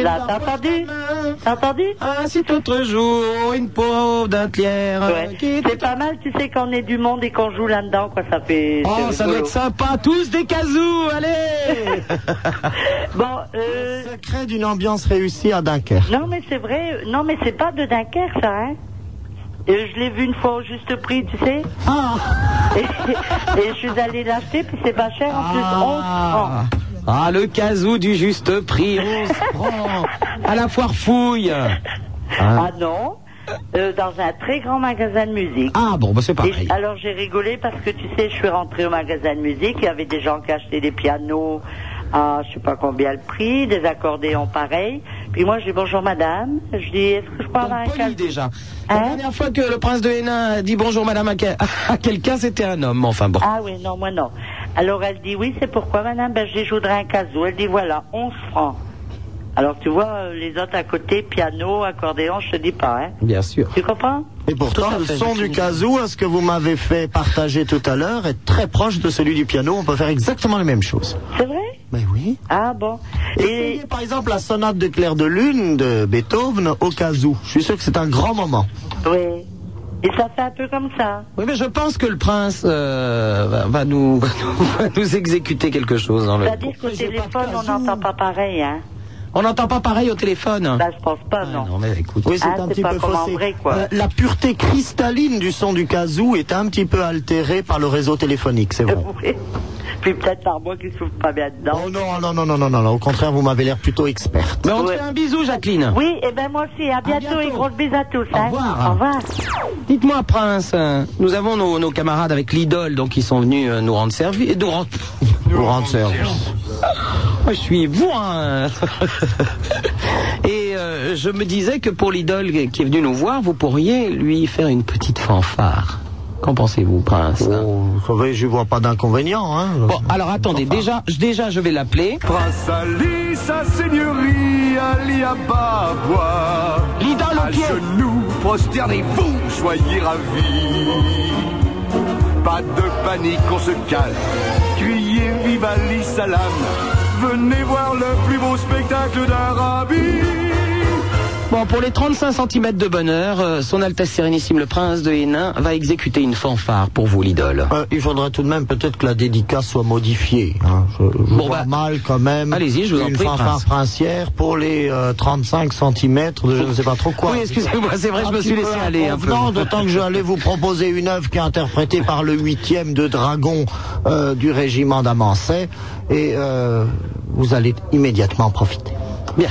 Speaker 2: Là, t'as
Speaker 19: entendu T'as entendu
Speaker 2: Ah, c'est autre jour, une peau d'un tiers.
Speaker 19: Ouais. C'est pas mal, tu sais, qu'on est du monde et qu'on joue là-dedans, quoi, ça fait...
Speaker 2: Oh,
Speaker 19: c'est
Speaker 2: ça doit
Speaker 19: rigolo.
Speaker 2: être sympa, tous des casous, allez
Speaker 19: Bon, euh,
Speaker 3: Le secret d'une ambiance réussie à Dunkerque.
Speaker 19: Non, mais c'est vrai, euh, non, mais c'est pas de Dunkerque, ça, hein Euh, je l'ai vu une fois au juste prix, tu sais.
Speaker 2: Ah.
Speaker 19: Et, et je suis allée l'acheter, puis c'est pas cher, en plus, Oh, 11 francs.
Speaker 2: Ah, le casou du juste prix, on se prend à la foire fouille. Hein
Speaker 19: Ah non, euh, dans un très grand magasin de musique.
Speaker 2: Ah bon, bah c'est pareil.
Speaker 19: Et alors j'ai rigolé parce que tu sais, je suis rentrée au magasin de musique, il y avait des gens qui achetaient des pianos à je sais pas combien le prix, des accordéons pareils. Puis moi j'ai dit, bonjour madame, je dis est-ce que je peux avoir un
Speaker 2: poli déjà. La dernière fois que le prince de Hénin a dit bonjour madame à, quel- à quelqu'un, c'était un homme, enfin bon.
Speaker 19: Ah oui, non, moi non. Alors elle dit oui, c'est pourquoi madame ben, Je voudrais un casou. Elle dit voilà, 11 francs. Alors tu vois, euh, les autres à côté, piano, accordéon, je te dis pas, hein.
Speaker 2: Bien sûr.
Speaker 19: Tu comprends
Speaker 3: Et pourtant,
Speaker 19: Tout à
Speaker 3: le
Speaker 19: fait,
Speaker 3: son
Speaker 19: Jacqueline.
Speaker 3: du kazoo, à ce que vous m'avez fait partager tout à l'heure, est très proche de celui du piano. On peut faire exactement les mêmes choses.
Speaker 19: C'est vrai
Speaker 2: Ben
Speaker 3: Mais oui.
Speaker 19: Ah bon.
Speaker 3: Et par exemple la sonate de Clair de Lune de Beethoven au kazoo. Je suis sûr que c'est un grand moment.
Speaker 19: Oui. Et ça fait un peu comme ça.
Speaker 2: Oui, mais je pense que le prince euh, va, va nous, va, nous, va nous exécuter quelque chose dans le.
Speaker 19: C'est-à-dire qu'au téléphone, on n'entend pas pareil, hein.
Speaker 2: On n'entend pas pareil au téléphone.
Speaker 19: Bah, je pense pas, non.
Speaker 2: non, mais écoute.
Speaker 3: Oui, c'est
Speaker 19: Ah,
Speaker 3: un
Speaker 19: c'est
Speaker 3: petit
Speaker 19: pas
Speaker 3: peu
Speaker 19: comme en
Speaker 3: faussé.
Speaker 19: vrai, quoi.
Speaker 3: Euh, la pureté cristalline du son du kazoo est un petit peu altérée par le réseau téléphonique, c'est vrai.
Speaker 19: Oui. Puis peut-être par moi qui ne souffre pas bien dedans.
Speaker 3: Oh non, non, non, non, non, non, non, au contraire, vous m'avez l'air plutôt experte.
Speaker 2: Mais on te fait un bisou, Jacqueline.
Speaker 19: Oui, et ben moi aussi. À bientôt, et grosse bise à tous. hein.
Speaker 2: revoir.
Speaker 19: Au revoir.
Speaker 2: Dites-moi, Prince, euh, nous avons nos, nos camarades avec l'idole, donc ils sont venus euh, nous rendre service. Nous rendre,
Speaker 3: nous rendre service.
Speaker 2: Moi, je suis bourrin. Et euh, je me disais que pour l'idole qui est venue nous voir, vous pourriez lui faire une petite fanfare. Qu'en pensez-vous, Prince
Speaker 3: Oh, vous savez, je vois pas d'inconvénient, hein.
Speaker 2: Bon, alors attendez, déjà, déjà, je vais l'appeler.
Speaker 7: Prince Ali, sa seigneurie, Ali Ababa.
Speaker 2: L'idole
Speaker 7: au pied. À genoux, prosternez-vous, soyez ravis. Pas de panique, on se calme. Criez vive Ali Salam. Venez voir le plus beau spectacle d'Arabie.
Speaker 2: Bon, pour les 35 cm de bonheur, euh, son Altesse Sérénissime le Prince de Hénin va exécuter une fanfare pour vous, l'idole.
Speaker 3: Euh, il faudrait tout de même peut-être que la dédicace soit modifiée. hein. Je, je vois mal quand même.
Speaker 2: bah, allez-y, je vous en
Speaker 3: une
Speaker 2: prie,
Speaker 3: fanfare
Speaker 2: Prince.
Speaker 3: princière pour les euh, 35 cm de je ne sais pas trop quoi.
Speaker 2: Oui, excusez-moi, c'est vrai, je me suis laissé aller hein. un peu.
Speaker 3: Non, d'autant que j'allais vous proposer une œuvre qui est interprétée par le huitième de dragon euh, du régiment d'Amancet et euh, vous allez immédiatement en profiter.
Speaker 2: Bien.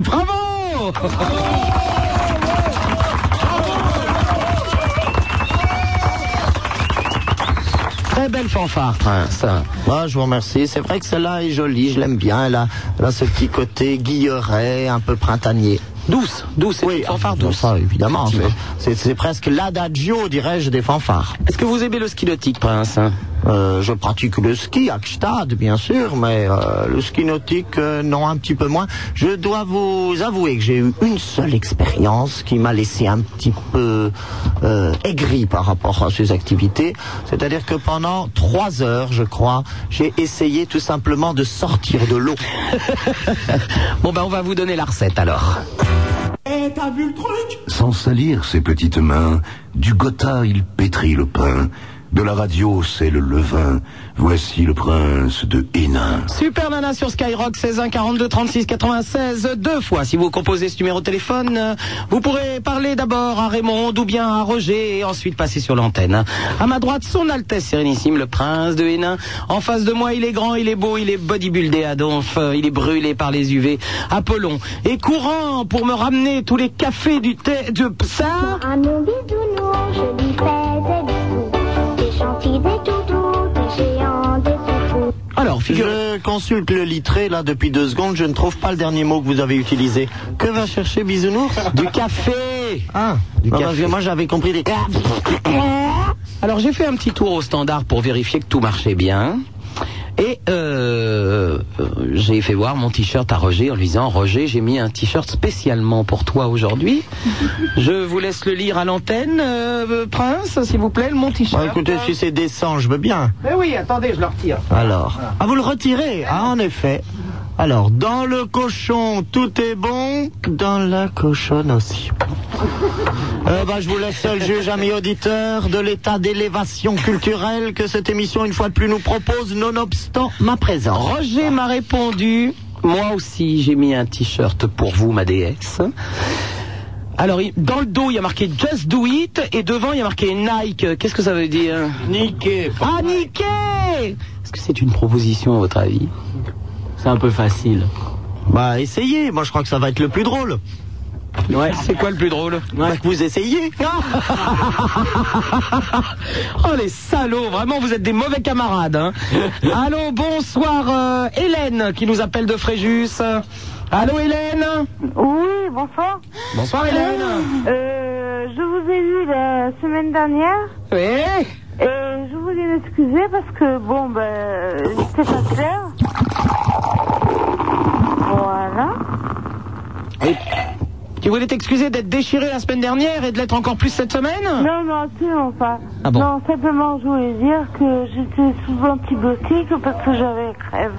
Speaker 2: Bravo Très belle fanfare, Prince.
Speaker 3: Moi, Ah, je vous remercie. C'est vrai que celle-là est jolie, je l'aime bien. Elle a, elle a ce petit côté guilleret, un peu printanier. Douce, douce, oui, fanfare douce. évidemment, c'est- c'est c'est presque l'adagio, dirais-je, des fanfares. Est-ce que vous aimez le ski nautique, Prince
Speaker 2: hein
Speaker 3: Euh, Je pratique le ski à Gstaad, bien sûr, mais euh, le ski nautique, euh, non, un petit peu moins. Je dois vous avouer que j'ai eu une seule expérience qui m'a laissé un petit peu euh, aigri par rapport à ces activités. C'est-à-dire que pendant trois heures, je crois, j'ai essayé tout simplement de sortir de l'eau.
Speaker 24: Bon, ben, on va vous donner la recette alors.
Speaker 6: Eh, t'as vu le truc
Speaker 10: Sans salir ses petites mains, du gotha il pétrit le pain, de la radio c'est le levain, voici le prince de Hénin.
Speaker 2: Super Nana sur Skyrock, 16 1 42 36 96, deux fois. Si vous composez ce numéro de téléphone, euh, vous pourrez parler d'abord à Raymond ou bien à Roger et ensuite passer sur l'antenne. À ma droite, son Altesse Sérénissime, le prince de Hénin. En face de moi, il est grand, il est beau, il est bodybuildé à donf, euh, il est brûlé par les UV. Apollon est courant pour me ramener tous les cafés du thé de ça.
Speaker 20: À mon bisounours, je lui fais des bisous. Des gentils, des toutous, des géants, des toutous.
Speaker 2: Alors,
Speaker 3: Je consulte le litré, là, depuis deux secondes, je ne trouve pas le dernier mot que vous avez utilisé. Que va chercher Bisounours Du café Ah, du café. Ah, moi, j'avais compris des...
Speaker 2: Alors j'ai fait un petit tour au standard pour vérifier que tout marchait bien. Et euh, euh, j'ai fait voir mon t-shirt à Roger en lui disant Roger, j'ai mis un t-shirt spécialement pour toi aujourd'hui. Je vous laisse le lire à l'antenne, euh, Prince, s'il vous plaît, mon t-shirt.
Speaker 3: Bon, Bah, écoutez, si c'est décent, je veux bien.
Speaker 2: Mais oui, attendez, je le retire.
Speaker 3: Alors. Ah, vous le retirez Ah, en effet. Alors, dans le cochon, tout est bon, dans la cochonne aussi. Euh, bah, je vous laisse seul juge, amis auditeurs, de l'état d'élévation culturelle que cette émission, une fois de plus, nous propose, nonobstant ma présence.
Speaker 2: Roger m'a répondu Moi aussi, j'ai mis un t-shirt pour vous, ma déesse. Alors, il- dans le dos, il y a marqué Just Do It et devant, il y a marqué Nike. Qu'est-ce que ça veut dire Niqué. Ah, niqué Est-ce que c'est une proposition, à votre avis
Speaker 25: C'est un peu facile.
Speaker 3: Bah, essayez. Moi, je crois que ça va être le plus drôle.
Speaker 2: Ouais. C'est quoi le plus drôle
Speaker 3: Bah, que vous essayez. Ah,
Speaker 2: oh les salauds, vraiment vous êtes des mauvais camarades. hein. Allô, bonsoir euh, Hélène qui nous appelle de Fréjus. Allô Hélène
Speaker 16: Oui, bonsoir.
Speaker 2: Bonsoir Hélène.
Speaker 16: Euh, je vous ai eu la semaine dernière.
Speaker 2: Oui.
Speaker 16: Et je voulais m'excuser parce que, bon, ben, c'était pas clair. Voilà.
Speaker 2: Et tu voulais t'excuser d'être déchiré la semaine dernière et de l'être encore plus cette semaine
Speaker 16: Non, non, absolument pas.
Speaker 2: Ah bon
Speaker 16: Non, simplement, je voulais dire que j'étais souvent antibiotique parce que j'avais crève.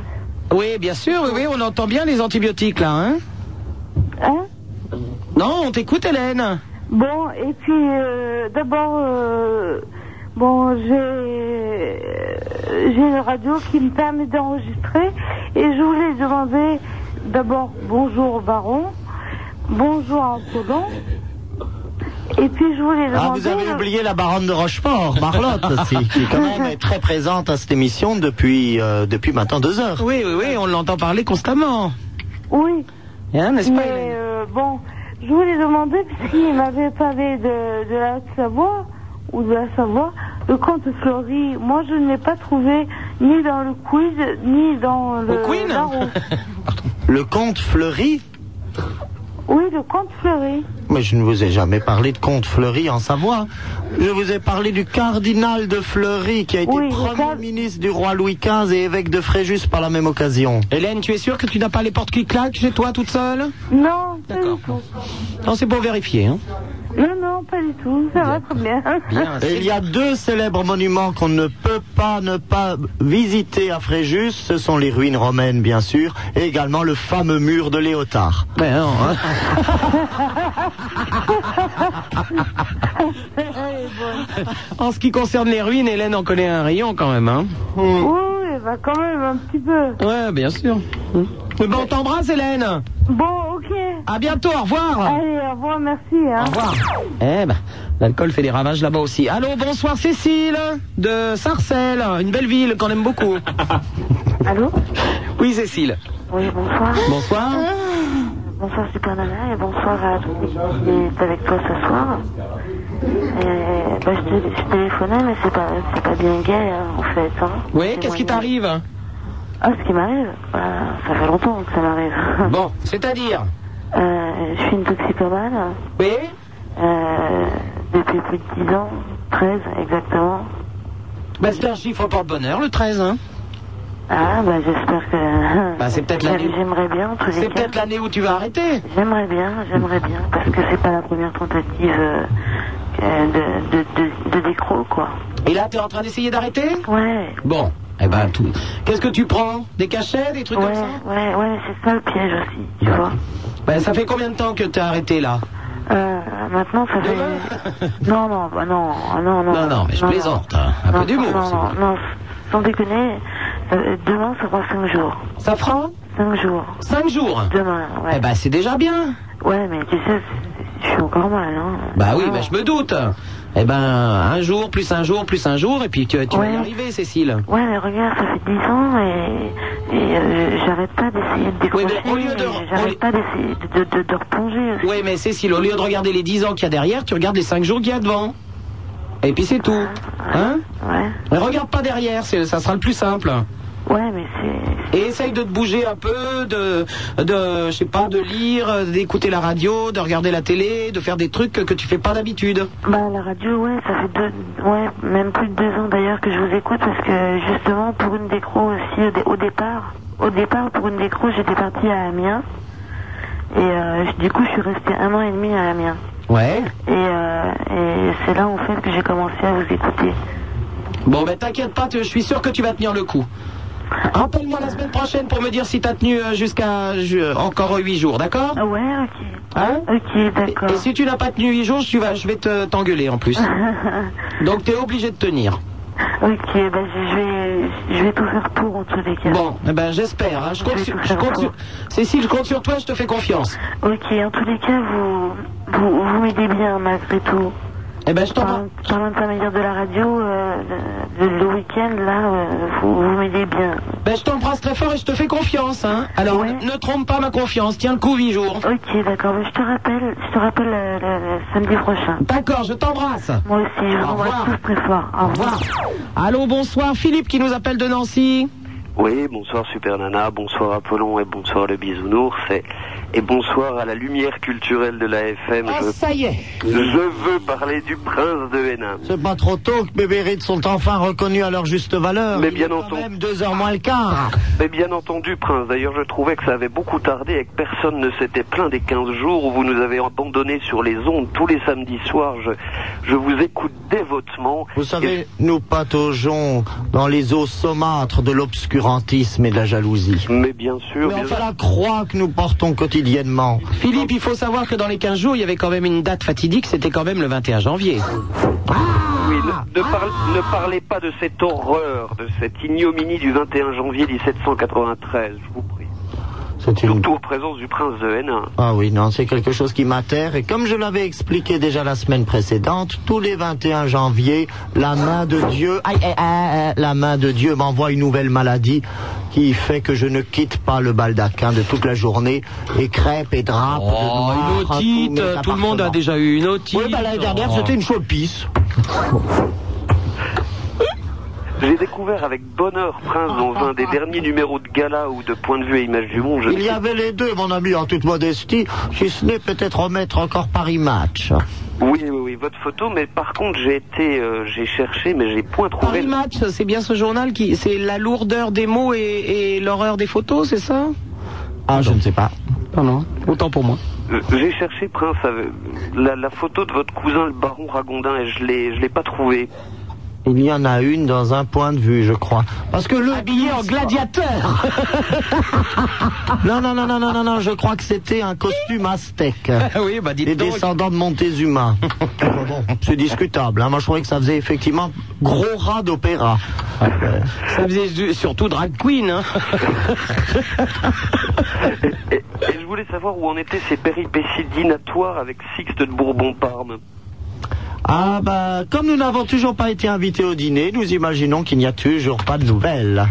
Speaker 2: Oui, bien sûr, oui, oui, on entend bien les antibiotiques là, hein
Speaker 16: Hein
Speaker 2: Non, on t'écoute Hélène.
Speaker 16: Bon, et puis euh, d'abord, euh, bon, j'ai euh, j'ai une radio qui me permet d'enregistrer et je voulais demander d'abord bonjour au baron, bonjour à Antonin, et puis je voulais demander.
Speaker 3: Ah, vous avez oublié la baronne de Rochefort, Marlotte aussi, qui quand même est très présente à cette émission depuis, euh, depuis maintenant deux heures.
Speaker 2: Oui, oui, oui, on l'entend parler constamment.
Speaker 16: Oui.
Speaker 2: Hein, n'est-ce pas,
Speaker 16: Mais,
Speaker 2: Hélène
Speaker 16: euh, bon, je voulais demander, puisqu'il m'avait parlé de, de la Haute-Savoie, ou de la Savoie, le comte Fleury, moi je ne l'ai pas trouvé ni dans le quiz, ni dans le.
Speaker 3: Queen
Speaker 16: Darrow.
Speaker 3: Le comte Fleury
Speaker 16: Oui, le comte Fleury.
Speaker 3: Mais je ne vous ai jamais parlé de comte Fleury en Savoie. Je vous ai parlé du cardinal de Fleury, qui a été premier ministre du roi Louis XV et évêque de Fréjus par la même occasion.
Speaker 2: Hélène, tu es sûre que tu n'as pas les portes qui claquent chez toi toute seule
Speaker 16: Non,
Speaker 2: d'accord. Non, c'est pour vérifier. Hein.
Speaker 16: Non, non, pas du tout, ça va très bien.
Speaker 3: Et il y a deux célèbres monuments qu'on ne peut pas ne pas visiter à Fréjus. Ce sont les ruines romaines, bien sûr, et également le fameux mur de Léotard.
Speaker 2: Ben hein. En ce qui concerne les ruines, Hélène en connaît un rayon quand même. Hein.
Speaker 16: Oui, bah quand même un petit peu.
Speaker 2: Ouais, bien sûr.
Speaker 16: Hmm.
Speaker 2: Hum. Mais bon, on t'embrasse, Hélène.
Speaker 16: Bon, ok.
Speaker 2: À bientôt, au revoir.
Speaker 16: Allez, au revoir, merci. Hein. Au
Speaker 2: revoir. Eh ben, l'alcool fait des ravages là-bas aussi. Allô, bonsoir Cécile de Sarcelles, une belle ville qu'on aime beaucoup.
Speaker 16: Allô
Speaker 2: Oui, Cécile.
Speaker 16: Oui, bonsoir. Ah,
Speaker 2: Bonsoir.
Speaker 16: Bonsoir Super Nana et bonsoir à toute l'équipe qui est avec toi ce soir. Et, bah, je, te- je téléphonais mais c'est pas, c'est pas bien gay hein, en fait. Hein.
Speaker 2: Oui, qu'est-ce qui t'arrive
Speaker 16: Ah, ce qui m'arrive Bah, Ça fait longtemps que ça m'arrive.
Speaker 2: Bon, c'est-à-dire
Speaker 16: Euh, je suis une toxicomane.
Speaker 2: Oui
Speaker 16: euh, Depuis plus de 10 ans, 13 exactement.
Speaker 2: Bah, c'est un chiffre porte-bonheur, le 13. Hein.
Speaker 16: Ah, bah j'espère que.
Speaker 2: Bah, c'est peut-être l'année.
Speaker 16: J'aimerais bien, en tous les
Speaker 2: C'est
Speaker 16: cas.
Speaker 2: peut-être l'année où tu vas arrêter.
Speaker 16: J'aimerais bien, j'aimerais bien, parce que c'est pas la première tentative euh, euh, de, de, de, de décro, quoi.
Speaker 2: Et là, t'es en train d'essayer d'arrêter
Speaker 16: Ouais.
Speaker 2: Bon, eh ben tout. Qu'est-ce que tu prends Des cachets, des trucs
Speaker 16: ouais,
Speaker 2: comme ça
Speaker 16: ouais, ouais, c'est ça le piège aussi, tu vois.
Speaker 2: Bah, ça fait combien de temps que t'es arrêté là
Speaker 16: Euh, maintenant, ça fait. non, non, bah, non, ah, non, non.
Speaker 2: Non, non, mais je plaisante, hein. Un peu
Speaker 16: Non,
Speaker 2: d'humour,
Speaker 16: Non,
Speaker 2: c'est
Speaker 16: non, non, sans déconner, euh, demain, ça fera 5 jours.
Speaker 2: Ça fera
Speaker 16: 5 jours.
Speaker 2: 5 jours
Speaker 16: Demain, ouais.
Speaker 2: Eh ben, c'est déjà bien.
Speaker 16: Ouais, mais tu sais, c'est- je suis encore mal, hein.
Speaker 2: Bah oui, bah, je me doute. Eh ben, un jour, plus un jour, plus un jour, et puis tu, tu vas y
Speaker 16: Ouais.
Speaker 2: arriver, Cécile.
Speaker 16: Ouais, mais regarde, ça fait 10 ans et, et euh, j'arrête pas d'essayer de décrocher. et J'arrête pas d'essayer de, de, de, de replonger.
Speaker 2: Oui, mais Cécile, au lieu de regarder les 10 ans qu'il y a derrière, tu regardes les 5 jours qu'il y a devant. Et puis c'est tout. Hein Mais Regarde pas derrière, c'est- ça sera le plus simple.
Speaker 16: Ouais, mais
Speaker 2: c'est. Et essaye de te bouger un peu, de, de je sais pas, de lire, euh, d'écouter la radio, de regarder la télé, de faire des trucs que, que tu fais pas d'habitude.
Speaker 16: Bah, la radio, ouais, ça fait deux, ouais, même plus de deux ans d'ailleurs que je vous écoute parce que justement, pour une décro aussi, au, dé- au départ, au départ, pour une décro, j'étais partie à Amiens. Et euh, je- du coup, je suis restée un an et demi à Amiens.
Speaker 2: Ouais.
Speaker 16: Et, euh, et c'est là, en fait, que j'ai commencé à vous écouter.
Speaker 2: Bon, ben t'inquiète pas, tu- je suis sûr que tu vas tenir le coup. Rappelle-moi la semaine prochaine pour me dire si t'as tenu euh, jusqu'à ju- euh, encore 8 jours, d'accord
Speaker 16: Ah Ouais, ok.
Speaker 2: Hein
Speaker 16: Ok, d'accord.
Speaker 2: Et, et si tu n'as pas tenu 8 jours, tu vas, je vais te- t'engueuler en plus. Donc t'es obligé de tenir.
Speaker 16: Ok, bah, je vais, je vais tout faire pour en tous les cas.
Speaker 2: Bon, eh ben j'espère. hein. Je compte, sur, je compte sur- Cécile, je compte sur toi, je te fais confiance.
Speaker 16: Ok, en tous les cas, vous, vous, vous m'aidez bien malgré tout.
Speaker 2: Eh ben, je
Speaker 16: Par, par l'intermédiaire de la radio, euh, le, le- le week-end, là, euh, vous, vous m'aidez bien.
Speaker 2: Ben, je t'embrasse très fort et je te fais confiance. Hein. Alors, ne ne trompe pas ma confiance. Tiens le coup 8 jours.
Speaker 16: Ok, d'accord, mais je te rappelle, je te rappelle euh, le, le samedi prochain.
Speaker 2: D'accord, je t'embrasse.
Speaker 16: Moi aussi, je vous embrasse tous très fort. Au revoir.
Speaker 2: Allô, bonsoir. Philippe qui nous appelle de Nancy.
Speaker 26: Oui, bonsoir Super Nana, bonsoir Apollon et bonsoir le bisounours et, et bonsoir à la lumière culturelle de la FM.
Speaker 3: Ah,
Speaker 26: je,
Speaker 3: ça y est.
Speaker 26: Je veux parler du prince de Hénin.
Speaker 3: C'est pas trop tôt que mes mérites sont enfin reconnus à leur juste valeur.
Speaker 26: Mais
Speaker 3: Il
Speaker 26: bien
Speaker 3: est quand
Speaker 26: entendu.
Speaker 3: même deux heures moins le quart.
Speaker 26: Mais bien entendu, Prince, d'ailleurs, je trouvais que ça avait beaucoup tardé et que personne ne s'était plaint des 15 jours où vous nous avez abandonnés sur les ondes tous les samedis soirs. Je, je vous écoute dévotement.
Speaker 3: Vous savez, nous pataugeons dans les eaux saumâtres de l'obscurantisme et de la jalousie.
Speaker 26: Mais bien sûr,
Speaker 3: Mais
Speaker 26: bien
Speaker 3: enfin, la croix que nous portons quotidiennement.
Speaker 2: Philippe, il faut savoir que dans les 15 jours, il y avait quand même une date fatidique. C'était quand même le 21 janvier.
Speaker 26: Oui, ne, ne parle- ne parlez pas de cette horreur, de cette ignominie du 21 janvier 1793, je vous prie.
Speaker 3: C'est une...
Speaker 26: Surtout en présence du prince de Hénin.
Speaker 3: Ah oui, non, c'est quelque chose qui m'atterre. Et comme je l'avais expliqué déjà la semaine précédente, tous les 21 janvier, la main de Dieu, aïe, aïe, aïe, aïe, la main de Dieu m'envoie une nouvelle maladie qui fait que je ne quitte pas le baldaquin de toute la journée et crêpe et drape. de noir
Speaker 2: Oh, une
Speaker 3: à
Speaker 2: otite,
Speaker 3: tous mes
Speaker 2: tout le monde a déjà eu une otite.
Speaker 3: Oui, bah, l'année dernière,
Speaker 2: Oh.
Speaker 3: c'était une chopisse.
Speaker 26: J'ai découvert avec bonheur Prince dans un des derniers numéros de gala ou de Point de vue et Image du Monde. Je ne
Speaker 3: Il y avait les deux, mon ami, en toute modestie, si ce n'est peut-être remettre encore Paris Match.
Speaker 26: Oui, oui, oui, votre photo, mais par contre, j'ai été, euh, j'ai cherché, mais j'ai point trouvé.
Speaker 2: Paris Match, c'est bien ce journal qui. C'est la lourdeur des mots et, et l'horreur des photos, c'est ça
Speaker 3: Ah, je ne sais pas.
Speaker 2: Pardon, autant pour moi.
Speaker 26: Euh, J'ai cherché Prince, euh, la, la photo de votre cousin le baron Ragondin, et je l'ai, je l'ai pas trouvé.
Speaker 3: Il y en a une dans un point de vue, je crois. Parce que le
Speaker 2: habillé en gladiateur.
Speaker 3: non, non, non, non, non, non, non, je crois que c'était un costume aztèque.
Speaker 2: oui, bah dites
Speaker 3: Les
Speaker 2: donc. Ah
Speaker 3: descendants de Montezuma. Enfin bon, c'est discutable. hein. Moi, je trouvais que ça faisait effectivement gros rat d'opéra.
Speaker 2: Ah. Ça faisait su- surtout drag queen. hein.
Speaker 26: Et je voulais savoir où en étaient ces péripéties dinatoires avec Sixte de Bourbon-Parme.
Speaker 3: Ah bah, comme nous n'avons toujours pas été invités au dîner, nous imaginons qu'il n'y a toujours pas de nouvelles.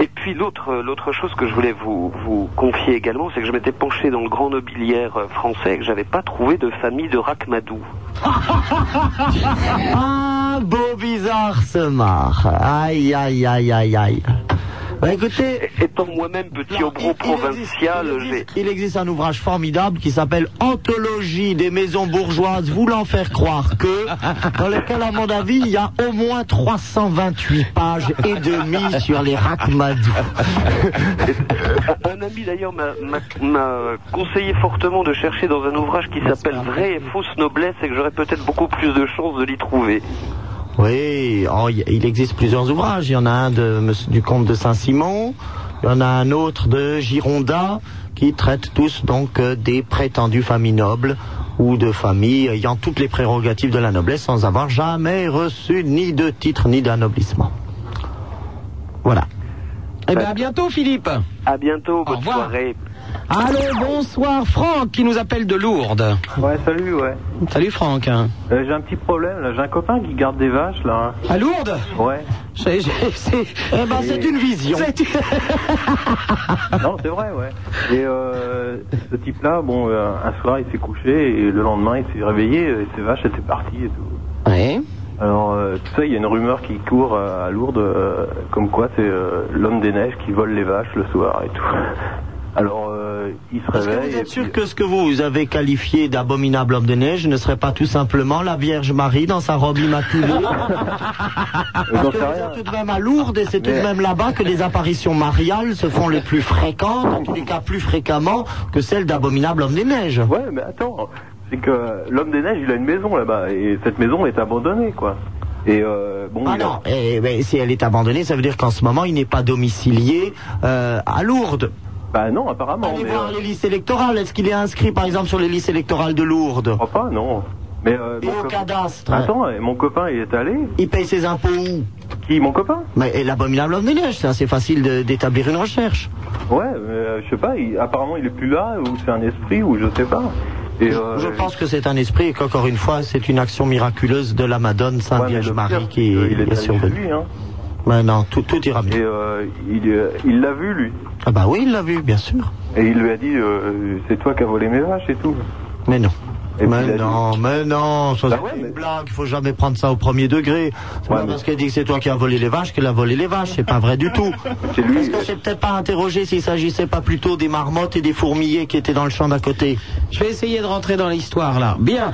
Speaker 26: Et puis l'autre, l'autre chose que je voulais vous, vous confier également, c'est que je m'étais penché dans le grand nobiliaire euh, français et que j'avais pas trouvé de famille de Rachmadou.
Speaker 3: Ah, beau bizarre ce mar. Aïe, aïe, aïe, aïe, aïe. Bah écoutez,
Speaker 26: Étant moi-même petit obro provincial, j'ai...
Speaker 3: il existe un ouvrage formidable qui s'appelle Anthologie des maisons bourgeoises voulant faire croire que, dans lequel, à mon avis, il y a au moins 328 pages et demie sur les Rachmadou.
Speaker 26: Un ami d'ailleurs m'a- m'a m'a conseillé fortement de chercher dans un ouvrage qui s'appelle Vraie et fausse noblesse et que j'aurais peut-être beaucoup plus de chances de l'y trouver.
Speaker 3: Oui, oh, il il existe plusieurs ouvrages. Il y en a un de, monsieur- du comte de Saint-Simon, il y en a un autre de Gironda, qui traite tous donc euh, des prétendues familles nobles ou de familles ayant toutes les prérogatives de la noblesse sans avoir jamais reçu ni de titre ni d'anoblissement. Voilà.
Speaker 2: Eh bien, à bientôt, Philippe.
Speaker 26: À bientôt,
Speaker 2: bonne
Speaker 26: soirée.
Speaker 2: Allô, bonsoir, Franck, qui nous appelle de Lourdes.
Speaker 27: Ouais, salut, ouais.
Speaker 2: Salut, Franck. hein.
Speaker 27: Euh, j'ai un petit problème, là. J'ai un copain qui garde des vaches, là. hein.
Speaker 2: À Lourdes
Speaker 27: Ouais.
Speaker 2: C'est- c'est- c'est- eh ben, c'est une vision. C'est
Speaker 27: non, c'est vrai, ouais. Et euh, ce type-là, bon, euh, un soir, il s'est couché et le lendemain, il s'est réveillé euh, et ses vaches étaient parties et tout.
Speaker 2: Ouais.
Speaker 27: Alors, euh, tu sais, il y a une rumeur qui court euh, à Lourdes, euh, comme quoi c'est euh, l'homme des neiges qui vole les vaches le soir et tout. Alors, euh, il se
Speaker 3: Est-ce que
Speaker 27: réveille.
Speaker 3: vous
Speaker 27: et
Speaker 3: êtes sûr que ce que vous avez qualifié d'abominable homme de neige ne serait pas tout simplement la Vierge Marie dans sa robe immaculée Ah, Parce que vous êtes tout de même à Lourdes et c'est tout de même là-bas que les apparitions mariales se font les plus fréquentes, en tous les cas plus fréquemment que celles d'abominable homme des neiges.
Speaker 27: Ouais, mais attends, c'est que l'homme des neiges, il a une maison là-bas, et cette maison est abandonnée, quoi. Et euh, bon,
Speaker 3: Ah
Speaker 27: il a-
Speaker 3: non, eh ben, si elle est abandonnée, ça veut dire qu'en ce moment, il n'est pas domicilié euh, à Lourdes.
Speaker 27: Bah non, apparemment.
Speaker 3: Allez voir les listes électorales. Est-ce qu'il est inscrit, par exemple, sur les listes électorales de Lourdes Je
Speaker 27: crois pas, non. Mais euh,
Speaker 3: Et
Speaker 27: mon
Speaker 3: au
Speaker 27: copain-
Speaker 3: cadastre.
Speaker 27: Attends, et mon copain, il est allé
Speaker 3: Il paye ses impôts où
Speaker 27: Qui, mon copain
Speaker 3: Mais et l'abominable homme des neiges, c'est assez facile de- d'établir une recherche.
Speaker 27: Ouais, mais, euh, je sais pas, il- apparemment, il est plus là, ou c'est un esprit, ou je sais pas. Et, euh,
Speaker 3: Je pense que c'est un esprit et qu'encore une fois, c'est une action miraculeuse de la Madone Sainte
Speaker 27: Ouais, mais
Speaker 3: Vierge
Speaker 27: le
Speaker 3: Marie
Speaker 27: pire,
Speaker 3: qui
Speaker 27: euh, il est
Speaker 3: est
Speaker 27: allé
Speaker 3: survenue.
Speaker 27: chez lui, hein.
Speaker 3: Mais non, tout, tout ira bien.
Speaker 27: Et euh, il euh, il l'a vu, lui.
Speaker 3: Ah bah oui, il l'a vu, bien sûr.
Speaker 27: Et il lui a dit, euh, c'est toi qui as volé mes vaches et tout.
Speaker 3: Mais non.
Speaker 27: Et puis, il a
Speaker 3: mais
Speaker 27: dit-
Speaker 3: non, mais non, ça
Speaker 27: Bah
Speaker 3: c'est
Speaker 27: ouais,
Speaker 3: une blague, faut jamais prendre ça au premier degré. C'est pas parce qu'elle dit que c'est toi qui as volé les vaches qu'elle a volé les vaches, c'est pas vrai du tout.
Speaker 27: C'est lui.
Speaker 3: Est-ce qu'on s'est peut-être pas interrogé s'il s'agissait pas plutôt des marmottes et des fourmillés qui étaient dans le champ d'à côté
Speaker 2: Je vais essayer de rentrer dans l'histoire, là. Bien.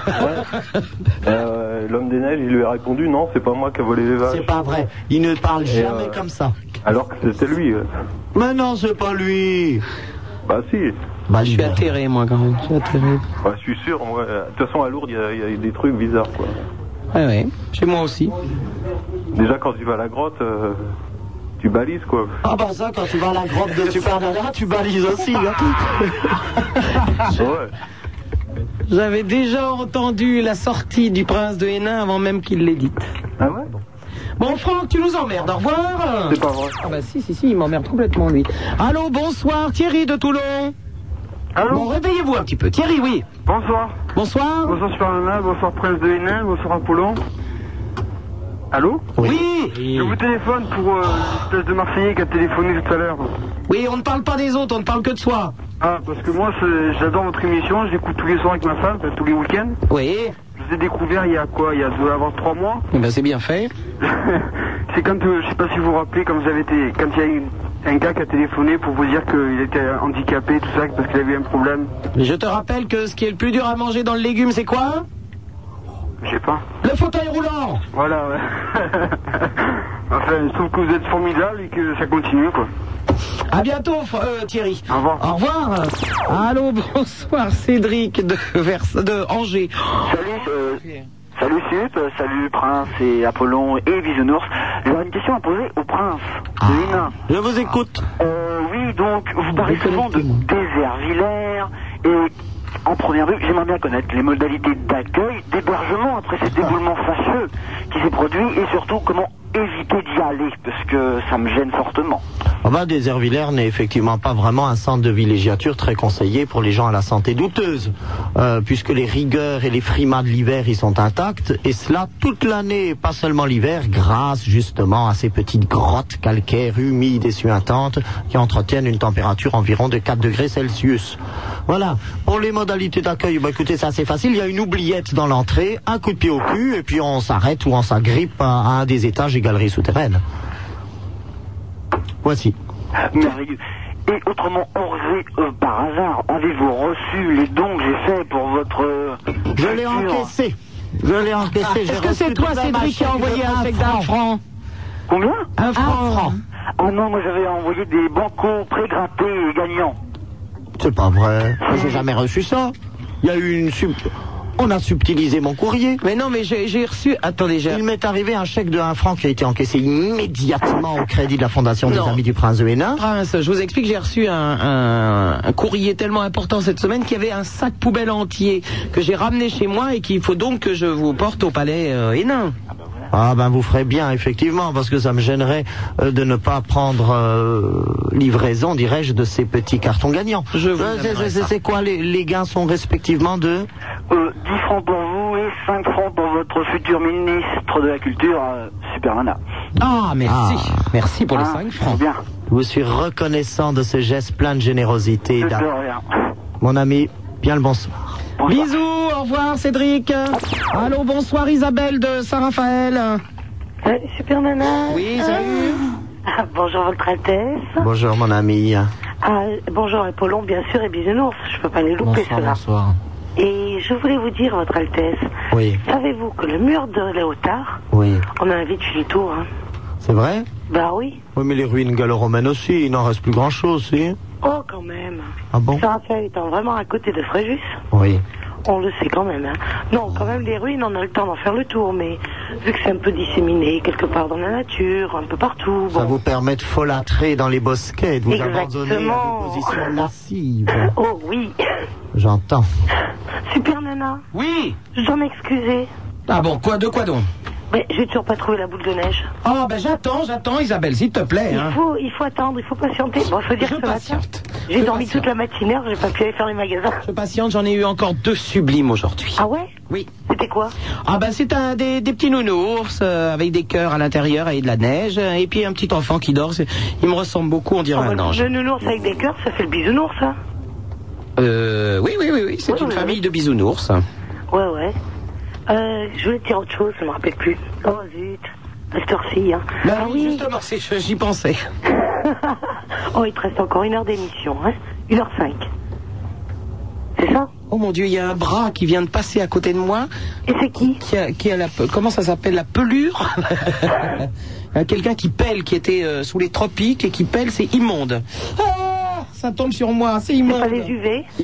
Speaker 27: Euh, L'homme des neiges, il lui a répondu non, c'est pas moi qui ai volé les vaches. euh,
Speaker 3: C'est pas vrai. Il ne parle jamais comme ça.
Speaker 27: Alors que c'était lui. euh.
Speaker 3: Mais non, c'est pas lui.
Speaker 27: Bah si.
Speaker 3: Bah, je
Speaker 2: suis atterré, moi, quand même. Je suis atterré.
Speaker 27: Bah, je suis sûr. moi, euh, De toute façon, à Lourdes, il y a- il y, a des trucs bizarres. Quoi.
Speaker 2: Ouais, ouais. Chez moi aussi.
Speaker 27: Déjà, quand tu vas à la grotte, euh, tu balises quoi.
Speaker 3: Ah bah ça, quand tu vas à la grotte de Super Nana, tu balises aussi. hein.
Speaker 2: hein. J'avais déjà entendu la sortie du prince de Hénin avant même qu'il l'ait dite.
Speaker 27: Ah ouais
Speaker 2: Bon, Franck, tu nous emmerdes. Au revoir.
Speaker 27: C'est pas vrai.
Speaker 2: Ah bah si, si, si, il m'emmerde complètement, lui. Allô, bonsoir, Thierry de Toulon.
Speaker 12: Allô
Speaker 2: Bon, réveillez-vous un petit peu. Thierry, oui.
Speaker 12: Bonsoir.
Speaker 2: Bonsoir.
Speaker 12: Bonsoir Supernana, bonsoir Prince de Hénin, bonsoir Apollon. Allô
Speaker 2: Oui
Speaker 12: Je vous téléphone pour euh, l'espèce de Marseillais qui a téléphoné tout à l'heure.
Speaker 2: Oui, on ne parle pas des autres, on ne parle que de soi.
Speaker 12: Ah, parce que moi, c'est- j'adore votre émission, je l'écoute tous les soirs avec ma femme, enfin, tous les week-ends.
Speaker 2: Oui.
Speaker 12: Je vous ai découvert il y a quoi Il y a deux, avant trois mois
Speaker 2: Eh ben, c'est bien fait.
Speaker 12: C'est quand, euh, je sais pas si vous vous rappelez, quand vous avez été, quand il y a eu un gars qui a téléphoné pour vous dire qu'il était handicapé, tout ça, parce qu'il avait eu un problème.
Speaker 2: Mais je te rappelle que ce qui est le plus dur à manger dans le légume, c'est quoi
Speaker 12: Je sais pas.
Speaker 2: Le fauteuil roulant
Speaker 12: Voilà, ouais. enfin, je trouve que vous êtes formidable et que ça continue, quoi.
Speaker 2: À bientôt, Fr- euh, Thierry. Au revoir. Au revoir. Allô, bonsoir, Cédric de, Vers- de Angers.
Speaker 28: Salut, euh, salut Sup, euh, salut Prince et Apollon et Bisounours. J'aurais une question à poser au Prince de Hénin.
Speaker 3: Ah.
Speaker 28: Euh,
Speaker 3: Je vous écoute.
Speaker 28: oui, donc, vous parlez souvent de désert vilaire et en première vue, j'aimerais bien connaître les modalités d'accueil, d'hébergement après cet éboulement fâcheux qui s'est produit et surtout comment éviter d'y aller parce que ça me gêne fortement.
Speaker 3: Ah bah, Deshervillers n'est effectivement pas vraiment un centre de villégiature très conseillé pour les gens à la santé douteuse, euh, puisque les rigueurs et les frimas de l'hiver y sont intactes, et cela toute l'année, et pas seulement l'hiver, grâce justement à ces petites grottes calcaires humides et suintantes qui entretiennent une température environ de 4 degrés Celsius. Voilà. Pour les modalités d'accueil, bah écoutez, c'est assez facile. Il y a une oubliette dans l'entrée, un coup de pied au cul, et puis on s'arrête ou on s'agrippe à à un des étages et galeries souterraines. Voici.
Speaker 28: merveilleux. Et autrement, Hervé, euh, par hasard, avez-vous reçu les dons que j'ai faits pour votre... euh,
Speaker 3: Je l'ai
Speaker 28: facture
Speaker 3: encaissé. Je l'ai encaissé.
Speaker 28: Ah, Est-ce que c'est toi, Cédric, qui a envoyé un chèque d'un
Speaker 3: franc
Speaker 28: Combien
Speaker 3: Un franc.
Speaker 28: Ah non, moi j'avais envoyé des bancos pré-grattés et gagnants.
Speaker 3: C'est pas vrai. J'ai jamais reçu ça. Il y a eu une sub- On a subtilisé mon courrier. Mais non, mais j'ai reçu. Attendez, Il m'est arrivé un chèque de 1 franc qui a été encaissé immédiatement au crédit de la Fondation des Amis du Prince de Hénin.
Speaker 2: Prince, je vous explique, j'ai reçu un, un- un courrier tellement important cette semaine qu'il y avait un sac poubelle entier que j'ai ramené chez moi et qu'il faut donc que je vous porte au palais euh, Hénin.
Speaker 3: Ah ben vous ferez bien effectivement parce que ça me gênerait euh, de ne pas prendre euh, livraison dirais-je de ces petits cartons gagnants.
Speaker 2: Je vous
Speaker 3: Euh, c'est-
Speaker 2: amènerai
Speaker 3: c'est-
Speaker 2: ça.
Speaker 3: C'est quoi les, les gains sont respectivement de
Speaker 28: 10 euh, francs pour vous et 5 francs pour votre futur ministre de la Culture, euh, Supermana.
Speaker 2: Ah
Speaker 3: merci.
Speaker 2: merci
Speaker 28: pour les cinq francs. Ah, Bien.
Speaker 3: Je vous suis reconnaissant de ce geste plein de générosité.
Speaker 28: De
Speaker 3: Dan.
Speaker 28: rien.
Speaker 3: Mon ami, bien le bonsoir.
Speaker 2: Bisous, au revoir Cédric. Allô, bonsoir Isabelle de Saint-Raphaël.
Speaker 16: Euh, Super Nana. Euh.
Speaker 2: Oui, salut.
Speaker 16: Bonjour votre Altesse.
Speaker 3: Bonjour mon ami.
Speaker 16: Ah, bonjour Apollon, bien sûr, et bisounours. Je peux pas les louper, cela.
Speaker 3: bonsoir.
Speaker 16: Et je voulais vous dire, votre Altesse,
Speaker 3: Oui,
Speaker 16: savez-vous que le mur de Léotard,
Speaker 3: oui.
Speaker 16: on a un vide du tour, hein
Speaker 3: C'est vrai
Speaker 16: Bah oui.
Speaker 3: Oui mais les ruines gallo-romaines aussi, il n'en reste plus grand-chose, si
Speaker 16: Oh, quand même.
Speaker 3: Ah bon
Speaker 16: Saint-Raphaël étant vraiment à côté de Fréjus,
Speaker 3: Oui.
Speaker 16: on le sait quand même, hein Non, quand même, les ruines, on a le temps d'en faire le tour, mais vu que c'est un peu disséminé quelque part dans la nature, un peu partout,
Speaker 3: Ça vous permet de folâtrer dans les bosquets et de vous abandonner à des
Speaker 16: Exactement.
Speaker 3: positions lascives.
Speaker 16: Oh oui.
Speaker 3: J'entends.
Speaker 16: Super Nana.
Speaker 2: Oui.
Speaker 16: Je dois m'excuser.
Speaker 2: Ah bon, quoi de quoi donc
Speaker 16: Mais j'ai toujours pas trouvé la boule de neige.
Speaker 2: Oh ben j'attends, j'attends Isabelle, s'il te plaît.
Speaker 16: Il
Speaker 2: hein.
Speaker 16: faut, il faut attendre, il faut patienter. Bon, faut dire que ce matin, j'ai dormi toute la matinée, alors j'ai pas pu aller faire les magasins.
Speaker 2: Je patiente, j'en ai eu encore deux sublimes aujourd'hui.
Speaker 16: Ah ouais
Speaker 2: Oui.
Speaker 16: C'était quoi
Speaker 2: Ah ben c'est un des, des petits nounours euh, avec des cœurs à l'intérieur et de la neige euh, et puis un petit enfant qui dort. c'est- Il me ressemble beaucoup, on dirait
Speaker 16: Ah,
Speaker 2: un ange.
Speaker 16: Le nounours avec des cœurs, ça fait le bisounours, hein. ça
Speaker 2: Euh, oui oui oui oui, c'est
Speaker 16: Oui,
Speaker 2: une
Speaker 16: oui,
Speaker 2: famille de bisounours.
Speaker 16: Ouais, ouais. Euh, je voulais te dire autre chose, je me rappelle plus. Oh zut, à cette heure-ci, hein.
Speaker 2: Ben oui, justement, c'est- je- j'y pensais.
Speaker 16: Oh, il te reste encore une heure d'émission, hein 1h05. C'est ça
Speaker 2: Oh mon dieu, il y a un bras qui vient de passer à côté de moi.
Speaker 16: Et c'est qui
Speaker 2: qui a, qui a la, pe- Comment ça s'appelle La pelure Il y a quelqu'un qui pèle, qui était euh, sous les tropiques et qui pèle, c'est immonde. Ah, ça tombe sur moi, c'est immonde.
Speaker 16: pas les UV